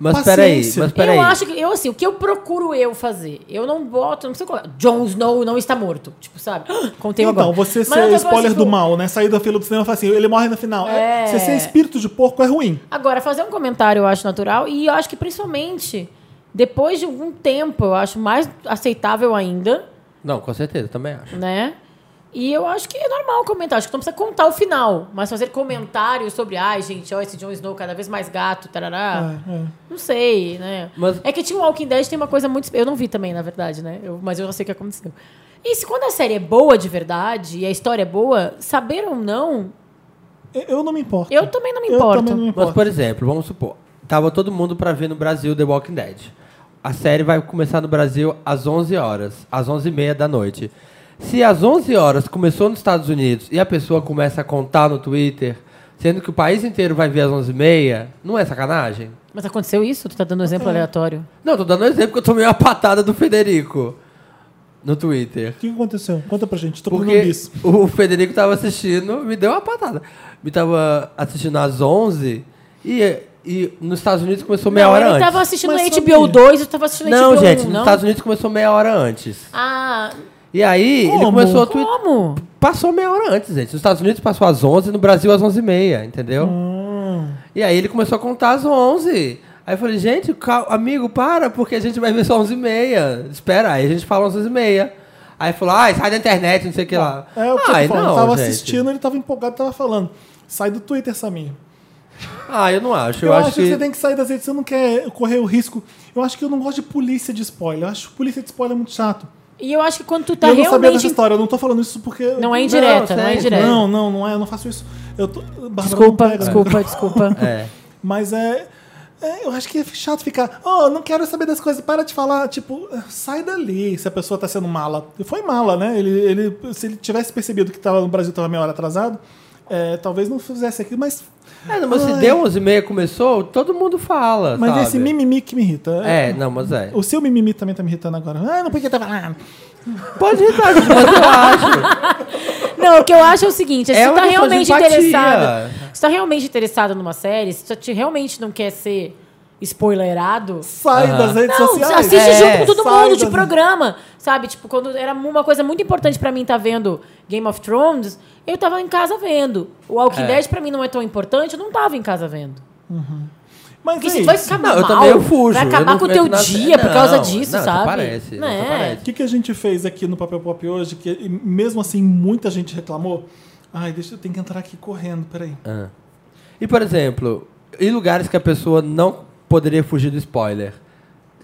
C: Mas peraí,
A: Paciência.
C: mas peraí.
B: Eu acho que, eu assim, o que eu procuro eu fazer? Eu não boto, não sei qual. é. Jon Snow não está morto. Tipo, sabe? (gasps) Contei
A: Então,
B: agora.
A: você
B: Mas eu
A: ser
B: tô
A: spoiler
B: falando,
A: do
B: tipo,
A: mal, né? Sair da fila do cinema e falar assim, ele morre no final. É,
B: É.
A: Você ser espírito de porco é ruim.
B: Agora, fazer um comentário eu acho natural e eu acho que principalmente depois de algum tempo eu acho mais aceitável ainda,
C: Não, com certeza, também acho.
B: né? E eu acho que é normal comentar, acho que tu não precisa contar o final, mas fazer comentários sobre, ai gente, ó, esse Jon Snow cada vez mais gato, tarará.
A: É, é.
B: Não sei, né?
C: Mas-
B: É que tinha o Walking Dead tem uma coisa muito. espe- Eu não vi também, na verdade, né? Eu- mas eu já sei o que aconteceu. E se quando a série é boa de verdade e a história é boa, saber ou não,
A: Eu- Eu não me importo.
B: eu também não me
A: Eu
B: importo.
A: também não me
C: Mas,
A: importo.
C: por exemplo, vamos supor, tava todo mundo pra ver no Brasil The Walking Dead. A série vai começar no Brasil às 11 horas, às 11h30 da noite. Se às 11 horas começou nos Estados Unidos e a pessoa começa a contar no Twitter, sendo que o país inteiro vai ver às 11h30, não é sacanagem?
B: Mas aconteceu isso? Tu tá dando um exemplo aleatório.
C: Não, tô dando um exemplo que eu tomei uma patada do Federico. No Twitter.
A: O que aconteceu? Conta pra gente. Tô com
C: Porque
A: bis.
C: o Federico tava assistindo, me deu uma patada. Me tava assistindo às 11 e, e nos Estados Unidos começou meia
B: não,
C: hora
B: ele
C: antes.
B: tava assistindo
A: Mas
B: HBO
A: sabia.
B: 2, eu tava assistindo
C: Não,
B: HBO
C: gente,
B: 1,
C: nos
B: não.
C: Estados Unidos começou meia hora antes.
B: Ah,
C: E aí ele
A: Como?
C: começou a twi-
B: como?
C: Passou meia hora antes, gente. Nos Estados Unidos passou às 11, no Brasil às 11 e meia, entendeu?
B: Ah.
C: E aí ele começou a contar às 11. Aí eu falei, gente, cal- amigo, para, porque a gente vai ver só 11 e meia. Espera, aí a gente fala 11 e meia. Aí falou, ah, sai da internet, não sei o que lá.
A: É o que
C: Ai,
A: eu tô falando. tava
C: gente.
A: assistindo, ele tava empolgado, tava falando. Sai do Twitter, Samir.
C: Ah, eu não acho.
A: Eu,
C: Eu,
A: acho que... você tem que sair das redes, você não quer correr o risco. Eu acho que eu não gosto de polícia de spoiler. Eu acho que polícia de spoiler é muito chato.
B: E eu acho que quando tu tá
A: eu não sabia dessa
B: realmente.
A: história, eu não tô falando isso porque.
B: Não é indireta, não, é
C: sério.
B: indireta.
A: Não, não, não é, eu não faço isso. Eu tô... Bárbara, não
B: desculpa,
A: pega, né?
B: desculpa, desculpa.
C: É.
A: (laughs) Mas é, é, Eu acho que é chato ficar. Oh, não quero saber das coisas, para de falar. Tipo, sai dali se a pessoa tá sendo mala. E foi mala, né? Ele, ele, se ele tivesse percebido que tava no Brasil tava meia hora atrasado, é, talvez não fizesse aquilo, mas.
C: É, não, mas se
A: Ai.
C: deu 11 e meia começou, todo mundo fala.
A: Mas
C: sabe?
A: esse mimimi que me irrita.
C: É, não, mas é.
A: O seu mimimi também tá me irritando agora. Ah, não podia estar falando.
C: Pode irritar, gente, mas eu acho.
B: Não, o que eu acho é o seguinte, é se
C: É
B: você tá
C: uma questão de
B: realmente
C: empatia.
B: interessado, se tá realmente interessado numa série, se você realmente não quer ser spoilerado,
A: Sai das redes
B: não,
A: sociais.
B: assiste
C: É,
B: junto com todo
A: sai
B: mundo de
A: das-
B: programa, sabe? Tipo, quando era uma coisa muito importante pra mim estar vendo Game of Thrones, eu tava em casa vendo. O Walking
C: É.
B: Dead pra mim não é tão importante, eu não tava em casa vendo.
A: Mas
B: Porque
A: é
B: isso vai
A: isso.
B: ficar
C: Não,
B: mal.
C: eu também eu fujo.
B: Vai
C: eu
B: acabar
C: não
B: com o
C: vejo
B: teu
C: nada-
B: dia por causa
C: Não,
B: disso,
C: não,
B: sabe?
C: Não, parece. Não,
B: Né?
A: O
C: parece.
A: que, que a gente fez aqui no Papel Pop hoje, que e mesmo assim muita gente reclamou? Ai, deixa eu tenho que entrar aqui correndo, peraí.
C: Ah. E, por exemplo, em lugares que a pessoa não poderia fugir do spoiler.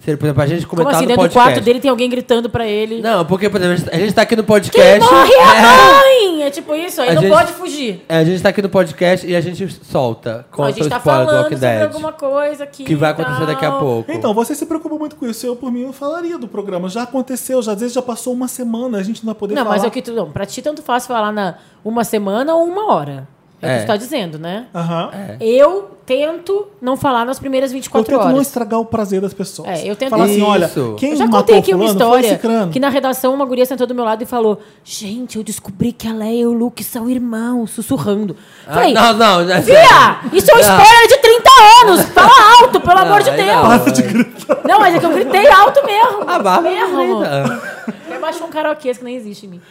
C: Seria, por exemplo, a gente
B: Como
C: comentar
B: assim,
C: no
B: dentro do
C: podcast.
B: quarto dele tem alguém gritando pra ele.
C: Não, porque, por exemplo, a gente tá aqui no
B: Que
C: podcast.
B: morre a
C: É.
B: mãe! É tipo isso, aí
C: A
B: não
C: gente-
B: pode fugir.
C: É, a gente tá aqui no podcast e a gente solta
B: Não,
C: contra
B: a gente
C: o
B: tá
C: spoiler do
B: falando
C: Walking
B: sobre
C: Dead.
B: alguma coisa aqui.
C: Que vai
B: e tal.
C: acontecer daqui a pouco.
A: Então, você se preocupa muito com isso. Eu, por mim, eu falaria do programa. Já aconteceu, já, às vezes já passou uma semana, a gente não vai poder
B: Não,
A: falar.
B: mas é o que tu. Não, pra ti tanto faz falar na uma semana ou uma hora. É o
C: É.
B: que tu tá dizendo, né?
A: Aham.
B: Eu tento não falar nas primeiras
A: Eu
B: 24
A: tento não
B: horas.
A: estragar o prazer das pessoas.
B: É, eu tento-
A: Falar assim, olha,
C: Isso.
A: quem
B: Eu já
A: matou
B: contei aqui uma
A: fulano foi
B: história
A: cicrano. (laughs)
B: que na redação uma guria sentou do meu lado e falou: Gente, eu descobri que a Leia e o Luke são irmãos, sussurrando.
C: Ah,
B: Falei,
C: não, não, não.
B: Fia, isso é um
C: (laughs) Não.
B: spoiler de 30 anos! Fala alto, pelo amor de
C: aí
B: Deus!
C: não,
A: Tá
C: Ah,
B: Não,
C: aí-
B: mas é que eu gritei alto mesmo.
C: A Bárbara
B: mesmo.
C: não grita. então?
B: Eu baixou um karaokês que nem existe em mim.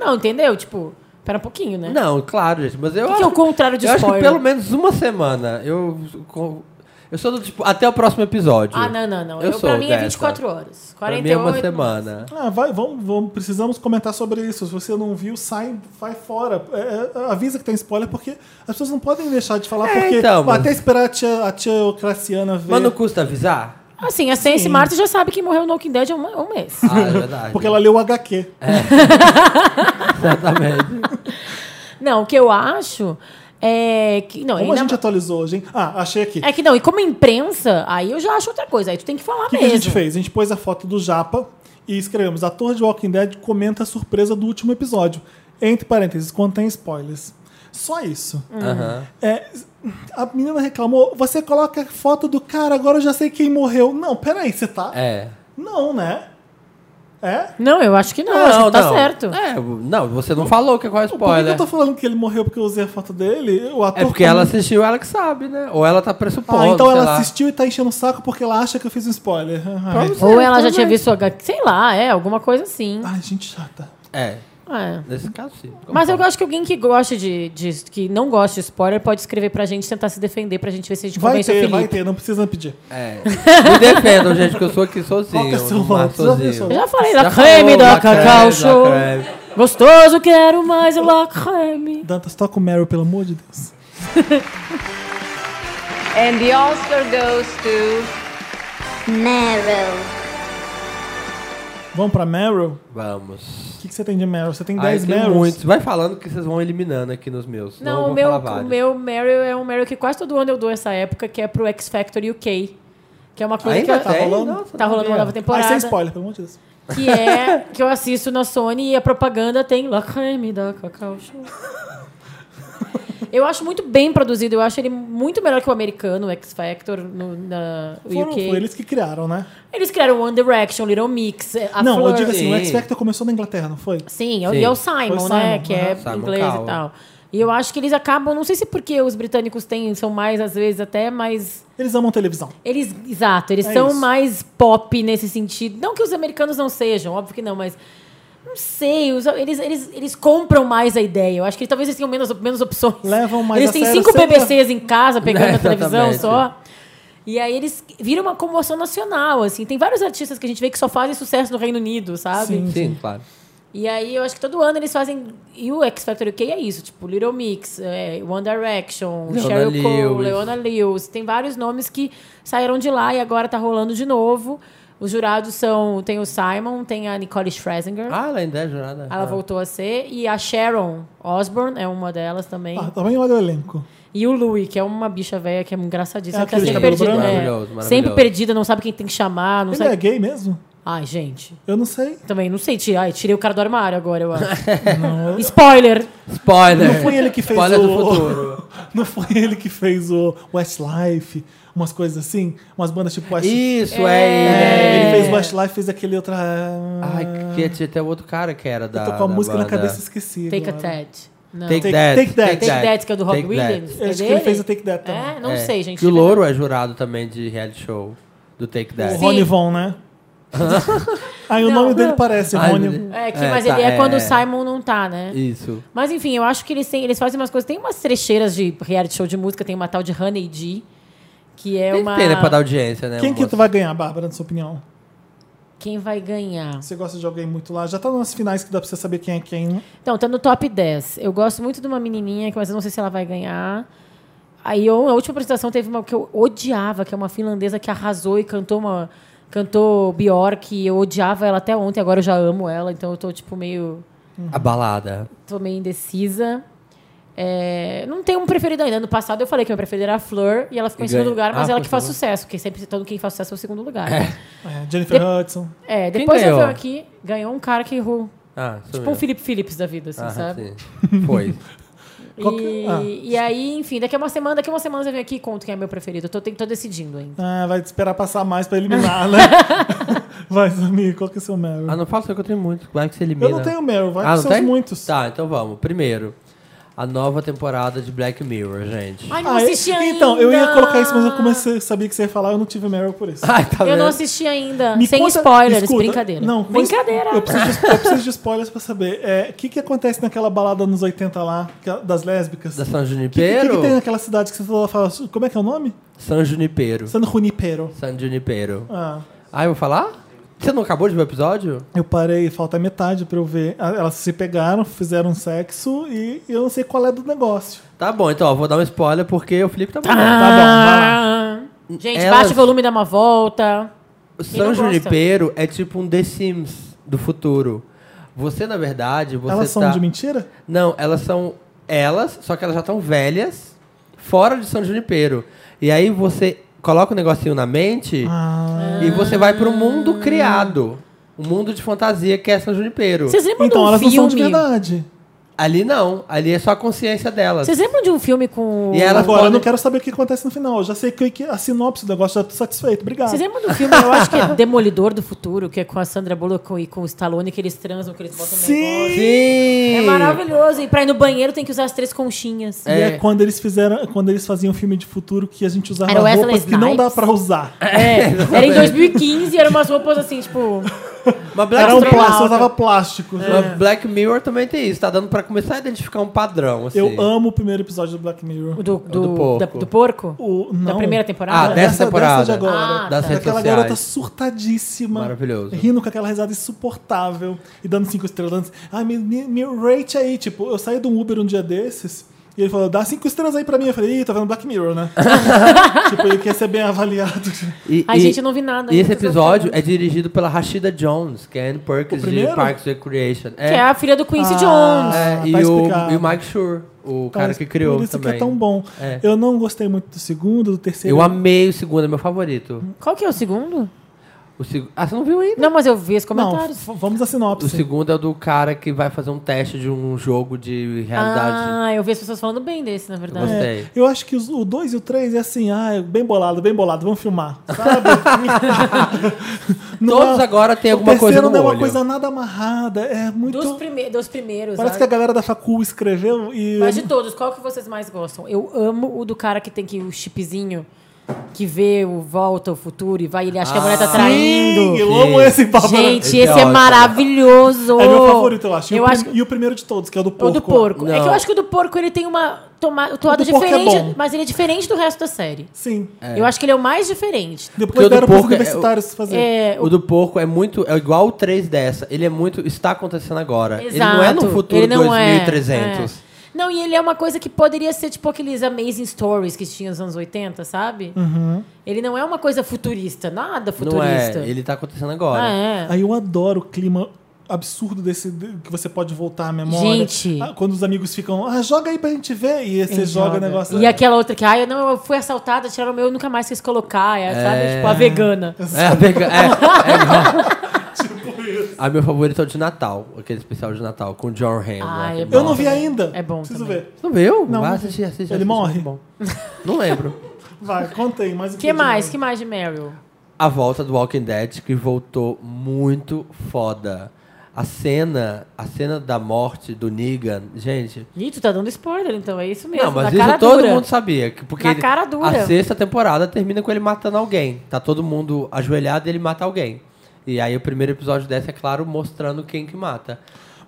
B: Não, entendeu? Tipo, pera um pouquinho, né?
C: Não, claro, gente, mas eu
B: que é o contrário de
C: eu acho que
B: spoiler?
C: pelo menos uma semana. Eu co- eu sou do tipo até o próximo episódio.
B: Ah, não, não, não.
C: Eu
B: Eu
C: sou
B: pra mim
C: dessa.
B: é 24 horas. 48
C: Pra mim é uma
B: no máximo.
C: semana.
A: Ah, vai, vamos, vamos, precisamos comentar sobre isso. Se você não viu, sai, vai fora. É, é, avisa que tem spoiler, porque as pessoas não podem deixar de falar,
C: É,
A: porque
C: então, mas-
A: até esperar a tia, a tia Ocraciana ver.
C: Mas não custa avisar?
B: Assim, a Sense Marta já sabe que morreu no Walking Dead há um, há um mês.
C: Ah, é
B: (laughs)
C: verdade.
A: Porque ela leu o HQ.
C: Exatamente.
B: Não, o que eu acho é que. Não,
A: Como a
B: ainda-
A: gente atualizou hoje, hein? Ah, achei aqui.
B: É que não, e como imprensa, aí eu já acho outra coisa. Aí tu tem que falar
A: O que, que
B: mesmo.
A: a gente fez? A gente pôs a foto do Japa e escrevemos: Ator de Walking Dead comenta a surpresa do último episódio. Entre parênteses, contém spoilers. Só isso.
B: Hum.
C: Aham.
A: É, a menina reclamou: você coloca a foto do cara, agora eu já sei quem morreu. Não, peraí, você tá.
C: É.
A: Não, né? É?
B: Não, eu acho que não, acho que tá certo.
C: É, não, você não falou que qual é o
A: Por que que,
C: spoiler.
A: eu tô falando que ele morreu porque eu usei a foto dele? O ator
C: É porque ela
A: como-
C: assistiu, ela que sabe, né? Ou ela tá pressupondo.
A: Ah, então
C: sei
A: ela
C: lá.
A: assistiu e tá enchendo o saco porque ela acha que eu fiz um spoiler. (laughs) Ai,
C: Pronto.
B: Ou ela já tinha visto o HQ, sei lá, é, alguma coisa assim.
A: ai, gente chata.
C: É,
B: É.
C: nesse caso sim.
B: Mas eu
C: Concordo.
B: acho que alguém que gosta de, de- que não gosta de spoiler pode escrever pra gente tentar se defender pra gente ver se a gente
A: Vai
B: convence o
A: ter,
B: Felipe.
A: vai ter, não precisa pedir.
C: É. Me defendam, gente, que eu sou aqui
A: (laughs)
C: sozinho.
A: Qual que é o seu
C: no mar
A: voto? Já viu seu
B: Eu
A: voto?
B: já falei da
C: Já
B: creme
C: falou,
B: da
C: La
B: Cacau
C: Creme,
B: Show.
C: La Creme.
B: Gostoso, quero mais la creme.
A: Dantas, toca o Meryl, pelo amor de Deus.
H: And the Oscar goes to.
F: Meryl.
A: Vamos pra Meryl?
C: Vamos.
A: O que, que você tem de Meryl? Você tem
C: Ai,
A: 10
C: tem
A: Meryls?
C: muitos. Vai falando que vocês vão eliminando aqui nos meus. eu
B: Não, o
C: vou
B: meu,
C: falar
B: o
C: vários.
B: meu Meryl é um Meryl que quase todo ano eu dou essa época, que é pro X Factor UK. Que é uma coisa
C: Ainda
B: que
C: tem?
A: tá rolando?
C: Nossa,
B: tá
C: não
B: rolando uma
C: sabia.
B: nova
A: Ai,
B: temporada.
A: sem spoiler, pelo amor de Deus.
B: que é que eu assisto na Sony e a propaganda tem La Creme da Cacau Show. Eu acho muito bem produzido. Eu acho ele muito melhor que o americano, o X Factor, no, na o
A: Foram,
B: UK.
A: foi eles que criaram, né?
B: Eles criaram One Direction, Little Mix, a
A: não,
B: Fleur.
A: eu digo assim, o
C: Sim.
A: X Factor começou na Inglaterra, não foi?
B: Sim, é o-
C: Sim.
B: e é o Simon,
A: Foi
B: né?
A: Simon,
B: Que
A: né?
B: é
C: Simon
B: inglês
C: Cowell.
B: e tal. E eu acho que eles acabam, não sei se porque os britânicos têm, são mais, às vezes, até mais.
A: Eles amam televisão.
B: Eles, exato, eles
A: É
B: são
A: isso.
B: mais pop nesse sentido. Não que os americanos não sejam, óbvio que não, mas. Não sei, os- eles, eles, eles compram mais a ideia. Eu acho que talvez eles tenham menos, menos opções.
A: Levam mais
B: Eles
A: a
B: têm
A: sério,
B: cinco
A: sei lá.
B: BBCs em casa pegando
C: É,
B: na televisão
C: exatamente.
B: só. E aí eles viram uma comoção nacional, assim. Tem vários artistas que a gente vê que só fazem sucesso no Reino Unido, sabe?
A: Sim.
C: Sim, claro.
B: E aí eu acho que todo ano eles fazem. E o X Factor UK é isso, tipo, Little Mix, é, One Direction,
C: Leona
B: Sheryl Cole,
C: Lewis.
B: Leona Lewis. Tem vários nomes que saíram de lá e agora tá rolando de novo. Os jurados são. Tem o Simon, tem a Nicole Scherzinger.
C: Ah, ela ainda é jurada.
B: Hum? Ela
C: Ah.
B: voltou a ser. E a Sharon Osbourne é uma delas também.
A: Ah, também olha o elenco.
B: E o Louis, que é uma bicha velha que é engraçadíssima.
A: É
B: que tá
A: aquele
B: sempre
A: cabelo
B: perdida.
A: branco?
B: né?
C: Maravilhoso, maravilhoso.
B: Sempre perdida, não sabe quem tem que chamar. Não
A: Ele é
B: sabe...
A: gay mesmo?
B: Ai, gente.
A: Eu não sei.
B: (laughs) Também não sei tirar. Ai, tirei o cara do armário
C: (laughs)
B: agora, eu acho. Spoiler!
C: Spoiler!
A: Não foi ele que fez
C: Spoiler
A: o... (laughs)
C: do futuro.
A: não foi ele que fez o Westlife, umas coisas assim, umas bandas tipo West...
C: Isso, é,
A: É,
C: ele.
A: Ele fez Westlife, fez aquele outra...
C: Ai, que tinha até o outro cara que era da.
A: Tô com Ah. a
C: da
A: música na
C: banda.
A: cabeça e esqueci.
B: Take a
A: agora.
B: Ted. Não.
C: Take,
A: Take-
C: that,
A: Take That.
B: Take That, que é do Rob
C: Take
B: Williams.
A: Eu
B: É
A: acho que ele
B: dele?
A: fez o Take That também.
B: É, não
C: É.
B: sei, gente.
C: Que o Louro é jurado também de reality show do Take That.
A: O Rony Von,
C: (laughs)
A: né? Aí o
B: Não,
A: nome dele
B: não.
A: parece
C: Ai,
A: Rony.
C: meu Deus.
B: É, que,
C: É,
B: mas
C: tá,
B: ele é,
C: é.
B: quando o Simon não tá, né?
C: Isso.
B: Mas enfim, eu acho que eles têm, eles fazem umas coisas. Tem umas trecheiras de reality show de música, tem uma tal de Honey D, que é
C: Tem
B: uma.
C: que ter, né, pra dar audiência, né?
A: Quem
C: uma
A: que
C: moça.
A: vai ganhar, Bárbara, na sua opinião?
B: Quem vai ganhar?
A: Você gosta de alguém muito lá? Já tá nas finais que dá pra você saber quem é quem, né?
B: Então, tá no top 10. Eu gosto muito de uma menininha, que- mas eu não sei se ela vai ganhar. Aí, eu- a última apresentação teve uma que eu odiava, que é uma finlandesa que arrasou e cantou uma... Cantou Bjork, e eu odiava ela até ontem, agora eu já amo ela, então eu tô, tipo, meio...
C: A balada.
B: Tô meio indecisa. É, não tenho um preferido ainda. Ano passado eu falei que meu preferido era a Fleur, e ela ficou
C: E
B: em segundo
C: ganha.
B: lugar, mas
C: Ah,
B: ela
C: foi
B: que faz
C: segundo.
B: sucesso, porque sempre todo quem faz sucesso é o segundo lugar.
A: É, Jennifer Hudson.
B: É,
C: Quem
B: depois eu
C: ganhou?
B: veio aqui, ganhou um cara que errou.
C: Ah, sumiu.
B: Tipo um Felipe Phillips da vida, assim,
C: Ah,
B: sabe?
C: sim.
B: (laughs)
C: Foi.
A: Qual que-
B: E,
A: ah.
B: e aí, enfim, daqui a uma semana, daqui a uma semana eu venho aqui e conto quem é meu preferido. Eu tô, tem- tô decidindo ainda.
A: Ah, vai esperar passar mais pra eliminar,
B: (laughs)
A: né? vai, Samir, qual que é o seu Meryl?
C: Ah, não fala só que eu tenho muito. Vai que você elimina.
A: eu não tenho Meryl, vai
C: ah,
A: com
C: não
A: seus
C: tem?
A: muitos.
C: Tá, então vamos. Primeiro, a nova temporada de Black Mirror, gente.
B: Ai, não
A: Ah,
B: assisti
A: eu-
B: ainda.
A: então, eu ia colocar isso, mas eu comecei, sabia que você ia falar, eu não tive Meryl por isso.
C: (laughs) Ai, tá
B: Eu não
C: vendo?
B: assisti ainda.
A: Me
B: Sem
A: conta-
B: spoilers,
A: escuta,
B: brincadeira.
A: Não, com-
B: brincadeira.
A: Eu preciso, de, eu preciso de spoilers pra saber. O que, que acontece naquela balada nos 80 lá, que é das lésbicas?
C: Da San
A: O que, que,
C: Junipero?
A: que tem naquela cidade que você toda fala. Como é que é o nome?
C: San Junipero.
A: San Junipero.
C: San Junipero.
A: Ah,
C: Ah, eu vou falar? Você não acabou de ver o episódio?
A: eu parei, falta metade pra eu ver. Ah, Elas se pegaram, fizeram sexo e eu não sei qual é do negócio.
C: Tá bom, então, ó, vou dar um spoiler porque o Felipe tá falando.
A: Tá bom,
B: Ah.
A: vai lá. Ah.
B: Gente,
C: Elas-
B: baixa o volume, dá uma volta.
C: O
B: não
C: San
B: gosta?
C: Junipero é tipo um The Sims do futuro. Você, na verdade, você
A: Elas são
C: tá...
A: de mentira?
C: Não, elas são elas, só que elas já estão velhas, fora de São Junipero. E aí você coloca um negocinho na mente e você vai pro mundo criado. Um mundo de fantasia que é São Junipero.
B: Vocês lembram
A: Então
B: de um
A: elas não são de
B: filme?
A: verdade.
C: Ali não, ali é só a consciência delas.
B: Vocês lembram de um filme com.
C: E elas
A: Agora, eu
C: podem-
A: não quero saber o que acontece no final. Eu já sei que que a sinopse do negócio, já tô satisfeito. Obrigado.
B: Vocês lembram do filme, eu acho que é Demolidor do Futuro, que é com a Sandra Bullock e com o Stallone, que eles transam, que eles botam
A: Sim!
B: negócio.
C: Sim!
B: É maravilhoso. E pra ir no banheiro tem que usar as três conchinhas.
A: E
C: É.
A: é quando eles fizeram, quando eles faziam um filme de futuro que a gente usava
B: Era o Wesley
A: roupas que não dá
B: Snipes.
A: pra usar.
C: (laughs)
B: É, era em 2015 e eram umas roupas assim, tipo.
C: Mas Black,
A: Era um né?
C: Mirror-
A: plástico, usava plástico.
C: mas Black Mirror também tem isso. Tá dando pra começar a identificar um padrão, assim.
A: Eu amo o primeiro episódio do Black Mirror.
B: Do, do,
C: do porco.
B: da- do porco?
A: O, não.
B: Da primeira temporada?
C: Ah, dessa temporada.
A: de agora.
B: Ah,
C: Das
B: tá.
C: redes
A: Aquela
C: sociais.
A: garota surtadíssima.
C: Maravilhoso.
A: Rindo com aquela risada insuportável e dando cinco estrelas. dando- Ai, me, me, me rate aí. Tipo, eu saí de um Uber um dia desses e ele falou, dá cinco estrelas aí pra mim. Eu falei, ih, tá vendo Black Mirror,
C: (laughs)
A: né? tipo, ele quer ser bem avaliado.
C: E,
B: Ai,
C: e-
B: gente, eu não vi nada.
C: E esse
B: ainda, tô
C: episódio
B: falando.
C: é dirigido pela Rashida Jones, que é Anne Perkins de
A: primeiro?
C: Parks and Recreation.
B: Que é a filha do Quincy
A: Ah.
B: Jones.
C: É,
A: tá
C: e, o,
A: explicado.
C: e o Mike Schur, o cara que criou
A: Então, Por isso
C: também.
A: que é tão bom.
C: É.
A: Eu não gostei muito do segundo, do terceiro.
C: Eu amei o segundo, é meu favorito.
B: Qual que é o segundo?
C: O seg... Ah, você não viu ainda?
B: Não, mas eu vi os
A: Não,
B: comentários.
A: f- vamos à
C: O
A: sinopse.
C: segundo é o do cara que vai fazer um teste de um jogo de realidade.
B: ah, eu vi as pessoas falando bem desse, na
C: Eu
B: verdade.
C: Gostei.
A: Eu acho que os- o 2 e o 3 é assim, ah, bem bolado, bem bolado, vamos filmar. Sabe?
C: (laughs)
A: Não
C: Todos
A: é-
C: agora tem alguma
A: o terceiro
C: coisa no
A: não é uma
C: olho.
A: coisa nada amarrada, é muito...
B: Dos, prime dos primeiros.
A: Parece que
B: ah.
A: tá a galera da facul escreveu e...
B: Mas de todos, qual que vocês mais gostam? Eu amo o do cara que tem que o chipzinho que vê o volta, o futuro e vai, ele acha que a mulher tá traindo.
A: Sim, eu amo esse papo. né?
B: Gente, esse,
C: Ah, Esse é
B: é,
C: ótimo.
B: maravilhoso.
A: É meu favorito, eu acho. E
B: Eu
A: o prim-
B: acho que-
A: E o primeiro de todos, que é o do porco.
B: o do porco. É que eu
C: Não.
B: acho que o do porco ele tem uma toma- toada
A: O do porco é
B: diferente,
A: bom.
B: mas ele é diferente do resto da série.
A: Sim.
B: Eu acho que ele é o mais diferente.
A: Depois
C: o do
A: deram pros
C: porco é-
A: universitários fazer.
B: É,
C: O do porco é muito. É igual o 3 dessa. Ele é muito. Está acontecendo agora. Ele não é no
B: Exato.
C: futuro
B: Ele não é,
C: 2300.
B: é. Não, e ele é uma coisa que poderia ser tipo aqueles Amazing Stories que tinha nos anos 80, sabe? Ele não é uma coisa futurista, nada
C: Não é.
B: futurista.
C: Ele está acontecendo
B: Ah,
C: agora.
B: é.
A: Aí eu adoro o clima absurdo desse de- que você pode voltar à memória.
B: Gente.
A: Ah, Quando os amigos ficam, ah, joga aí pra gente ver. E aí você
B: Ele
A: joga o negócio.
B: E aquela outra que, ah, eu não, eu fui assaltada, tiraram o meu, eu nunca mais quis colocar. É, Sabe? Tipo, a vegana.
C: É, a vega- é, é (laughs) igual. A meu favorito é o de Natal, aquele especial de Natal, com o John Hamm.
B: Ah,
C: né, que
B: é
A: Eu
C: bom.
A: não vi ainda.
B: É bom
A: Preciso
B: também.
A: ver.
C: Não viu?
A: Não,
C: Vai
A: não
C: assistir, assiste,
A: Ele
C: assiste,
A: morre?
C: muito bom. Não lembro.
A: Vai, contei. mais um
B: que mais? Que mais de Meryl?
C: a volta do Walking Dead que voltou muito foda. A cena, a cena da morte do Negan, gente.
B: Ih, tu tá dando spoiler, então. É isso mesmo.
C: não, mas
B: na cara
C: isso todo
B: dura.
C: mundo sabia. que- Porque
B: Na
C: ele-
B: cara dura.
C: a sexta temporada termina com ele matando alguém. Tá todo mundo ajoelhado e ele mata alguém. E aí o primeiro episódio dessa é claro mostrando quem que mata.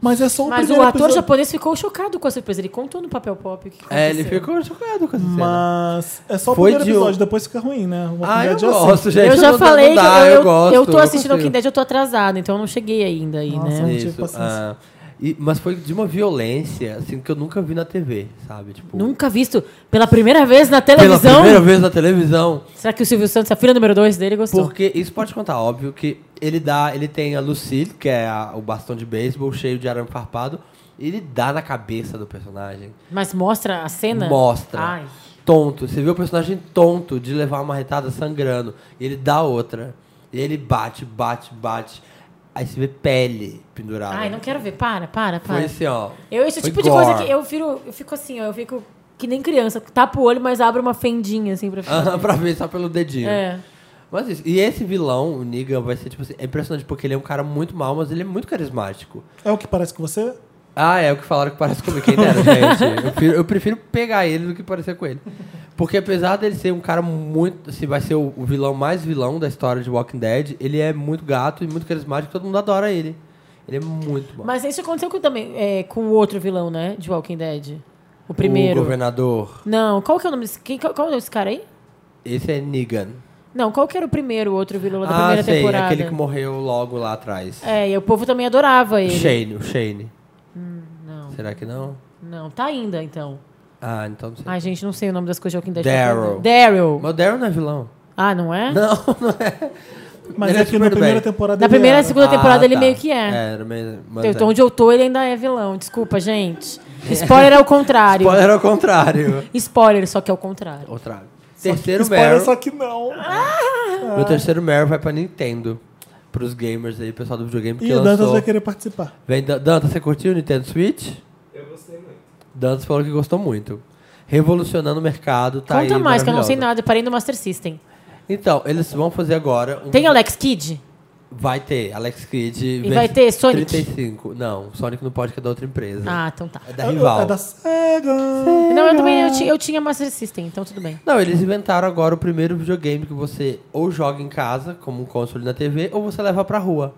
A: Mas é só o
B: Mas o
A: primeiro
B: ator
A: episódio.
B: japonês ficou chocado com a surpresa. Ele contou no papel pop o que aconteceu.
C: É, ele ficou chocado com essa cena.
A: Mas é só o
C: Foi
A: primeiro
C: de um-
A: episódio, depois fica ruim, né? O Walking
C: Ah, eu
A: Dead é assim.
C: gosto, gente.
B: eu já
C: não-
B: falei
C: não dá,
B: que eu,
C: eu, gosto.
B: eu tô assistindo
C: consigo.
B: o Walking Dead, eu tô atrasada, então eu não cheguei ainda aí,
A: Nossa,
B: né?
A: não tive
C: Isso,
A: paciência.
C: ah, e- mas foi de uma violência, assim, que eu nunca vi na TV, sabe? Tipo,
B: Nunca visto pela primeira vez na
C: pela
B: televisão.
C: primeira vez na televisão.
B: Será que o Silvio Santos, a filha número 2 dele, gostou?
C: Porque isso pode contar, óbvio, que ele dá. Ele tem a Lucille, que é a- o bastão de beisebol cheio de arame farpado. E ele dá na cabeça do personagem.
B: Mas mostra a cena?
C: Mostra.
B: Ai.
C: Tonto. Você vê o personagem tonto de levar uma retada sangrando. E ele dá outra. E ele bate, bate, bate. Aí você vê pele pendurada.
B: Ai, não quero ver. Para, para, para.
C: Foi assim, ó.
B: Eu, esse
C: Foi
B: tipo de coisa
C: gore.
B: que eu viro, eu fico assim, ó, eu fico que nem criança, tapa o olho, mas abre uma fendinha assim pra ficar.
C: (laughs) Aham, pra ver só pelo dedinho.
B: É.
C: Mas isso. E esse vilão, o Negan, vai ser tipo assim. É impressionante porque ele é um cara muito mal, mas ele é muito carismático.
A: É o que parece com você?
C: Ah, é o que falaram que parece comigo. Quem (laughs) dera, gente. Eu prefiro, eu prefiro pegar ele do que parecer com ele. Porque apesar dele ser um cara muito. Assim, vai ser o, o vilão mais vilão da história de Walking Dead, ele é muito gato e muito carismático, todo mundo adora ele. Ele é muito bom.
B: Mas isso aconteceu com, também é, com o outro vilão, né? De Walking Dead. O
C: O
B: primeiro.
C: governador.
B: não, qual que é o nome desse. Quem, qual, qual é o nome desse cara aí?
C: Esse é Negan.
B: Não, qual que era o primeiro outro vilão da
C: Ah,
B: primeira
C: sei,
B: temporada?
C: aquele que morreu logo lá atrás.
B: É, e o povo também adorava ele. Hum,
C: Shane, o Shane.
B: Não,
C: Será que não?
B: não, tá ainda então.
C: Ah, então não sei.
B: Ai, gente, não sei o nome das coisas de Walking Dead.
C: Daryl.
B: Daryl.
C: Mas o Daryl não é vilão.
B: Ah, não
C: (laughs)
B: é?
C: Não, não é.
A: Mas
C: Ele
A: é que na
C: super do
A: primeira
C: bem.
A: temporada
B: Na
A: ele
B: primeira e
A: era.
B: segunda temporada
C: Ah,
B: ele
C: tá.
B: meio que é.
C: era meio- mas
B: Então, onde eu tô, ele ainda é vilão. Desculpa, gente. Spoiler é o contrário.
C: Spoiler ao (laughs) contrário.
B: Spoiler, só que é o contrário.
C: Outra. Terceiro
A: Spoiler,
C: Meryl. Ah.
A: só que não.
C: Meu terceiro Meryl vai pra Nintendo. Pros gamers aí, pessoal do videogame que
A: e o Dantas
C: lançou.
A: vai querer participar.
C: Vem, Dan- Dantas, você curtiu o Nintendo Switch?
G: Eu gostei muito.
C: Dantas falou que gostou muito. Revolucionando o mercado, tá
B: Conta
C: aí,
B: mais, que eu não sei
C: maravilhosa.
B: nada. Eu parei no Master System.
C: Então, eles vão fazer agora... Um...
B: Tem Alex Kidd?
C: Vai ter Alex Kidd...
B: E vai ter Sonic?
C: 35. Não, Sonic não pode, que é da outra empresa.
B: Ah, então tá.
C: É da rival.
A: É da Sega.
B: Não, eu também eu, ti- eu tinha Master System, então tudo bem.
C: Não, eles inventaram agora o primeiro videogame que você ou joga em casa, como um console na TV, ou você leva pra rua.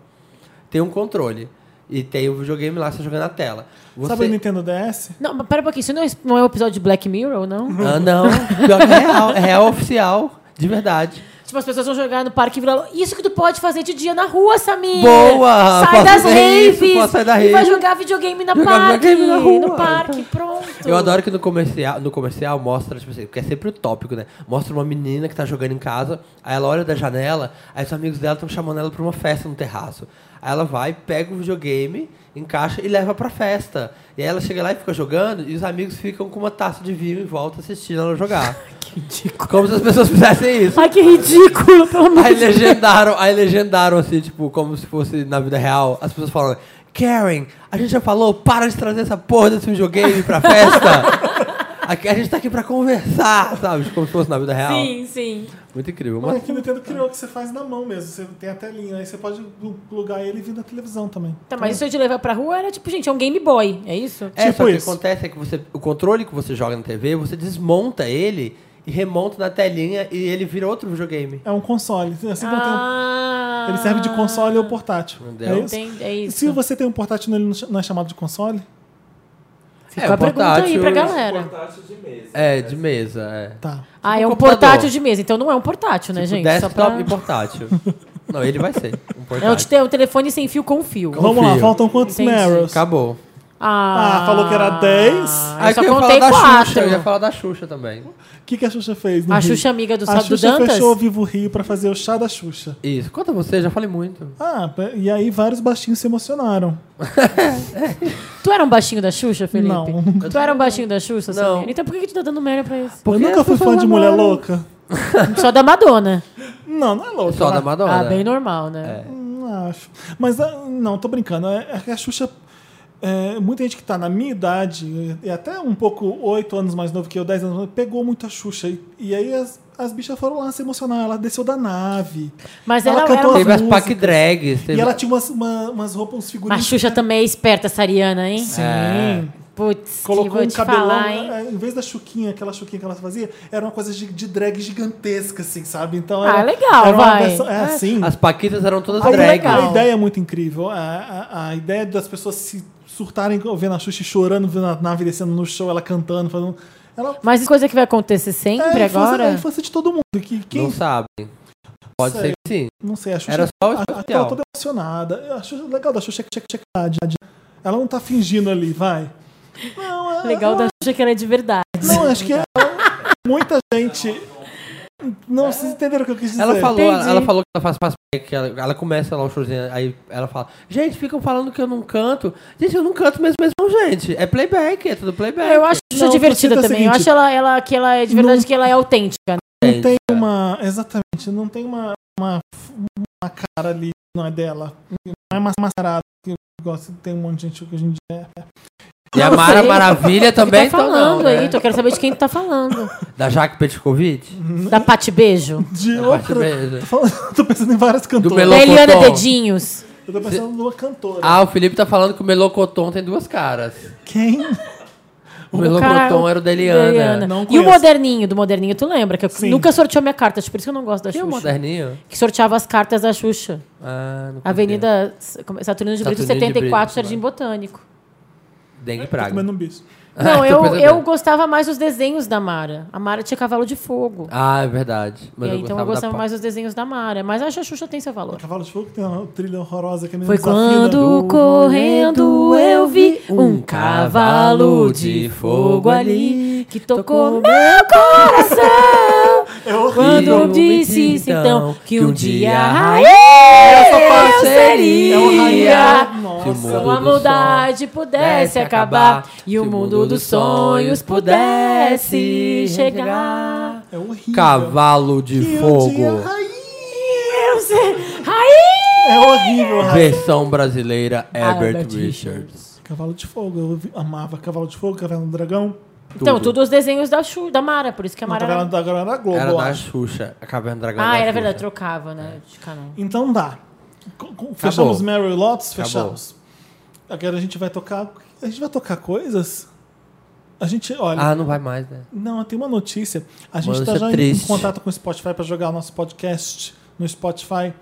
C: Tem um controle. E tem o videogame lá, você joga na tela. Você...
A: Sabe o Nintendo DS?
B: Não, mas pera um pouquinho. Isso não é, não é um episódio de Black Mirror, não?
C: Ah, não. Pior que é real. É real oficial. De verdade.
B: tipo, as pessoas vão jogar no parque e virar... Isso que tu pode fazer de dia na rua, Samir!
C: Boa!
B: Sai
C: Posso
B: das
C: fazer
B: raves!
C: isso, posso sair da
B: E vai
C: rave.
B: jogar videogame na
C: Jogar
B: parque!
C: videogame na rua.
B: No parque, pronto!
C: Eu adoro que no comercial, no comercial mostra, tipo assim, porque é sempre o tópico, né? Mostra uma menina que tá jogando em casa, aí ela olha da janela, aí os amigos dela estão chamando ela pra uma festa no terraço. Aí ela vai, pega o videogame, encaixa e leva pra festa. E aí ela chega lá e fica jogando, e os amigos ficam com uma taça de vinho em volta assistindo ela jogar.
B: Que ridículo.
C: Como se as pessoas fizessem isso.
B: Ai, que ridículo, (laughs) pelo amor
C: Aí
B: de Deus.
C: legendaram, aí legendaram assim, tipo, como se fosse na vida real, as pessoas falando, Karen, a gente já falou, para de trazer essa porra desse videogame pra festa. Aqui, a gente tá aqui pra conversar, sabe? Como se fosse na vida real.
B: Sim, sim.
C: Muito incrível.
A: Mas
C: Mas
A: aqui o Nintendo criou que você faz na mão mesmo. Você tem a telinha, aí você pode plugar ele e vir da televisão também.
B: Tá, mas isso de levar pra rua era tipo, gente, é um Game Boy, é isso?
C: é,
A: tipo
C: só que
A: isso.
C: o que acontece é que você, o controle que você joga na TV, você desmonta ele e remonta na telinha e ele vira outro videogame.
A: É um console. Assim como tem um-
B: Ah,
A: Ele serve de console ou portátil.
C: Entendeu?
A: É isso?
B: Entendi, é
A: E
B: isso.
A: Se você tem um portátil, ele não ch- não é chamado de console?
B: Fica a pergunta aí pra galera.
G: Portátil de mesa.
C: É, de mesa, é.
A: Tá.
B: Ah, é um
C: computador.
B: portátil de mesa, então não é um portátil, né,
C: Tipo,
B: gente? Só
C: desktop
B: pra...
C: e
B: (laughs)
C: portátil. Não, ele vai ser. Um
B: É o,
C: portátil.
B: te- o telefone sem fio com fio.
A: Vamos lá,
C: Confio.
A: faltam quantos
B: Entendi.
A: Narrows?
C: Acabou.
B: Ah,
A: Ah, falou que era 10.
B: Eu só
C: que Ah, ia falar
B: contei
C: da
B: quatro.
C: Xuxa, eu ia falar da Xuxa também.
A: O que, que a Xuxa fez? no
B: A
A: Rio?
B: Xuxa é amiga do
A: A
B: Sábio
A: Xuxa
B: Dantas?
A: fechou o Vivo Rio pra fazer o chá da Xuxa.
C: Isso. Conta você, já falei muito.
A: Ah, pe- e aí vários baixinhos se emocionaram.
B: Tu era um baixinho da Xuxa, Felipe?
A: Não.
B: Tu era um baixinho da Xuxa,
C: Não.
B: Samir? Então por que, que tu tá dando merda pra isso?
A: eu nunca fui fã de mulher louca.
B: Só da Madonna.
A: Não, não é louca.
C: Só
A: né?
C: da Madonna.
B: Ah, bem normal, né?
A: Não acho. Mas ah, não, tô brincando. É é que a Xuxa. é, muita gente que tá na minha idade, e até um pouco 8 anos mais novo que eu, 10 anos mais novo, pegou muito a Xuxa. E, e aí as, as bichas foram lá se emocionar. Ela desceu da nave.
B: Mas
A: É. Ela
B: ela,
A: cantou assim, as
B: ela-
C: Teve as
A: músicas.
C: pack drags. Teve...
A: E ela tinha umas, uma- umas roupas, uns
B: A
A: figurinos.
B: Xuxa também é esperta, essa Ariana, hein? Sim.
C: É.
B: Putz, que
A: Colocou
B: vou
A: um
B: te
A: cabelão,
B: falar, hein?
A: eh, em vez da chuquinha, aquela chuquinha que ela fazia, era uma coisa de, de drag gigantesca, assim, sabe? Então
B: Ah,
A: era,
B: legal,
A: era uma
B: vai.
A: versão- é,
B: É.
A: assim.
C: As paquitas eram todas
A: A ideia-
C: drags.
A: A ideia é muito incrível. A, a, a ideia das pessoas se surtarem vendo a Xuxa e chorando, vendo a nave descendo no show, ela cantando, fazendo. Ela
B: Mas isso é coisa que vai acontecer sempre
A: é a infância, é a
B: agora?
A: infância de todo mundo. Que, quem,
C: Não
A: não,
C: sabe. Pode ser que sim.
A: sei, a Xuxa
C: Era só o
A: a- a-
C: especial.
A: ela toda emocionada. A Xuxa- o legal da Xuxa é que checa, checa, checa, ela não tá fingindo ali, vai. Não, ela-
B: Legal da Xuxa que ela é de verdade.
A: Não, acho que é- muita gente. Não, vocês entenderam o que eu quis dizer.
C: Ela falou,
B: Entendi.
C: ela falou que ela faz faz- que ela, ela começa lá o showzinho, aí ela fala, gente, ficam falando que eu não canto. Gente, eu não canto mesmo, mesmo, gente. É playback, é tudo playback.
B: Eu acho a Xuxa
A: Não,
B: divertida
C: tá
A: o conceito é o
B: também. Eu
A: seguinte-
B: acho ela, ela, que ela é de verdade, que ela é autêntica.
A: Não tem
C: gente.
A: uma. Exatamente, não tem uma, uma, uma cara ali, não é dela. Não é uma mascarada que gosta, tem um monte de gente que hoje em dia é.
C: E a
B: Não
C: Mara
B: sei.
C: Maravilha também,
B: tá
C: então
B: falando
C: não, né?
B: aí, tô, eu quero saber de quem tu
C: (laughs)
B: tá falando.
C: Da Jaque É Petkovic?
B: da Pati Beijo?
A: De
C: Da Patti
A: outra.
C: Beijo.
A: Tô, falando- (laughs) tô pensando em várias cantoras.
C: Melo-
B: Da Eliana
C: Melocotão.
B: Dedinhos.
A: Eu tô pensando numa cantora.
C: Ah, o Felipe tá falando que o Melocoton tem duas caras.
A: Quem?
C: O Melocoton
B: Um cara-
C: era o da Eliana.
B: Eliana.
A: Não
B: E o
A: conheço.
B: Moderninho, do Moderninho, tu lembra? Que eu
A: Sim.
B: nunca sorteou minha carta, acho por isso que eu não gosto da
C: Que
B: Xuxa.
C: o moderninho?
B: que sorteava as cartas da Xuxa.
C: Ah, não
B: Avenida S- como é? Saturnino de Brito,
C: Saturnino de
B: 74,
C: Brito,
B: Jardim Botânico.
C: conhecia. Dengue
A: Tô
C: Praga.
A: comendo um bicho.
B: Não,
C: Ah, (laughs) tô
B: eu,
C: percebendo.
B: eu gostava mais dos desenhos da Mara. A Mara tinha cavalo de fogo.
C: Ah, é verdade.
B: E
C: Mas
B: aí, então eu
C: da
B: gostava
C: pa-
B: mais dos desenhos da Mara. Mas acho que a Xuxa tem seu valor.
A: Cavalo de Fogo que tem uma trilha horrorosa que é
B: Foi quando Um correndo eu vi um cavalo de fogo ali que tocou meu (laughs) coração.
A: É horrível.
B: Quando eu
C: me
B: disse
C: disse,
B: então que um dia a
C: rainha
B: rainha eu É
C: seria. um
B: um seria.
C: Se o
B: Se
C: mundo
B: a
C: do
B: maldade pudesse
C: pudesse
B: acabar
C: acabar,
B: e o
C: se
B: mundo dos sonhos pudesse chegar.
A: É
C: som-
A: horrível.
C: Cavalo de
A: Que eu tinha
C: fogo.
A: raiz.
B: Eu sei. Aí!
A: É horrível, raiz.
C: Versão brasileira
B: Ah,
C: Herbert
B: Albert
C: Richards.
A: Cavalo de Fogo, eu vi- amava Cavalo de Fogo, Caverna do Dragão.
B: Então, tudo os desenhos da, Xu, da Mara, por isso que a
A: Não,
B: Mara.
A: Caverna
B: Era...
A: do Dragão era da Globo,
C: Era
A: eu
C: da
A: acho.
C: Xuxa. A Caverna do Dragão
B: Ah,
C: da
B: era
C: Xuxa.
B: verdade, trocava, né?
C: É.
B: De canal.
A: Então dá. Co- co- Fechamos Mary Lotus,
C: Acabou.
A: fechamos. Agora a gente vai tocar. A gente vai tocar coisas? A gente, olha.
C: Ah, não vai mais, né?
A: Não, tem uma notícia. A gente
C: Mancha
A: está já em- em
C: triste.
A: contato com o Spotify para jogar o nosso podcast no Spotify.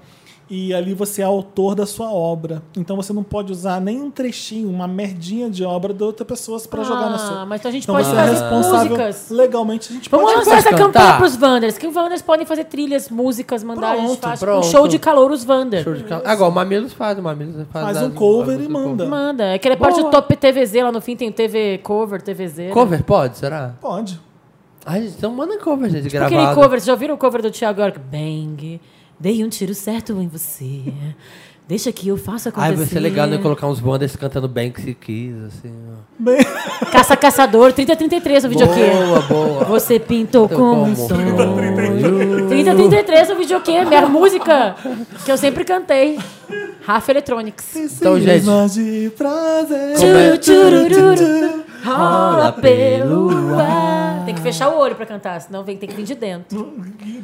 A: E ali você é autor da sua obra. Então você não pode usar nem um trechinho, uma merdinha de obra de outras pessoas para jogar na sua.
B: Ah, mas então a gente
A: Então
B: pode
A: você é
B: fazer
A: responsável
B: músicas.
A: legalmente. A gente
B: Vamos
A: pode
B: lançar essa
C: cantar?
B: campanha pros Wanders, que os Wanders podem fazer trilhas, músicas, mandar a gente
C: Pronto,
B: faz um
C: pronto.
B: show de calor os Wander.
C: Show de cal- Agora, o Mamilos faz. O Mamilos faz.
A: Faz
C: as-
A: um cover
C: as-
A: e manda.
B: Manda. É que ele é parte do Top TVZ lá no fim, tem o TV Cover, TVZ. né?
C: Cover pode, será?
A: Pode.
C: Ai, gente, então manda cover, gente,
B: Tipo
C: gravado.
B: aquele cover, vocês já ouviram o cover do Thiago York? Bang, dei um tiro certo em você. Deixa que assim, eu faça acontecer.
C: Ai, vai ser legal, né? Colocar uns bandas cantando Banksy Kiss, assim. ó.
B: Caça Caçador, 3033 o videokê.
C: Boa, boa.
B: Você pintou
C: Então,
B: como um
C: como?
B: sonho. 3033 o videokê, minha música que eu sempre cantei. Rafa Electronics.
C: Então, gente,
A: de prazer.
C: Come-
B: Tchuru, tchurururu, rola pelo ar. Tem que fechar o olho pra cantar, senão vem, tem que vir
A: (laughs)
B: de dentro.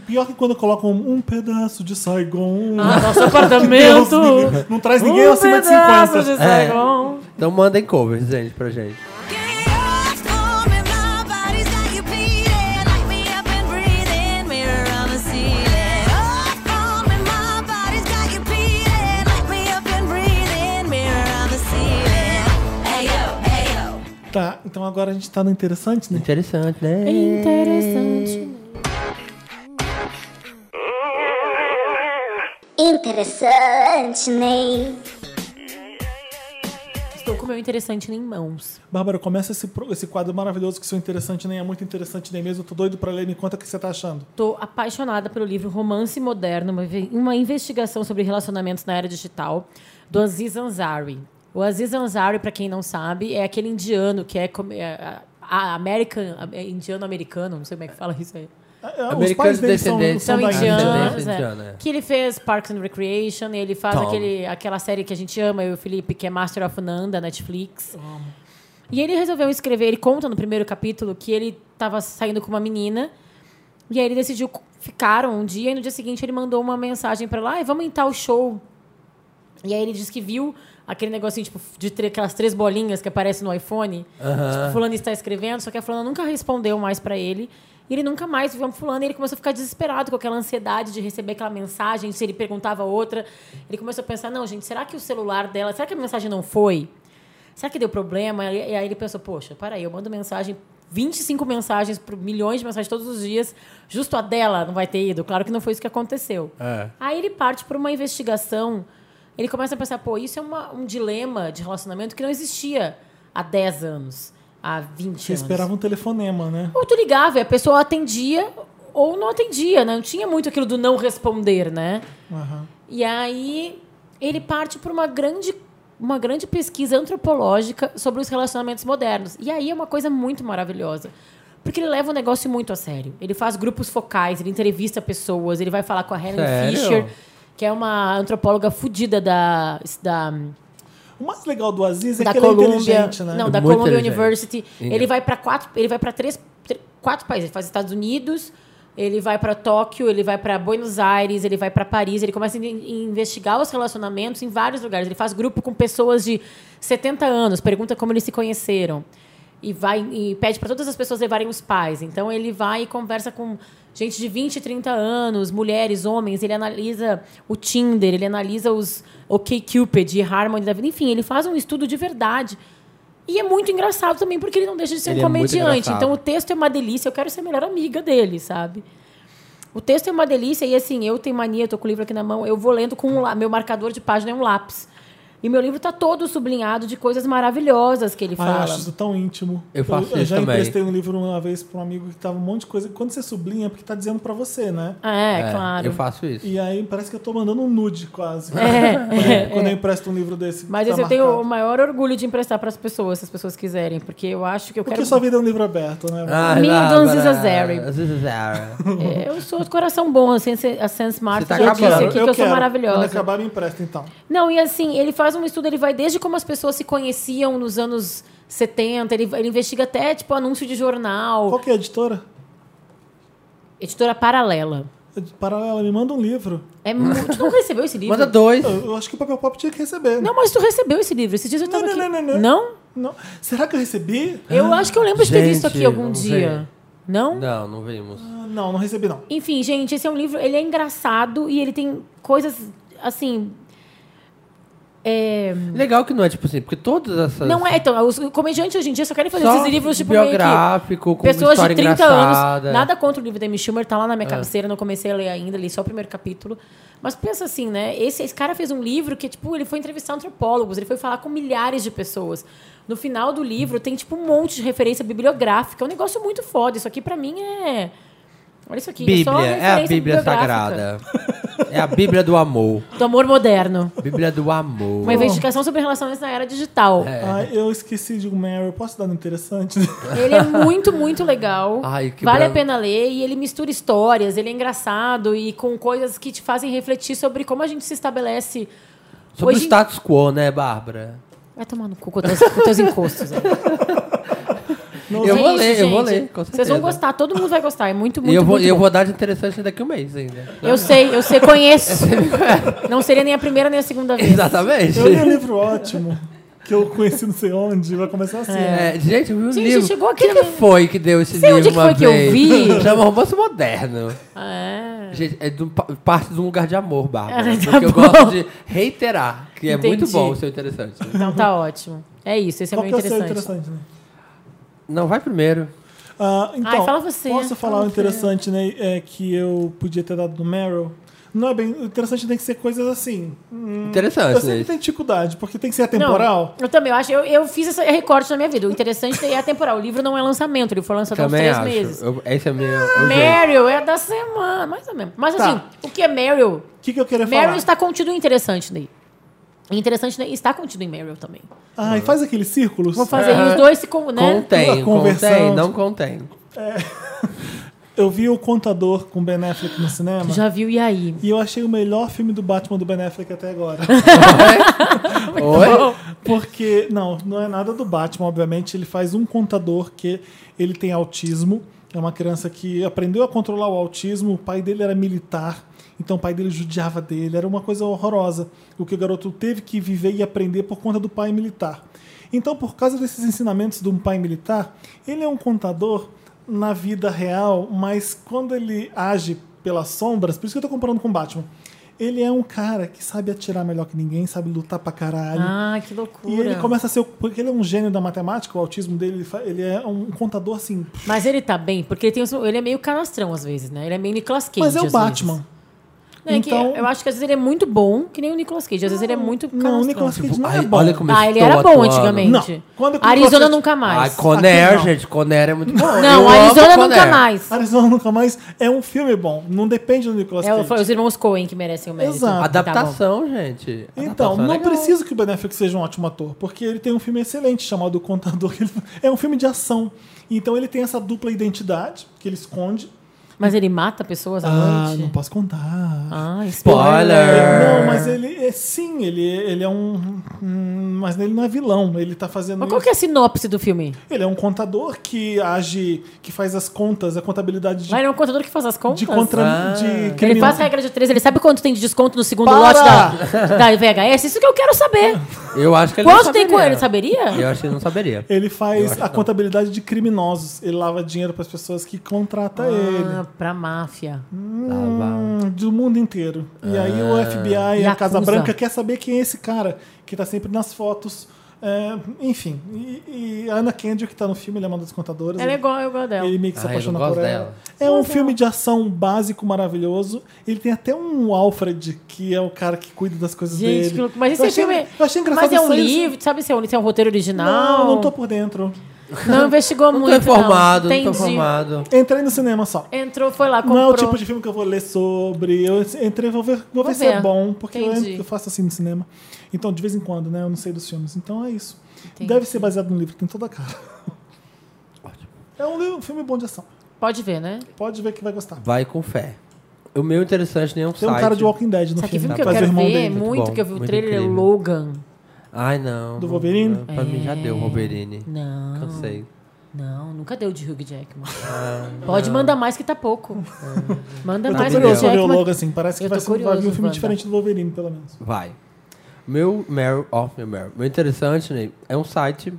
A: Pior que quando colocam um pedaço de Saigon. um
B: Ah, nosso
A: Deus,
B: apartamento.
A: ninguém- não traz ninguém
B: um
A: acima de
B: pedaço
A: 50.
B: de
C: É.
B: Saigon.
C: então mandem covers, gente, pra gente.
A: Tá, então agora a gente tá no interessante, né?
C: Interessante, né?
B: Interessante.
F: Interessante, Ney.
B: Estou com o meu interessante em mãos.
A: Bárbara, começa esse, pro- esse quadro maravilhoso que seu interessante nem é muito interessante nem mesmo. Eu tô doido pra ler, me conta o que você tá achando.
B: Estou apaixonada pelo livro Romance Moderno, uma, ve- uma investigação sobre relacionamentos na era digital, do Aziz Ansari. O Aziz Ansari, para quem não sabe, é aquele indiano que é, come- é, a- a- American, a- é indiano-americano, não sei como é que fala isso aí.
A: Ah, ah, Os
C: Americanos
A: pais dele são,
C: descendentes
A: são
B: São
A: da
C: indianos.
A: Índia, né?
B: indianos,
C: Descendência
B: é.
C: indiana, é.
B: Que ele fez Parks and Recreation, ele faz
C: Tom.
B: aquele, aquela série que a gente ama, eu e o Felipe, que é Master of None, da Netflix. E ele resolveu escrever, ele conta no primeiro capítulo que ele estava saindo com uma menina, e aí ele decidiu, ficaram um dia, e no dia seguinte ele mandou uma mensagem para lá, e vamos em tal show. E aí ele disse que viu aquele negocinho, tipo, de tre- aquelas três bolinhas que aparecem no iPhone. Tipo, fulano está escrevendo, só que a fulana nunca respondeu mais pra ele. E ele nunca mais viu a fulana. E ele começou a ficar desesperado com aquela ansiedade de receber aquela mensagem, se ele perguntava outra. Ele começou a pensar, não, gente, será que o celular dela... Será que a mensagem não foi? Será que deu problema? E e aí ele pensou, poxa, para aí, eu mando mensagem... 25 mensagens, pro- milhões de mensagens todos os dias, justo a dela não vai ter ido. Claro que não foi isso que aconteceu.
C: É.
B: Aí ele parte para uma investigação. Ele começa a pensar, pô, isso é uma- um dilema de relacionamento que não existia há 10 anos, há 20
A: Você
B: anos.
A: esperava um telefonema, né?
B: Ou tu ligava e a pessoa atendia ou não atendia, né? Não tinha muito aquilo do não responder, né?
A: Aham.
B: E aí ele parte para uma grande, uma grande pesquisa antropológica sobre os relacionamentos modernos. E aí é uma coisa muito maravilhosa. Porque ele leva o negócio muito a sério. Ele faz grupos focais, ele entrevista pessoas, ele vai falar com a Helen
C: Sério?
B: Fisher, que é uma antropóloga fodida da, da,
A: O mais legal do Aziz é
B: da
A: que ele é
B: Colômbia.
A: inteligente, né?
B: Não,
C: É
B: da
C: muito
B: Columbia
C: inteligente.
B: University.
C: Entendi.
B: Ele vai para quatro, ele vai para três, tr- quatro países. Ele faz Estados Unidos, ele vai para Tóquio, ele vai para Buenos Aires, ele vai para Paris. Ele começa a in- investigar os relacionamentos em vários lugares. Ele faz grupo com pessoas de 70 anos, pergunta como eles se conheceram. E, vai, e pede para todas as pessoas levarem os pais. Então ele vai e conversa com gente de 20, 30 anos, mulheres, homens. Ele analisa o Tinder, ele analisa os OkCupid, Harmony da vida. Enfim, ele faz um estudo de verdade. E é muito engraçado também, porque ele não deixa de ser
C: Ele
B: um
C: é muito
B: comediante.
C: engraçado.
B: então o texto é uma delícia, eu quero ser a melhor amiga dele, sabe? O texto é uma delícia e assim, eu tenho mania, eu tô com o livro aqui na mão, eu vou lendo com um, lá- meu marcador de página é um lápis. E meu livro tá todo sublinhado de coisas maravilhosas que ele
A: Ah, eu
B: fala.
A: acho isso tão íntimo.
C: Eu faço
A: eu
C: isso
A: já
C: também.
A: emprestei um livro uma vez pra um amigo que tava um monte de coisa. Quando você sublinha, é porque tá dizendo pra você, né?
B: É, claro.
C: Eu faço isso.
A: E aí parece que eu tô mandando um nude quase. quando, quando eu empresto um livro desse.
B: É, Mas
A: tá
B: esse eu tenho o
A: marcado.
B: maior orgulho de emprestar pras pessoas, se as pessoas quiserem, porque eu acho que eu
A: Porque
B: quero
A: sua vida é um livro aberto, né?
C: Ah,
B: Me
C: lá,
B: do
C: lá,
B: Aziza
C: lá,
B: Zeri.
C: Aziza Zeri.
B: É, eu sou de coração bom, assim, a Sense, a Sense Martin
C: tá
B: já disse
C: acabando.
B: aqui que eu, sou
A: quero. Quando
B: maravilhosa.
A: acabar, me empresta, então.
B: Não, e assim, ele faz um estudo, ele vai desde como as pessoas se conheciam nos anos 70, ele, ele investiga até, tipo, anúncio de jornal,
A: Qual que é a editora?
B: editora paralela.
A: Paralela, me manda um livro.
B: É
A: (laughs)
B: muito... tu não recebeu esse livro?
C: Manda dois.
A: Eu, eu acho que o Papel Pop tinha que receber.
B: Não, mas tu recebeu esse livro, esses dias eu
A: Não,
B: tava
A: não,
B: aqui.
A: não, não, não.
B: Não?
A: Não. Será que eu recebi? Ah,
B: Eu acho que eu lembro de ter
C: Gente,
B: visto aqui algum
C: vamos
B: dia.
C: ver.
B: Não?
C: Não, não vimos.
A: Ah, Não, não recebi, não.
B: Enfim, gente, esse é um livro, ele é engraçado e ele tem coisas, assim... É...
C: Legal que não é tipo assim, porque todas essas.
B: Não é, então, os comediantes hoje em dia só querem fazer
C: Só
B: esses livros, tipo, meio que...
C: biográfico, com
B: Pessoas de
C: história
B: 30
C: engraçada. É.
B: anos. Nada contra o livro da Amy Schumer, tá lá na minha cabeceira, não comecei a ler ainda, li só o primeiro capítulo. Mas pensa assim, né? Esse, esse cara fez um livro que, tipo, ele foi entrevistar antropólogos, ele foi falar com milhares de pessoas. No final do livro tem, tipo, um monte de referência bibliográfica. É um negócio muito foda. Isso aqui, pra mim, é. Olha isso aqui. é, só
C: Bíblia, é a
B: referência
C: Bíblia
B: bibliográfica.
C: Sagrada. É a Bíblia do amor.
B: Do amor moderno.
C: Bíblia do amor.
B: Uma investigação sobre relações na era digital.
A: Ah, eu esqueci de um Mary. Posso dar no interessante? (laughs)
B: Ele é muito, muito legal.
C: (laughs) Ai, que
B: vale a
C: bran-
B: pena ler e ele mistura histórias, ele é engraçado e com coisas que te fazem refletir sobre como a gente se estabelece.
C: Sobre o
B: hoje em-
C: status quo, né, Bárbara?
B: Vai tomar no cu com teus, com teus encostos. né?
C: (laughs) eu
B: É
C: vou
B: isso,
C: ler, eu vou
B: gente.
C: ler, com
B: Vocês vão
C: certeza.
B: gostar, todo mundo vai gostar. É
C: e
B: muito, muito,
C: eu vou,
B: muito
C: eu
B: bom.
C: vou dar de interessante daqui a um mês ainda.
B: Eu sei, eu
C: (laughs)
B: sei, conheço. (laughs) Não seria nem a primeira nem a segunda vez.
C: Exatamente.
A: Eu li um livro ótimo que eu conheci não sei onde. Vai começar assim. né?
C: É, gente, eu vi um
B: Gente,
C: livro.
B: chegou aqui
C: O que,
B: também.
C: foi que deu esse
B: Sei
C: livro
B: onde que
C: uma
B: foi que eu
C: vez?
B: vi.
C: (laughs) Chama Romance Moderno.
B: É.
C: Gente, é do, pa- parte de um lugar de amor, Bárbara.
B: Ah, tá
C: porque eu
B: bom.
C: gosto de reiterar, que é muito
B: Entendi.
C: bom o seu interessante.
B: Então tá ótimo. É isso, esse é
A: Qual
B: muito
A: que é o seu
B: interessante.
A: interessante, né?
C: Não, vai primeiro.
A: Ah, então,
B: Ai, fala você,
A: posso falar o
B: fala você.
A: interessante, né? É que eu podia ter dado do Meryl. Não é bem. O interessante tem que ser coisas assim. Hum, eu
C: Interessante,
A: sempre
C: né?
A: tenho dificuldade, porque tem que ser atemporal.
B: Não, eu também, eu acho. Eu, eu fiz esse recorte na minha vida. O interessante é atemporal. O livro não é lançamento, ele foi lançado há uns
C: Também
B: três
C: acho.
B: meses.
C: Eu- esse é meu. é o jeito.
B: Meryl é da semana, mais ou menos. Mas
A: Tá.
B: assim, o que é Meryl?
A: O que, que eu queria
B: Meryl
A: falar?
B: está contido em interessante daí. Interessante né? está contido em Meryl também.
A: Ai, faz aqueles círculos.
B: Vou fazer os dois se com, né?
A: Uma
C: Contém,
A: conversão,
C: contém, não
A: tipo-
C: contém.
A: Eu vi o Contador com Ben Affleck no cinema.
B: Já viu e aí?
A: E eu achei o melhor filme do Batman do Ben Affleck até agora.
C: Oi?
A: Porque, não, não é nada do Batman, obviamente. Ele faz um contador que ele tem autismo. É uma criança que aprendeu a controlar o autismo. O pai dele era militar. Então o pai dele judiava dele. Era uma coisa horrorosa. O que o garoto teve que viver e aprender por conta do pai militar. Então, por causa desses ensinamentos de um pai militar, ele é um contador na vida real, mas quando ele age pelas sombras, por isso que eu tô comparando com o Batman. Ele é um cara que sabe atirar melhor que ninguém, sabe lutar pra caralho.
B: Ah, que loucura.
A: E ele começa a ser. o- Porque ele é um gênio da matemática, o autismo dele, ele fa- ele é um contador assim.
B: Mas ele tá bem, porque ele, tem, os- ele é meio canastrão às vezes, né? Ele é meio Nicolas Cage.
A: Mas é o
B: às
A: Batman.
B: vezes. Não, é que
A: Então-
B: eu acho que às vezes ele é muito bom, que nem o Nicolas Cage. Às vezes ele é muito canastrão.
A: Não, o Nicolas Cage não é
C: Tipo, Ai,
A: bom.
C: olha como
B: Ah,
C: eu
B: ele
C: estou
B: era bom
C: atuando.
B: antigamente.
A: Não, quando- quando
B: Arizona
A: você-
B: nunca mais.
C: Ah, Conair,
A: não.
C: gente. Conair é muito bom.
B: não,
C: Eu amo é.
B: Arizona nunca
C: Conair.
B: mais.
A: Arizona Nunca Mais é um filme bom. Não depende do Nicolas
B: É, o-
A: Cage.
B: foi os irmãos Coen que merecem o mérito.
A: Exato.
B: Tá
C: Adaptação, gente.
A: Então,
C: Adaptação é
A: não
C: legal.
A: preciso que o Ben Affleck seja um ótimo ator, porque ele tem um filme excelente chamado O Contador. (laughs) que ele- É um filme de ação. Então ele tem essa dupla identidade que ele esconde.
B: bom. Mas ele mata pessoas à
A: Ah,
B: noite.
A: não posso contar.
B: Ah, spoiler.
C: Spoiler!
A: né? É, Não, mas ele é sim, ele, ele é um. hum, Mas ele não é vilão. Ele tá fazendo.
B: Mas qual que é a sinopse do filme?
A: Ele é um contador que age, que faz as contas, a contabilidade de,
B: Vai no contador que faz as contas?
A: de contra.
C: Ah.
A: de
B: Ele
A: criminal.
B: faz regra de três, ele sabe quanto tem de desconto no segundo
A: Para!
B: lote da, da VHS? Isso que eu quero saber.
C: Eu acho que ele não
B: Quanto
C: saberia.
B: tem com ele? Saberia?
A: Ah,
C: Eu acho que ele não saberia. Tá,
A: Ele
C: Eu
A: faz
C: acho
A: a
C: não.
A: contabilidade de criminosos. Ele lava dinheiro pras pessoas que contrata
B: Ah,
A: ele.
B: pra máfia.
C: Tava-
A: Hum, Do mundo inteiro. E aí
C: Ah.
A: o FBI e a
B: Yakuza.
A: Casa Branca quer saber quem é esse cara que tá sempre nas fotos. É, enfim. E, e a Ana Kendrick, que tá no filme, ele é uma das contadoras.
B: Ela é
A: ele-
B: igual, eu gosto dela.
A: Ele meio que se
C: Ah, eu
A: apaixona
C: não gosto
A: por ela.
C: dela.
A: É um filme de ação básico, maravilhoso. Ele tem até um Alfred, que é o cara que cuida das coisas
B: Gente,
A: dele.
B: que louco. Mas esse
A: eu achei,
B: filme.
A: Eu achei engraçado
B: Mas é um
A: só isso.
B: livro, sabe se é um, se é um roteiro original?
A: Não, não tô por dentro.
B: Não
A: (laughs)
B: investigou
C: Não tô
B: muito.
C: informado, não,
B: Entendi.
C: tô informado.
A: Entrei no cinema só.
B: Entrou, foi lá, comprou.
A: Não é o tipo de filme que eu vou ler sobre. Eu entrei, vou ver, vou ver se é
B: ver.
A: bom, porque eu,
B: Entendi.
A: eu faço assim no cinema. Então, de vez em quando, né? Eu não sei dos filmes. Então é isso.
B: Entendi.
A: Deve ser baseado num livro, tem toda a cara. É um livro- um filme bom de ação.
B: Pode ver, né?
A: Pode ver que vai gostar.
C: Vai com fé. O meu interessante nem é um
A: Tem um
C: site.
A: cara de Walking Dead no
B: Sabe que
A: filme.
B: filme que eu
A: faz o
B: quero
A: irmão
B: ver
A: dele.
B: muito,
C: bom,
B: que eu vi o
C: muito
B: trailer, é o
C: incrível.
B: Logan.
C: Ai, não.
A: Do Wolverine?
C: Não, Pra mim já deu o Wolverine.
B: É. Não.
C: Cansei. Ah,
B: Não, nunca deu de
C: (laughs)
B: Hugh Jackman. Pode mandar mais que tá pouco. Manda
C: É.
A: Eu tô
B: mais
A: curioso pra
B: Hugh
A: ver o
B: Jackman.
A: logo assim. Parece que
B: Eu
A: vai,
B: tô
A: ser, vai vir um
B: curioso,
A: filme
B: Wanda.
A: diferente do Wolverine, pelo menos.
C: Vai. Meu Meryl, ó, meu Meryl. Meu interessante, né, é um site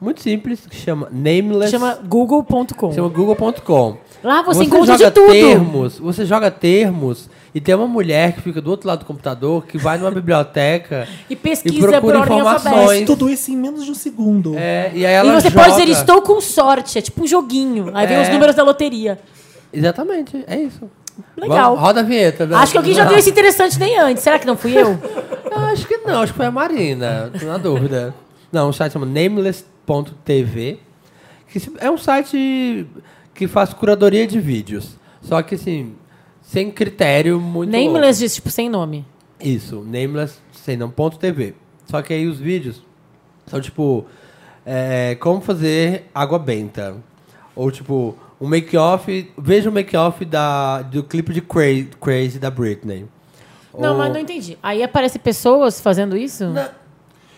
C: muito simples que chama Nameless.
B: Chama google.com.
C: chama google.com.
B: Lá Ah, você, encontra
C: joga
B: de tudo.
C: termos, você joga termos e tem uma mulher que fica do outro lado do computador que vai numa
B: (laughs)
C: biblioteca
B: E
C: e
B: pesquisa por
C: procura
B: ordem
C: informações.
B: alfabética.
A: Tudo isso em menos de um segundo.
C: É, e aí
B: E
C: ela
B: você
C: joga.
B: pode dizer, estou com sorte. É tipo um joguinho. Aí vem
C: É.
B: os números da loteria.
C: Exatamente, é isso.
B: Legal.
C: Vamos- roda a vinheta. né?
B: Acho que alguém já viu esse interessante nem antes. Será que não fui
C: (laughs)
B: eu?
C: Eu Ah, acho que não, acho que foi a Marina, tô na dúvida. Não, o site chama nameless.tv, que se- é um site que faz curadoria de vídeos. Só que assim, sem critério muito louco.
B: Nameless diz, tipo, sem nome.
C: Isso, nameless, sei não, ponto TV. Só que aí os vídeos são tipo, é, como fazer água benta. Ou tipo, um make-off, veja o make-off da- do clipe de Crazy, Crazy da Britney.
B: Não,
C: Ou-
B: mas não é entendi. Aí aparecem pessoas fazendo isso?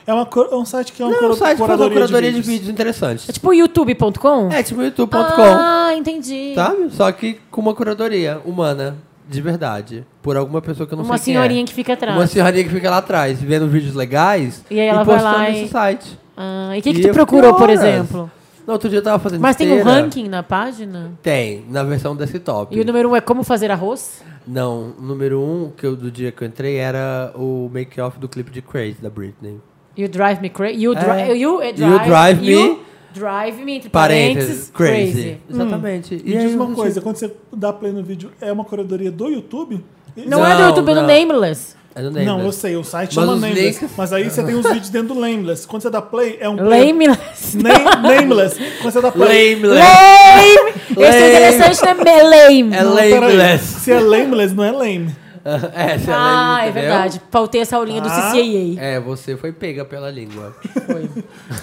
A: É, uma, cur- é um site que é um
B: tipo
C: Não,
A: cura-
C: o site faz uma
A: curadoria,
C: curadoria
A: de
C: de
A: vídeos.
C: vídeos
B: É
C: interessantes.
B: tipo youtube.com?
C: É Tá? tipo youtube.com,
B: Ah, entendi.
C: sabe? Só que com uma curadoria humana, de verdade. Por alguma pessoa que eu não
B: Uma
C: sei quem
B: senhorinha
C: é.
B: que fica atrás.
C: Uma senhorinha que fica lá atrás, vendo vídeos legais
B: E aí ela vai
C: postando
B: lá
C: nesse
B: e-
C: site.
B: Ah, e o que, que
C: E
B: tu
C: eu
B: procurou,
C: fiquei
B: por
C: horas.
B: exemplo?
C: No outro dia eu tava fazendo
B: Mas tem um
C: esteira.
B: ranking na página?
C: Tem, na versão desktop.
B: E o número um é como fazer arroz?
C: Não, o número um que eu, do dia que eu entrei era o make-off do clipe de Crazy, da Britney.
B: You drive me crazy. You, dri
C: É.
B: you, é
C: You drive me-
B: you drive me, entre parênteses, crazy.
C: Exatamente.
A: E é um
C: aí
A: Hum.
C: tipo,
A: diz
C: eu-
A: uma coisa, quando você dá play no vídeo, é uma curadoria do YouTube? E-
B: Não, é do
C: Não,
B: YouTube, é do
C: não.
B: Nameless.
C: É do
A: Não,
C: Nameless. (laughs)
A: eu sei, o site
C: Mas
A: chama
C: os
A: Nameless.
C: links-
A: Mas aí você tem os vídeos dentro do Nameless. Quando você dá play,
B: (laughs)
A: é um play. (laughs)
B: Nameless.
A: Na- nameless. Quando você dá (laughs) play.
C: (laughs) Nameless.
B: Lame! Esse é interessante, né? Lame.
C: É
A: Não, peraí.
C: Nameless.
A: Se é Nameless, não é lame.
C: É, você
B: Ah,
C: lembra,
B: é
C: entendeu?
B: verdade. Faltei essa aulinha do
A: Ah.
B: CCAA.
C: É, você foi pega pela
B: (laughs)
C: língua.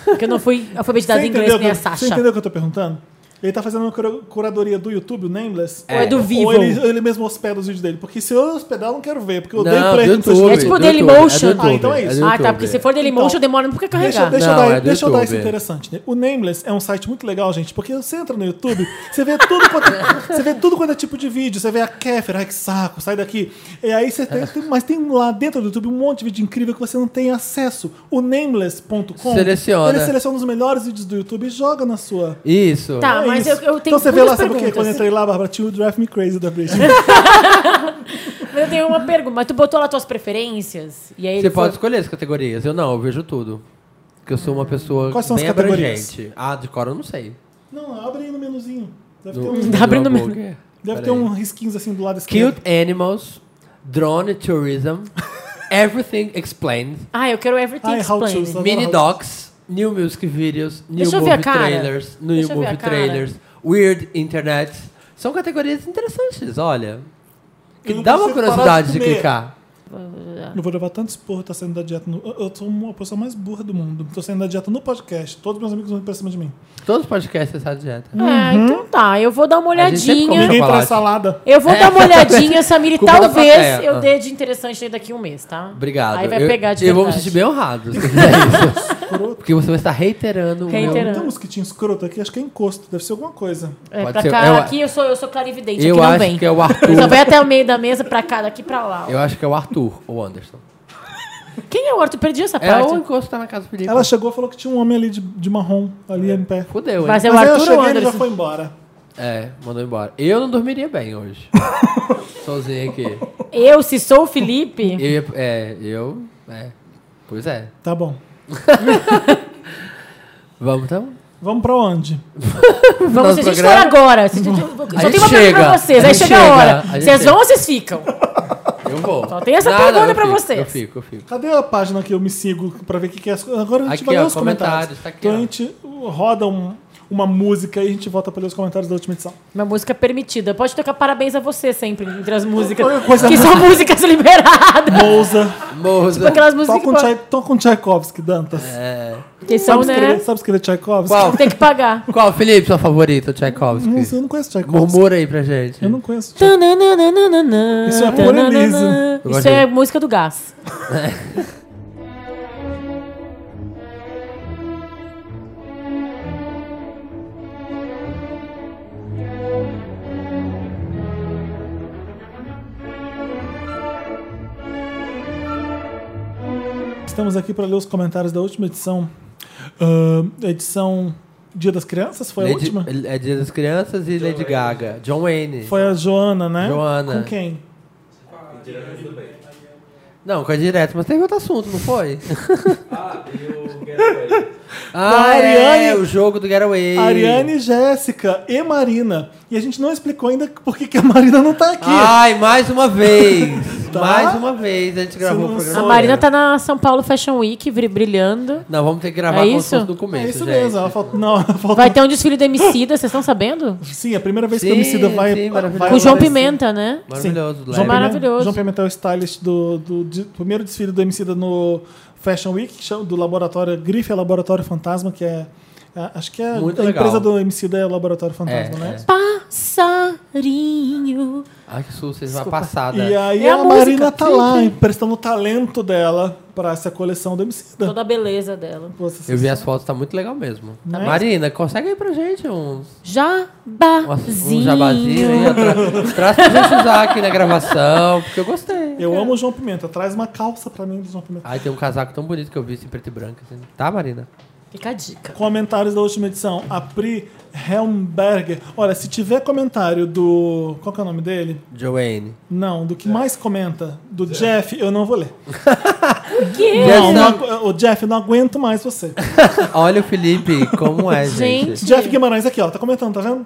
B: Porque eu não fui alfabetizada em inglês,
A: o que
B: nem
A: eu-
B: a
A: você
B: Sasha.
A: entendeu o que eu tô perguntando? Ele tá fazendo uma cura- curadoria do YouTube, o Nameless.
B: Ou é do Vivo.
A: Ou ele, ele mesmo hospeda os vídeos dele. Porque se eu hospedar, eu não quero ver. Porque eu dei
C: Não,
A: play
C: do
A: aqui no Facebook.
C: YouTube,
B: É tipo
C: do
B: Daily
C: YouTube,
B: Motion.
C: do YouTube,
A: Ah, então é isso.
C: do
B: Ah, tá.
C: YouTube.
B: Porque se for Dailymotion,
A: Então,
B: demora muito pra
A: Deixa,
B: carregar.
A: deixa,
C: Não,
A: eu, dar,
C: é do
A: deixa eu dar isso
C: YouTube.
A: interessante. né? O Nameless é um site muito legal, gente, porque você entra no YouTube, você vê tudo quanto, você vê tudo quanto é (laughs) tipo de vídeo, você vê a Kéfera, ai que saco, sai daqui. E aí você tem, tem- mas tem lá dentro do YouTube um monte de vídeo incrível que você não tem acesso. O nameless.com
C: Seleciona.
A: ele seleciona os melhores vídeos do YouTube e joga na sua.
C: Isso.
B: Tá,
A: É
B: mas
A: isso.
B: eu, eu tenho
A: Então você vê lá,
B: muitas
A: sabe o quê? Quando eu
B: perguntas.
A: entrei lá, Bárbara, tinha o Drive Me Crazy da
B: (laughs)
A: Britney.
B: Mas eu tenho uma pergunta. Mas tu botou lá tuas preferências? E aí
C: Você
B: ele foi-
C: pode escolher as categorias. Eu não, eu vejo tudo. Porque eu sou uma pessoa
A: Quais são as
C: bem
A: categorias?
C: abrangente. Ah, de cor eu não sei.
A: não, abre aí no menuzinho. Deve ter,
C: No-
A: um,
C: no
B: abre no
C: Google.
A: deve ter
C: Peraí.
A: um risquinhos assim do lado esquerdo.
C: Cute animals, drone
B: (laughs)
C: tourism, everything explained,
B: Ah, eu quero Everything
A: Ai, how to,
B: Explained.
A: só-
C: mini docs, new music videos, new
B: Deixa eu ver a
C: movie
B: cara.
C: trailers, new
B: Deixa eu ver a
C: movie
B: cara.
C: trailers, weird internet. São categorias interessantes, olha. Que
A: Eu não
C: dá uma
A: consigo parar
C: curiosidade de
A: comer.
C: clicar.
A: Não vou levar tanto esporro, tá saindo da dieta. no- Eu, eu sou uma pessoa mais burra do mundo. Tô saindo da dieta no podcast. Todos meus amigos vão pra cima de mim.
C: Todos os podcasts essa dieta.
B: É, então tá. Eu vou dar uma
C: A gente sempre
B: olhadinha.
C: come.
A: Ninguém
C: Chocolate.
A: traz salada.
B: Eu
C: (laughs)
B: vou dar uma olhadinha, Samir, e
C: Culpa da
B: talvez
C: plateia.
B: eu
C: Ah.
B: dê de interessante aí daqui a um mês, tá?
C: Obrigado.
B: Aí vai
C: eu,
B: pegar de
C: Eu vou me
B: verdade.
C: sentir bem honrado. se você
B: (laughs)
C: fizer isso. Porque você vai estar reiterando o meu...
B: Reiterando.
A: Não tem um mosquitinho escroto aqui, acho que é encosto. Deve ser alguma coisa.
B: É,
C: Pode
B: pra
C: ser.
B: cá,
C: Eu-
B: aqui eu sou, eu sou clarividente,
C: Eu
B: aqui não
C: acho
B: vem.
C: que
B: (laughs)
C: é o Arthur.
B: Só vai até o meio da mesa, pra cá, daqui pra lá. ó.
C: Eu acho que é o Arthur, ou Anderson.
B: Quem é o Arthur? Perdi essa
C: É
B: parte.
C: o encosto que tá na casa do Felipe.
A: Ela chegou e falou que tinha um homem ali de, de marrom, ali em pé.
C: Fudeu, hein?
B: Mas é o
A: Mas aí eu
B: Arthur ou
A: cheguei
B: o
A: e ele já
B: Anderson?
A: foi embora.
C: É, mandou embora. Eu não dormiria bem
B: (laughs)
C: hoje. Sozinho aqui.
B: Eu, se sou o Felipe...
C: Eu ia, é, eu. É. Pois é.
A: Tá bom.
C: Vamos então?
A: Vamos pra onde?
B: Vamos, se a gente for
C: programa-
B: agora. se a gente- eu só
C: gente
B: tenho uma pergunta pra
C: chega.
B: vocês.
C: A
B: Aí
C: gente
B: chega a
C: chega.
B: hora.
C: A gente
B: Vocês
C: chega.
B: vão ou vocês ficam?
C: Eu vou.
B: Só Então, tem essa pergunta
C: eu
B: pra
C: fico,
B: vocês.
C: Eu fico, eu fico.
A: Cadê a página que eu me sigo pra ver o que, que é? as- Agora a gente
C: Aqui,
A: vai ler
C: ó,
A: os comentários.
C: comentários, tá aqui,
A: então a
C: ó.
A: gente roda um- uma música e a gente volta pra ler os comentários da última edição.
B: Uma música permitida. Pode tocar parabéns a você sempre entre as músicas.
A: Olha, coisa
B: que são músicas (laughs) liberadas.
A: Mozart,
C: Moza.
B: Aquelas músicas
A: toca
B: que,
A: um,
B: pode-
A: Tchai, toca um Tchaikovsky, Dantas.
B: que são,
A: Sabe, escrever,
B: né?
A: sabe escrever Tchaikovsky?
C: É. Qual?
B: Tem que pagar.
C: Qual, Felipe, sua favorita,
A: Não sei,
C: Tchaikovsky?
A: eu não conheço Tchaikovsky.
C: Murmura aí pra gente.
A: Eu não conheço.
B: Tananana,
A: (laughs) Isso é
B: tananana.
A: Mona Lisa.
C: Eu
B: Isso
C: gosto
B: é
C: de-
B: música do gás.
A: Estamos aqui para ler os comentários da última edição. Ahn, edição Dia das Crianças? Foi a
C: Lady-
A: última?
C: É Dia das Crianças e Lady Gaga. John Wayne.
A: Foi a Joana, né?
C: Joana.
A: Com quem? (laughs)
C: Não, foi direto, mas teve outro assunto, não foi?
G: Ah, e o Getaway.
C: Ah,
A: Ariane-
C: é, o jogo do Getaway.
A: Ariane, Jéssica e Marina. E a gente não explicou ainda por que, que a Marina não tá aqui.
C: Ai, mais uma vez.
A: (laughs) Tá?
C: Mais uma vez a gente gravou o
A: não
C: programa.
A: sou-
B: A
A: Olha.
B: Marina tá na São Paulo Fashion Week, bri- brilhando.
C: Não, vamos ter que gravar
B: É
C: como
B: isso?
C: se fosse do
A: é
C: começo,
A: isso
C: gente.
A: mesmo. Ela falta, não, (laughs) ela falta,
B: Vai ter um desfile do Emicida, vocês estão sabendo?
A: Sim, a primeira vez que
C: Sim,
A: o Emicida vai.
C: sim,
A: (gasps) vai
C: maravilhoso.
B: Com o João
A: aparecer.
B: Pimenta, né?
A: Sim.
C: Maravilhoso.
A: João
C: Leve.
A: Pimenta-
B: Maravilhoso.
A: João Pimenta é o stylist do, do, de- primeiro desfile do Emicida no Fashion Week, que chama- do laboratório Grife é Laboratório Fantasma, que é. a- Acho que é
C: Muito
A: a
C: legal.
A: empresa do Emicida é o Laboratório Fantasma,
C: É,
A: né?
C: é.
B: Passarinho.
C: Ai, que susto, vocês vão passada.
A: E aí
B: É a
A: a, Marina
B: música,
A: tá
B: sim,
A: lá,
B: sim.
A: emprestando o talento dela pra essa coleção do Emicida.
B: Toda a beleza dela.
A: Você-
C: Eu vi as fotos, tá muito legal mesmo.
A: Né?
C: Marina, consegue aí pra gente uns, umas-
B: Jabazinho.
C: um jabazinho aí? Tra traz pra gente usar aqui na gravação, porque eu gostei.
A: Eu amo o João Pimenta. Traz uma calça pra mim do João Pimenta.
C: Ai, tem um casaco tão bonito que eu vi, assim, preto e branco. assim. Tá, Marina?
B: Fica a dica.
A: Comentários da última edição. A Pri Helmberger. Olha, se tiver comentário do. Qual que é o nome dele?
C: Joanne.
A: Não, do que mais comenta, do É. Jeff, eu não vou ler.
B: Que?
C: Jeff,
A: Não, não
C: não-
A: agu- o Jeff, não aguento mais você.
C: Olha o Felipe, como é, gente.
B: Gente,
A: (laughs) Jeff Guimarães aqui, ó, tá comentando, tá vendo?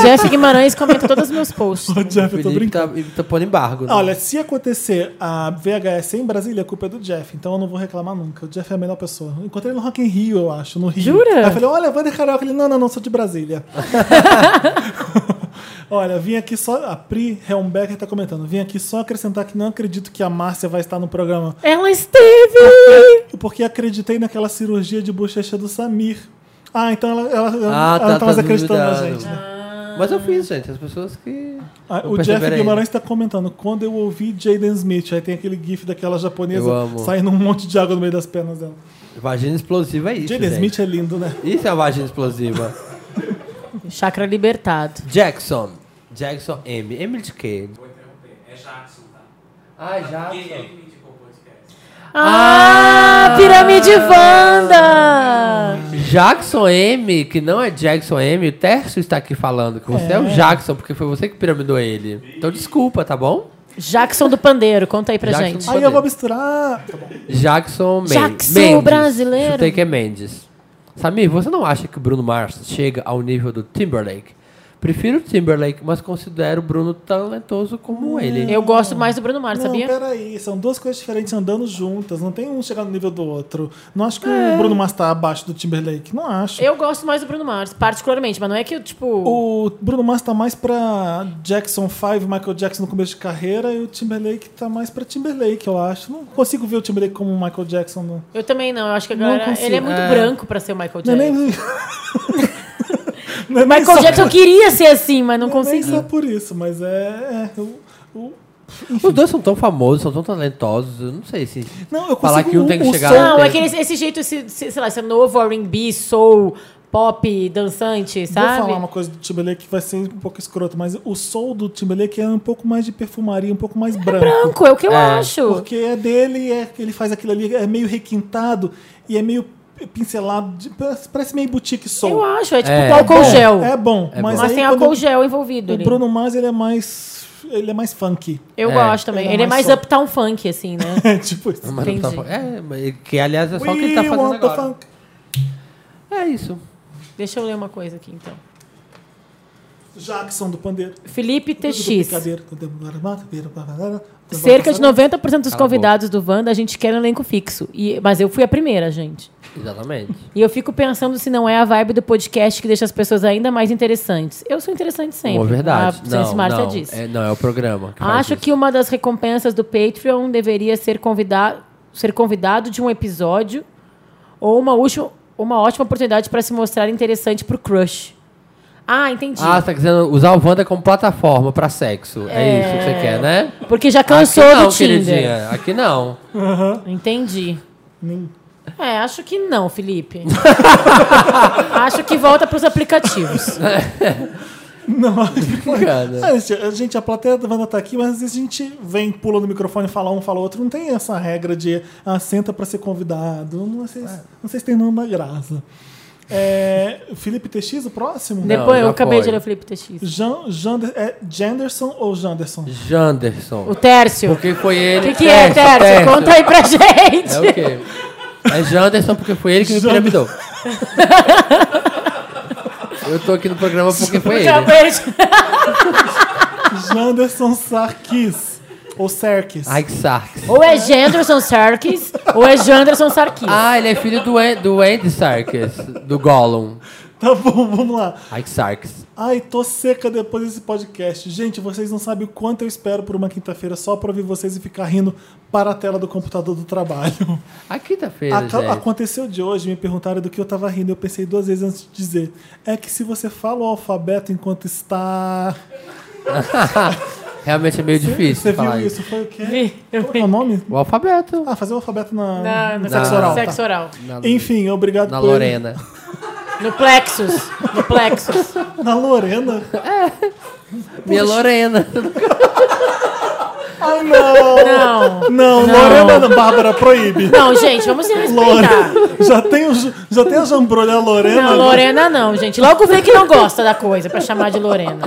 B: Jeff Guimarães comenta todos os meus posts.
A: O Jeff,
C: O
A: eu tô
C: Felipe
A: brincando.
C: tá, ele tá pondo embargo. né?
A: Olha, se acontecer a VHS em Brasília, a culpa é do Jeff, então eu não vou reclamar nunca. O Jeff é a melhor pessoa. Eu Encontrei ele no Rock in Rio, eu acho, no Rio.
B: Jura?
A: Aí eu falei, olha, Wander Carioca. Ele, não, não, não, sou de
C: (laughs)
A: Brasília. olha, vim aqui só... A Pri Helmbecker tá comentando. Vim aqui só acrescentar que não acredito que a Márcia vai estar no programa.
B: Ela esteve!
A: Porque acreditei naquela cirurgia de bochecha do Samir. Ah, então ela, ela,
C: Ah,
A: ela
C: tá,
A: não tá mais
C: tá
A: acreditando na
C: duvidando.
A: gente, né?
C: Mas eu fiz, gente. As pessoas que.
A: Ah,
C: não
A: o Jeff
C: perseveram
A: Guimarães está comentando, quando eu ouvi Jaden Smith, aí tem aquele gif daquela japonesa
C: Eu amo.
A: saindo um monte de água no meio das pernas dela.
C: ainda. Vagina explosiva é isso.
A: Jaden
C: gente.
A: Smith é lindo, né?
C: Isso é uma vagina explosiva.
B: Chakra libertado.
C: Jackson. Jackson M. M de quê?
G: Vou interromper. É Jackson, tá?
C: Ah,
G: Quem é
C: Jackson.
G: que me indicou o podcast?
B: Ah, Pirâmide Wanda!
C: Jackson M, que não é Jackson M, o Tércio está aqui falando que você é, o Jackson, porque foi você que piramidou ele. Então desculpa, tá bom?
B: Jackson do Pandeiro, conta aí pra
C: Jackson
B: gente.
A: Aí
C: Poder.
A: eu vou misturar. Tá bom.
C: Jackson Mendes.
B: Jackson brasileiro.
C: Chutei que é Mendes. Samir, você não acha que Bruno Mars chega ao nível do Timberlake? Prefiro o Timberlake, mas considero o Bruno talentoso
B: Hum.
C: como ele.
B: Eu gosto mais do Bruno Mars,
A: Não,
B: sabia?
A: peraí, são duas coisas diferentes andando juntas, não tem um chegar no nível do outro. Não acho que o Bruno Mars tá abaixo do Timberlake, não acho.
B: É. Eu gosto mais do Bruno Mars, particularmente, mas não é que eu, tipo.
A: O Bruno Mars tá mais pra Jackson 5, Michael Jackson no começo de carreira, e o Timberlake tá mais pra Timberlake, eu acho. Não consigo ver o Timberlake como o Michael Jackson. No...
B: Eu também não, eu acho que a
A: Não
B: galera.
A: consigo.
B: Ele é muito
C: É.
B: branco pra ser o Michael
A: Não é
B: Jackson.
A: nem... (laughs) Não é nem
B: Michael
A: só- é
B: Jackson queria ser assim, mas não
A: Nem
B: conseguiu.
A: só por isso, mas é. é, o- o-
C: Os dois são tão famosos, são tão talentosos, eu não sei se...
A: não, eu consigo.
C: Falar que um tem que
A: o
C: chegar
A: som-
C: lá.
B: Não,
C: tem-
B: é que esse, esse jeito, esse, esse- sei lá, esse novo RB, soul, pop, dançante, sabe?
A: Vou falar uma coisa do Timberlake que vai ser um pouco escroto, mas o soul do Timberlake é um pouco mais de perfumaria, um pouco mais branco.
B: Branco, é o que eu acho.
A: Porque é dele, é, ele faz aquilo ali, é meio requintado e é meio pincelado, de- parece- parece meio boutique soul.
B: Eu acho, é tipo
C: É.
B: o álcool
A: Bom,
B: gel.
A: É bom,
C: É
A: mas,
C: bom.
B: mas
A: aí
B: tem
A: quando
B: álcool gel envolvido
A: O
B: ali.
A: Bruno Mars ele é mais ele é mais funky. (laughs)
B: Eu
C: É.
B: gosto também.
A: Ele é
B: Ele é
A: mais
B: mais,
A: soul.
B: uptown funk, assim,
A: (laughs)
B: né?
A: É tipo isso.
C: Mas não tá
B: Entendi.
C: fa- é, mas- que aliás é só o que ele tá
A: We
C: fazendo
A: want the
C: agora.
A: funk.
C: É isso.
B: Deixa eu ler uma coisa aqui, então.
A: Jackson do pandeiro.
B: Felipe TX.
A: Picadeiro,
B: Então, Cerca de 90% dos
C: Cala a
B: convidados do Wanda a gente quer um elenco fixo. E, mas eu fui a primeira, gente.
C: Exatamente.
B: E eu fico pensando se não é a vibe do podcast que deixa as pessoas ainda mais interessantes. Eu sou interessante sempre. tá? Ah,
C: Uma verdade.
B: A
C: não,
B: Sense Márcia
C: não,
B: disse.
C: É, não, é o programa. que faz
B: Acho
C: isso.
B: que uma das recompensas do Patreon deveria ser convidar, ser convidado de um episódio ou uma, última, uma ótima oportunidade para se mostrar interessante pro crush. Ah, entendi.
C: Ah, você tá querendo usar o Wanda como plataforma pra sexo. É, isso que você quer, né?
B: Porque já cansou
C: Aqui não,
B: do Tinder.
C: queridinha. Aqui não.
B: Entendi. É, acho que não, Felipe. (laughs) acho que volta pros aplicativos.
A: Não, (laughs)
C: Cara.
A: a gente, a gente, a plateia da Wanda tá aqui, mas às vezes a gente vem, pula no microfone, fala um, fala outro. Não tem essa regra de ah, senta pra ser convidado. Não sei, se- não sei se tem nome da graça. É, Felipe TX, o próximo?
C: Não.
B: Depois eu
C: já
B: acabei
C: foi.
B: de ler o Felipe TX.
A: Jan, Jander, é Janderson ou Janderson?
C: Janderson.
B: O Tércio.
C: Porque foi
B: O
C: ele.
A: é,
B: que, que é, Tércio? Conta aí pra (laughs) gente.
C: É o quê? É Janderson, porque foi ele que me
A: Jander-
C: piramidou. Eu tô aqui no programa porque foi ele.
A: Janderson Sarkis. Ou Serkis.
C: Ike Sarks.
B: Ou é Janderson Sarkis, ou é Janderson Sarkis.
C: Ah, ele é filho do, An- do Andy Sarkis, do Gollum.
A: Tá bom, vamos lá.
C: Ike Sarkis.
A: Ai, tô seca depois desse podcast. Gente, vocês não sabem o quanto eu espero por uma quinta-feira só pra ouvir vocês e ficar rindo para a tela do computador do trabalho.
C: A quinta-feira,
A: Aca-
C: tá gente.
A: Aconteceu de hoje, me perguntaram do que eu tava rindo. Eu pensei duas vezes antes de dizer. É que se você fala o alfabeto enquanto está.
C: Realmente é meio difícil
A: Você
C: falar
A: viu isso? Foi o quê?
B: (laughs) Vi, eu
A: Qual é o nome?
C: O alfabeto.
A: Ah, fazer o alfabeto na.
B: Na-
A: no
B: na-
A: sexo oral.
B: Sexo
A: tá.
B: oral.
C: Na,
A: Enfim, obrigado
C: na
A: por-
C: Lorena.
B: No plexus. No plexus.
A: (laughs) Na Lorena?
C: Minha Lorena. (laughs)
A: Ai, não!
B: (laughs) (laughs) Não.
A: Não, Lorena não, Bárbara proíbe.
B: Não, gente, vamos se respeitar.
A: Lorena. (laughs) Já tem, o, ju- já tem a jambrolha a Lorena.
B: Não, Lorena não, gente. Logo vê que não gosta da coisa pra chamar de Lorena.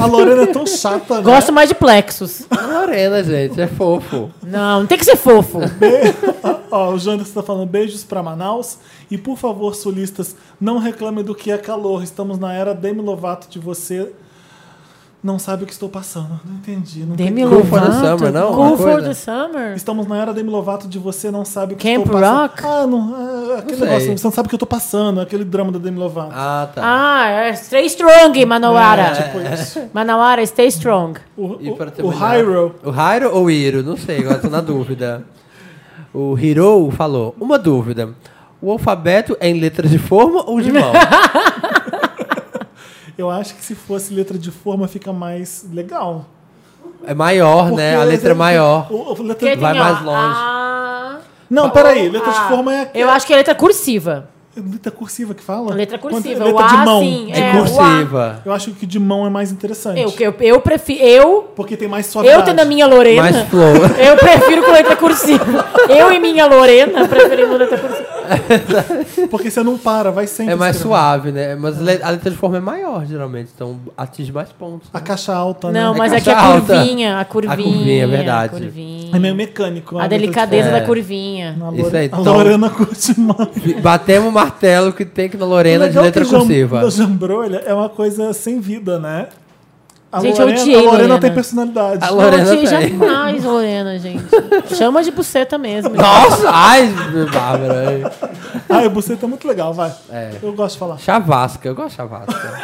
A: A Lorena é tão chata, né?
B: Gosto mais de plexus.
C: Lorena, gente. É fofo.
B: Não, não tem que ser fofo.
A: Ó, o Janderson tá falando beijos pra Manaus. E por favor, sulistas, não reclamem do que é calor. Estamos na era Demi Lovato de você. Não sabe o que estou passando. Não entendi. Não
B: Demi
A: tem-
C: Cool for the
B: Lovato,
C: summer, não?
B: Cool
C: Uma
B: for
C: coisa.
B: the summer.
A: Estamos na era Demi Lovato de você não sabe o que
B: Camp
A: estou passando.
B: Rock?
A: Ah, não. ah, aquele
C: Não sei.
A: negócio. Você não sabe o que eu tô passando. é Aquele drama da Demi Lovato.
C: Ah, tá.
B: Ah, é Stay Strong,
C: É,
B: Manowara.
A: Tipo isso.
B: Manowara, Stay Strong.
A: O,
C: E pra
A: o, o
C: terminar-
A: Hyrule.
C: O Hyro ou o Iro? Não sei,
A: (laughs)
C: agora tô na dúvida. O Hiro falou: Uma dúvida. O alfabeto é em letras de forma ou de mão?
A: (laughs) Eu acho que se fosse letra de forma fica mais legal.
C: É maior, né? A
A: Porque
C: letra é maior.
A: o- o letra-
B: Porque
C: Vai
B: tem, ó,
C: mais longe.
B: ah,
A: Não, peraí. Letra de
B: ah,
A: forma é
B: Eu acho que é letra cursiva.
A: Letra cursiva que fala?
B: Letra
A: Quando-
B: cursiva,
A: Letra
B: o
A: de
B: A,
A: mão.
B: sim,
A: De
B: é,
A: cur-
B: o A.
C: Cursiva.
A: Eu acho que de mão é mais interessante.
B: Eu, eu, eu prefiro. Eu,
A: Porque tem mais suavidade.
B: eu tendo a minha Lorena.
C: É Mais flow.
A: (laughs)
B: Eu prefiro com letra cursiva. Eu e minha Lorena preferindo letra cursiva.
A: Porque você não para, vai sempre.
C: É mais
A: escrevendo.
C: suave, né? Mas le- a letra de forma é maior, geralmente. Então atinge mais pontos.
A: A caixa alta, né?
B: Não, mas
C: caixa
B: aqui a
C: alta.
B: curvinha, a curvinha.
C: A curvinha, é verdade.
B: a curvinha.
A: É meio mecânico.
B: A
A: letra de
B: delicadeza
C: É.
B: da curvinha.
A: forma. A
C: Isso aí,
A: Lore- A
C: então-
A: Lorena curte mais.
C: Batemos o martelo que tem que na Lorena de
A: Legal
C: letra
A: que jam-
C: cursiva.
A: Da jambrolha é uma coisa sem vida, né? A
B: Gente, eu
A: Lorena,
B: odiei
A: a Lorena,
B: Lorena.
A: tem personalidade.
C: A
B: Não,
C: Lorena
B: gente,
C: tem.
B: jamais, Lorena, gente. Chama de buceta mesmo.
C: Nossa! Ai, Bárbara.
A: Ai, você tá muito legal, vai.
C: É.
A: Eu gosto de falar. (laughs)
C: Chavasca, eu gosto de chavasca.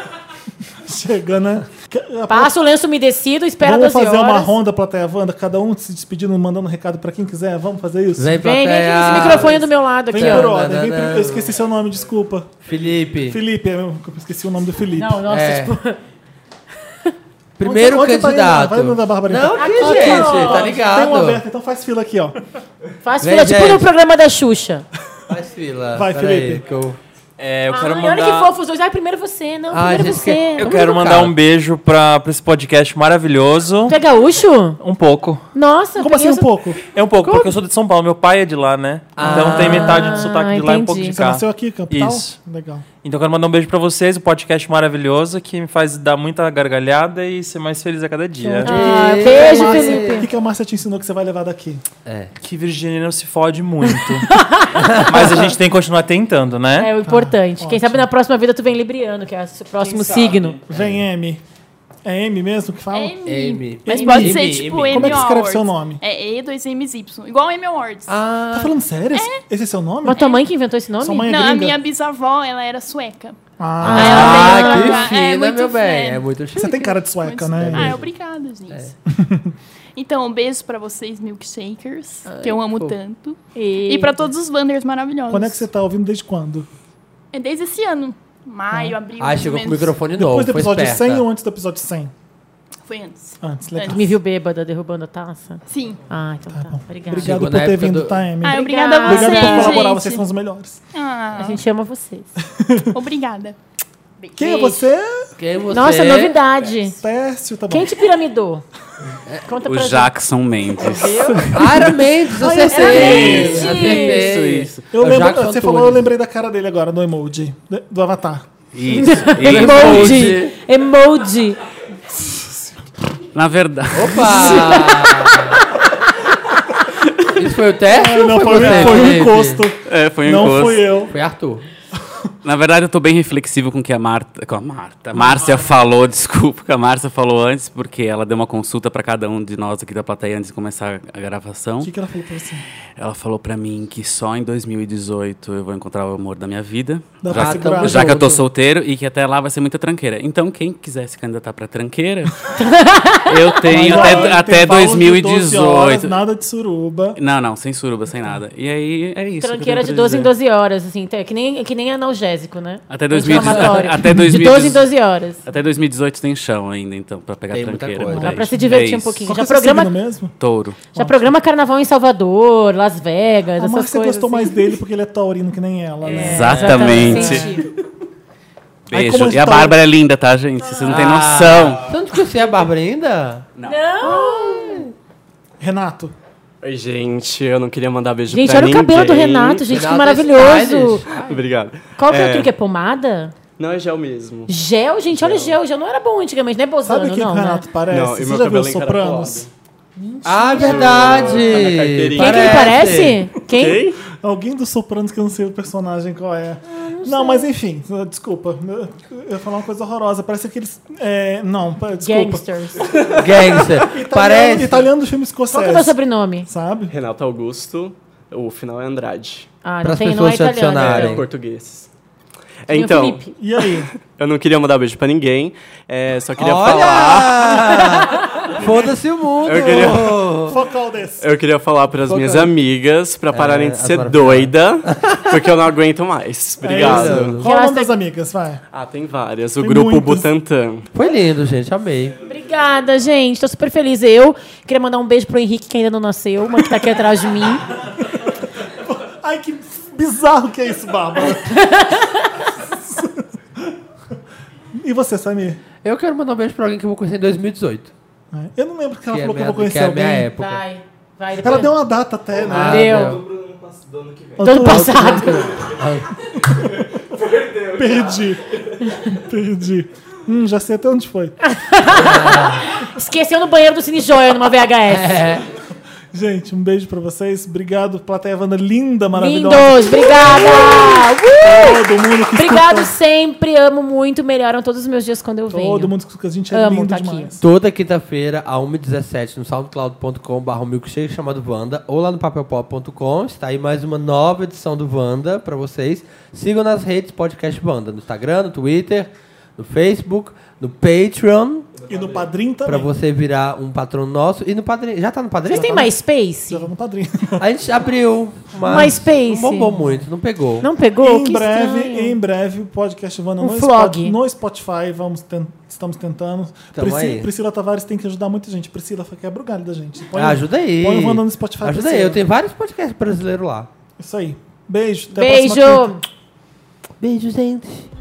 A: Chega, né? Que- a-
B: Passa o lenço umedecido, espera
A: Vamos
B: 12
A: fazer
B: horas.
A: uma ronda, plateia Wanda, cada um se despedindo, mandando um recado pra quem quiser. Vamos fazer isso?
C: Vem, né?
B: Vem, vem aqui nesse microfone do meu lado aqui,
A: Vem por
B: ó.
A: ordem, vem por...
C: Tananana.
A: Eu esqueci seu nome, desculpa.
C: Felipe.
A: Felipe, é eu esqueci o nome do Felipe.
B: Não, nossa,
C: É.
B: tipo,
C: (laughs) Primeiro
A: Onde- onde tá indo?
C: candidato.
A: Vai no da Bárbara,
C: Não,
A: então.
C: aqui,
B: Aqui,
C: gente,
B: ó.
C: tá
A: Tem uma
C: ligado?
A: aberta, então faz fila aqui, ó.
B: faz
C: Vem,
B: fila, tipo
C: gente.
B: no programa da Xuxa.
C: Faz fila.
A: Vai,
C: Pera aí,
A: Felipe.
C: que eu-
I: É, eu quero
B: Ai, olha que
I: mandar.
B: fofo os dois. Ai, primeiro você, não,
C: Ah,
B: primeiro
C: gente,
B: você.
C: que-
I: Eu
B: Vamos
I: quero
B: lá.
I: mandar um beijo pra, pra esse podcast maravilhoso.
B: Tu é gaúcho?
I: Um pouco.
B: Nossa,
A: Como assim um
B: conheço-
A: pouco? Você
I: É um pouco, porque eu sou de São Paulo, meu pai é de lá, né?
A: Ah,
J: um
I: então
C: Ah,
I: tem metade do sotaque de lá e um pouco de
B: entendi.
I: cá.
A: nasceu aqui, capital?
I: Isso.
A: Legal.
I: Então eu quero mandar um beijo pra vocês, um podcast maravilhoso que me faz dar muita gargalhada e ser mais feliz a cada dia.
B: Ah, beijo,
A: Márcia,
B: Felipe.
A: O que, que a Márcia te ensinou que você vai levar daqui?
I: Que virginiano se fode muito. (laughs) Mas a gente tem que continuar tentando, né?
B: É o
A: Ah,
B: importante. Quem sabe na próxima vida tu vem Libriano, que é o próximo signo.
A: Vem, M. É M mesmo que fala?
C: Amy.
J: Mas
A: M.
J: pode
A: M,
J: ser
I: M,
J: tipo M.
A: Como é que escreve
J: Awards.
A: seu nome?
J: É E, 2 M's, Y. Igual M Awards.
A: Tá falando sério? Esse- Esse é seu nome?
B: Mas tua mãe que inventou esse nome?
A: Sua mãe é
J: Não,
A: gringa?
J: a minha bisavó, ela era sueca.
A: Ah,
J: Aí ela
C: Ah,
J: veio pra
C: que
J: cá. É
C: fina,
J: muito
C: meu bem.
J: fina.
C: É muito chique.
A: você tem cara de sueca, né?
J: Ah, obrigada, gente. Então, um beijo pra vocês, milkshakers, que eu amo tanto. E pra todos os Wanders maravilhosos.
A: Quando é que você tá ouvindo desde quando?
J: É desde esse ano.
A: tá?
J: Maio, abril,
C: Ah,
J: mais
C: chegou
J: ou
C: com o
J: menos.
C: microfone novo.
A: Depois do
C: foi
A: episódio
C: esperta.
A: 100 ou antes do episódio 100?
J: Foi antes.
A: Antes, legal.
J: Antes.
B: Me viu bêbada derrubando a taça?
J: Sim.
B: Ah, então tá. Obrigada.
A: Obrigado
C: Chegou
A: por
C: na
A: ter
C: época
A: vindo,
C: do-
A: tá, M?
J: Ah, obrigada a
B: Obrigado
J: vocês,
A: Obrigado por colaborar,
J: gente.
A: vocês são os melhores.
B: A
J: Ah,
B: gente ama vocês.
J: obrigada.
A: Quem é
B: Beijo.
A: você?
C: Quem você...
J: é
B: Nossa, novidade.
A: Tércio, tá bom.
B: Quem te piramidou? Conta
I: O
B: pra
I: Jackson
J: (laughs)
I: Mendes.
C: Ara Mendes, acertei.
B: Mendes!
C: Acertei.
I: Isso, isso.
A: Eu
C: É o
A: lembro,
C: Jackson
A: você
C: Antunes.
A: falou, eu lembrei da cara dele agora no emoji, de- do Avatar.
I: Isso,
B: gente.
I: isso.
B: Emoji. Emoji.
I: Na verdade.
C: Opa! (laughs) Isso foi o teste? ou
A: Não, foi,
C: você,
A: foi um
C: Felipe?
A: encosto.
K: É, foi um
A: não
K: encosto.
A: fui eu.
C: Foi Arthur.
K: Na verdade, eu tô bem reflexivo com o que a Marta. Com a Marta. Márcia falou, (laughs) desculpa, que a Márcia falou antes, porque ela deu uma consulta para cada um de nós aqui da plateia antes de começar a gravação.
A: O que, que ela falou pra você?
K: Ela falou para mim que só em 2018 eu vou encontrar o amor da minha vida.
A: Dá pra
K: já
A: segurar.
K: já que eu tô
C: Outro.
K: solteiro e que até lá vai ser muita tranqueira. Então, quem quiser se candidatar para
L: (laughs)
K: tranqueira, eu tenho
A: Mas,
K: até,
A: olha,
K: até
A: intervalo de 12 horas,
K: 2018.
A: nada de suruba.
K: Não, não, sem suruba, sem nada. E aí é isso. que eu
B: Tranqueira
K: tenho
B: de
K: pra
B: 12 em
K: dizer.
B: 12 horas, assim, é que nem, é que nem analgésico, né?
K: Até 2018.
B: Anti-inflamatório.
K: Até
B: De 12 em
K: 2018.
B: 12 horas.
K: Até 2018 tem chão ainda, então, pra pegar
C: Tem muita
K: tranqueira.
C: coisa.
K: por
B: Dá
K: aí.
B: pra se divertir
K: É
B: um
K: isso.
B: pouquinho.
A: Qual que
B: Já
A: é o seu
B: programa,
A: signo mesmo?
K: Touro.
B: já programa carnaval em Salvador, Las Vegas,
A: A
B: essas
A: Márcia
B: coisas.
A: gostou
B: assim.
A: mais dele porque ele é taurino que nem ela,
B: É,
A: né?
K: Exatamente.
B: Senti.
A: Aí,
K: Beijo.
A: como a
K: e a
A: história-
K: Bárbara é linda, tá, gente? Vocês
L: Ah.
K: não têm noção.
C: Tanto que você é a Bárbara ainda?
A: Renato,
L: Oi, gente, eu não queria mandar beijo
B: Gente,
L: pra
B: olha o
L: ninguém.
B: cabelo do Renato, gente, que
C: Renato
B: maravilhoso.
C: Styles.
L: Obrigado.
B: Qual que é, o
L: É,
B: truque? É pomada?
L: Não, é gel mesmo.
B: Gel, gente, olha o gel. Gel não era bom antigamente, não é
A: sabe
B: bozano,
A: o que o
B: não, né?
A: Renato parece?
L: Não, e
A: Você
L: meu
A: já viu
L: cabelo
A: os
L: é encaracolado.
A: Sopranos?
C: Ah,
L: Tá na
C: verdade!
L: carteirinha.
B: Quem que ele parece? Quem?
L: Quem?
A: Alguém dos Sopranos que eu não sei o personagem qual é.
B: Ah,
A: não, mas enfim, desculpa. Eu ia falar uma coisa horrorosa. Parece aqueles. É, não, pa- desculpa.
B: Gangsters.
C: Gangster.
A: (laughs) Italiano,
C: Parece.
A: italiano do filme
B: Qual que é o teu
A: escocês.
B: sobrenome?
A: Sabe?
L: Renato Augusto, o final é Andrade.
B: Ah, não
C: Pras
B: tem, não é
C: pessoas se
B: italiano.
C: adicionarem.
L: É
B: então.
L: português. É,
B: Tem o
L: então,
B: Felipe.
A: E aí?
B: (laughs)
L: eu não queria mandar beijo pra ninguém, é, só queria falar.
C: Olha! Foda-se o mundo!
L: Eu queria-
A: Focal desse.
L: Eu queria falar pras minhas
A: é?
C: Focando.
L: amigas pra pararem de
C: as
L: ser
C: maravilhosas.
L: doida, porque eu não aguento
A: É
L: mais. Obrigado.
A: Qual o
B: Elas
A: nome das amigas? Vai.
L: ah, tem várias. O
A: Tem
L: grupo
A: muitas.
L: Butantan.
C: Foi lindo, gente. Amei.
B: Obrigada, gente. Tô super feliz. Eu queria mandar um beijo pro Henrique, que ainda não nasceu, mas que tá aqui atrás de mim.
A: Ai, que bizarro que é isso,
B: (laughs)
A: Bárbara. e você, Samir?
C: Eu quero mandar um beijo pra alguém que eu vou conhecer em 2018.
A: É, Eu não lembro que ela
C: que, é
A: falou que eu vou
C: minha, que
A: conhecer
C: é a minha
A: alguém.
C: época.
B: Vai, vai.
A: Ela deu uma data até, né?
C: Ah,
B: Tá, Deu.
A: Eu
B: Todo
A: tô-
B: passado.
C: Ah, (laughs)
A: Perdi. Perdi. Hum, já sei até onde foi.
B: Esqueceu no banheiro do Cine Joia, numa VHS.
C: É.
A: Gente, um beijo pra vocês. Obrigado, plateia Wanda linda, maravilhosa.
B: Lindos, obrigada! Uh!
A: Todo mundo que
B: Obrigado
A: escuta.
B: sempre, amo muito, melhoram todos os meus dias quando eu venho.
A: Todo mundo que escuta. A gente é
B: Amo
A: lindo
B: tá aqui.
A: demais.
C: Toda quinta-feira, a 1h17, no soundcloud.com.br, milkshake chamado Wanda, ou lá no papelpop.com. Está aí mais uma nova edição do Wanda pra vocês. Sigam nas redes Podcast Wanda, no Instagram, no Twitter, no Facebook, no Patreon,
A: E no Padrim
C: pra
A: também.
C: você virar um patrão nosso. E no Padrinho, já tá no Padrinho?
B: Vocês têm
C: Já tá no-
B: MySpace?
A: Já tá no Padrim.
C: A gente abriu, mas
B: MySpace.
C: não bombou muito, não pegou.
B: Não pegou?
A: em
B: Que
A: breve,
B: estranho.
A: em breve, o podcast Wanda
B: Um
A: no,
B: vlog.
A: Spot- no Spotify. Vamos ten- estamos tentando.
C: Tamo
A: Prisci-
C: aí.
A: Priscila Tavares tem que ajudar muita gente. Priscila, quebra o galho da gente. Põe-
C: Ah, ajuda aí.
A: Põe o Wanda no Spotify.
C: Ajuda aí,
A: Priscila.
C: eu tenho vários podcasts brasileiros lá.
A: Isso aí. Beijo. Até a próxima
B: Beijo!
A: quinta.
C: Beijo, gente.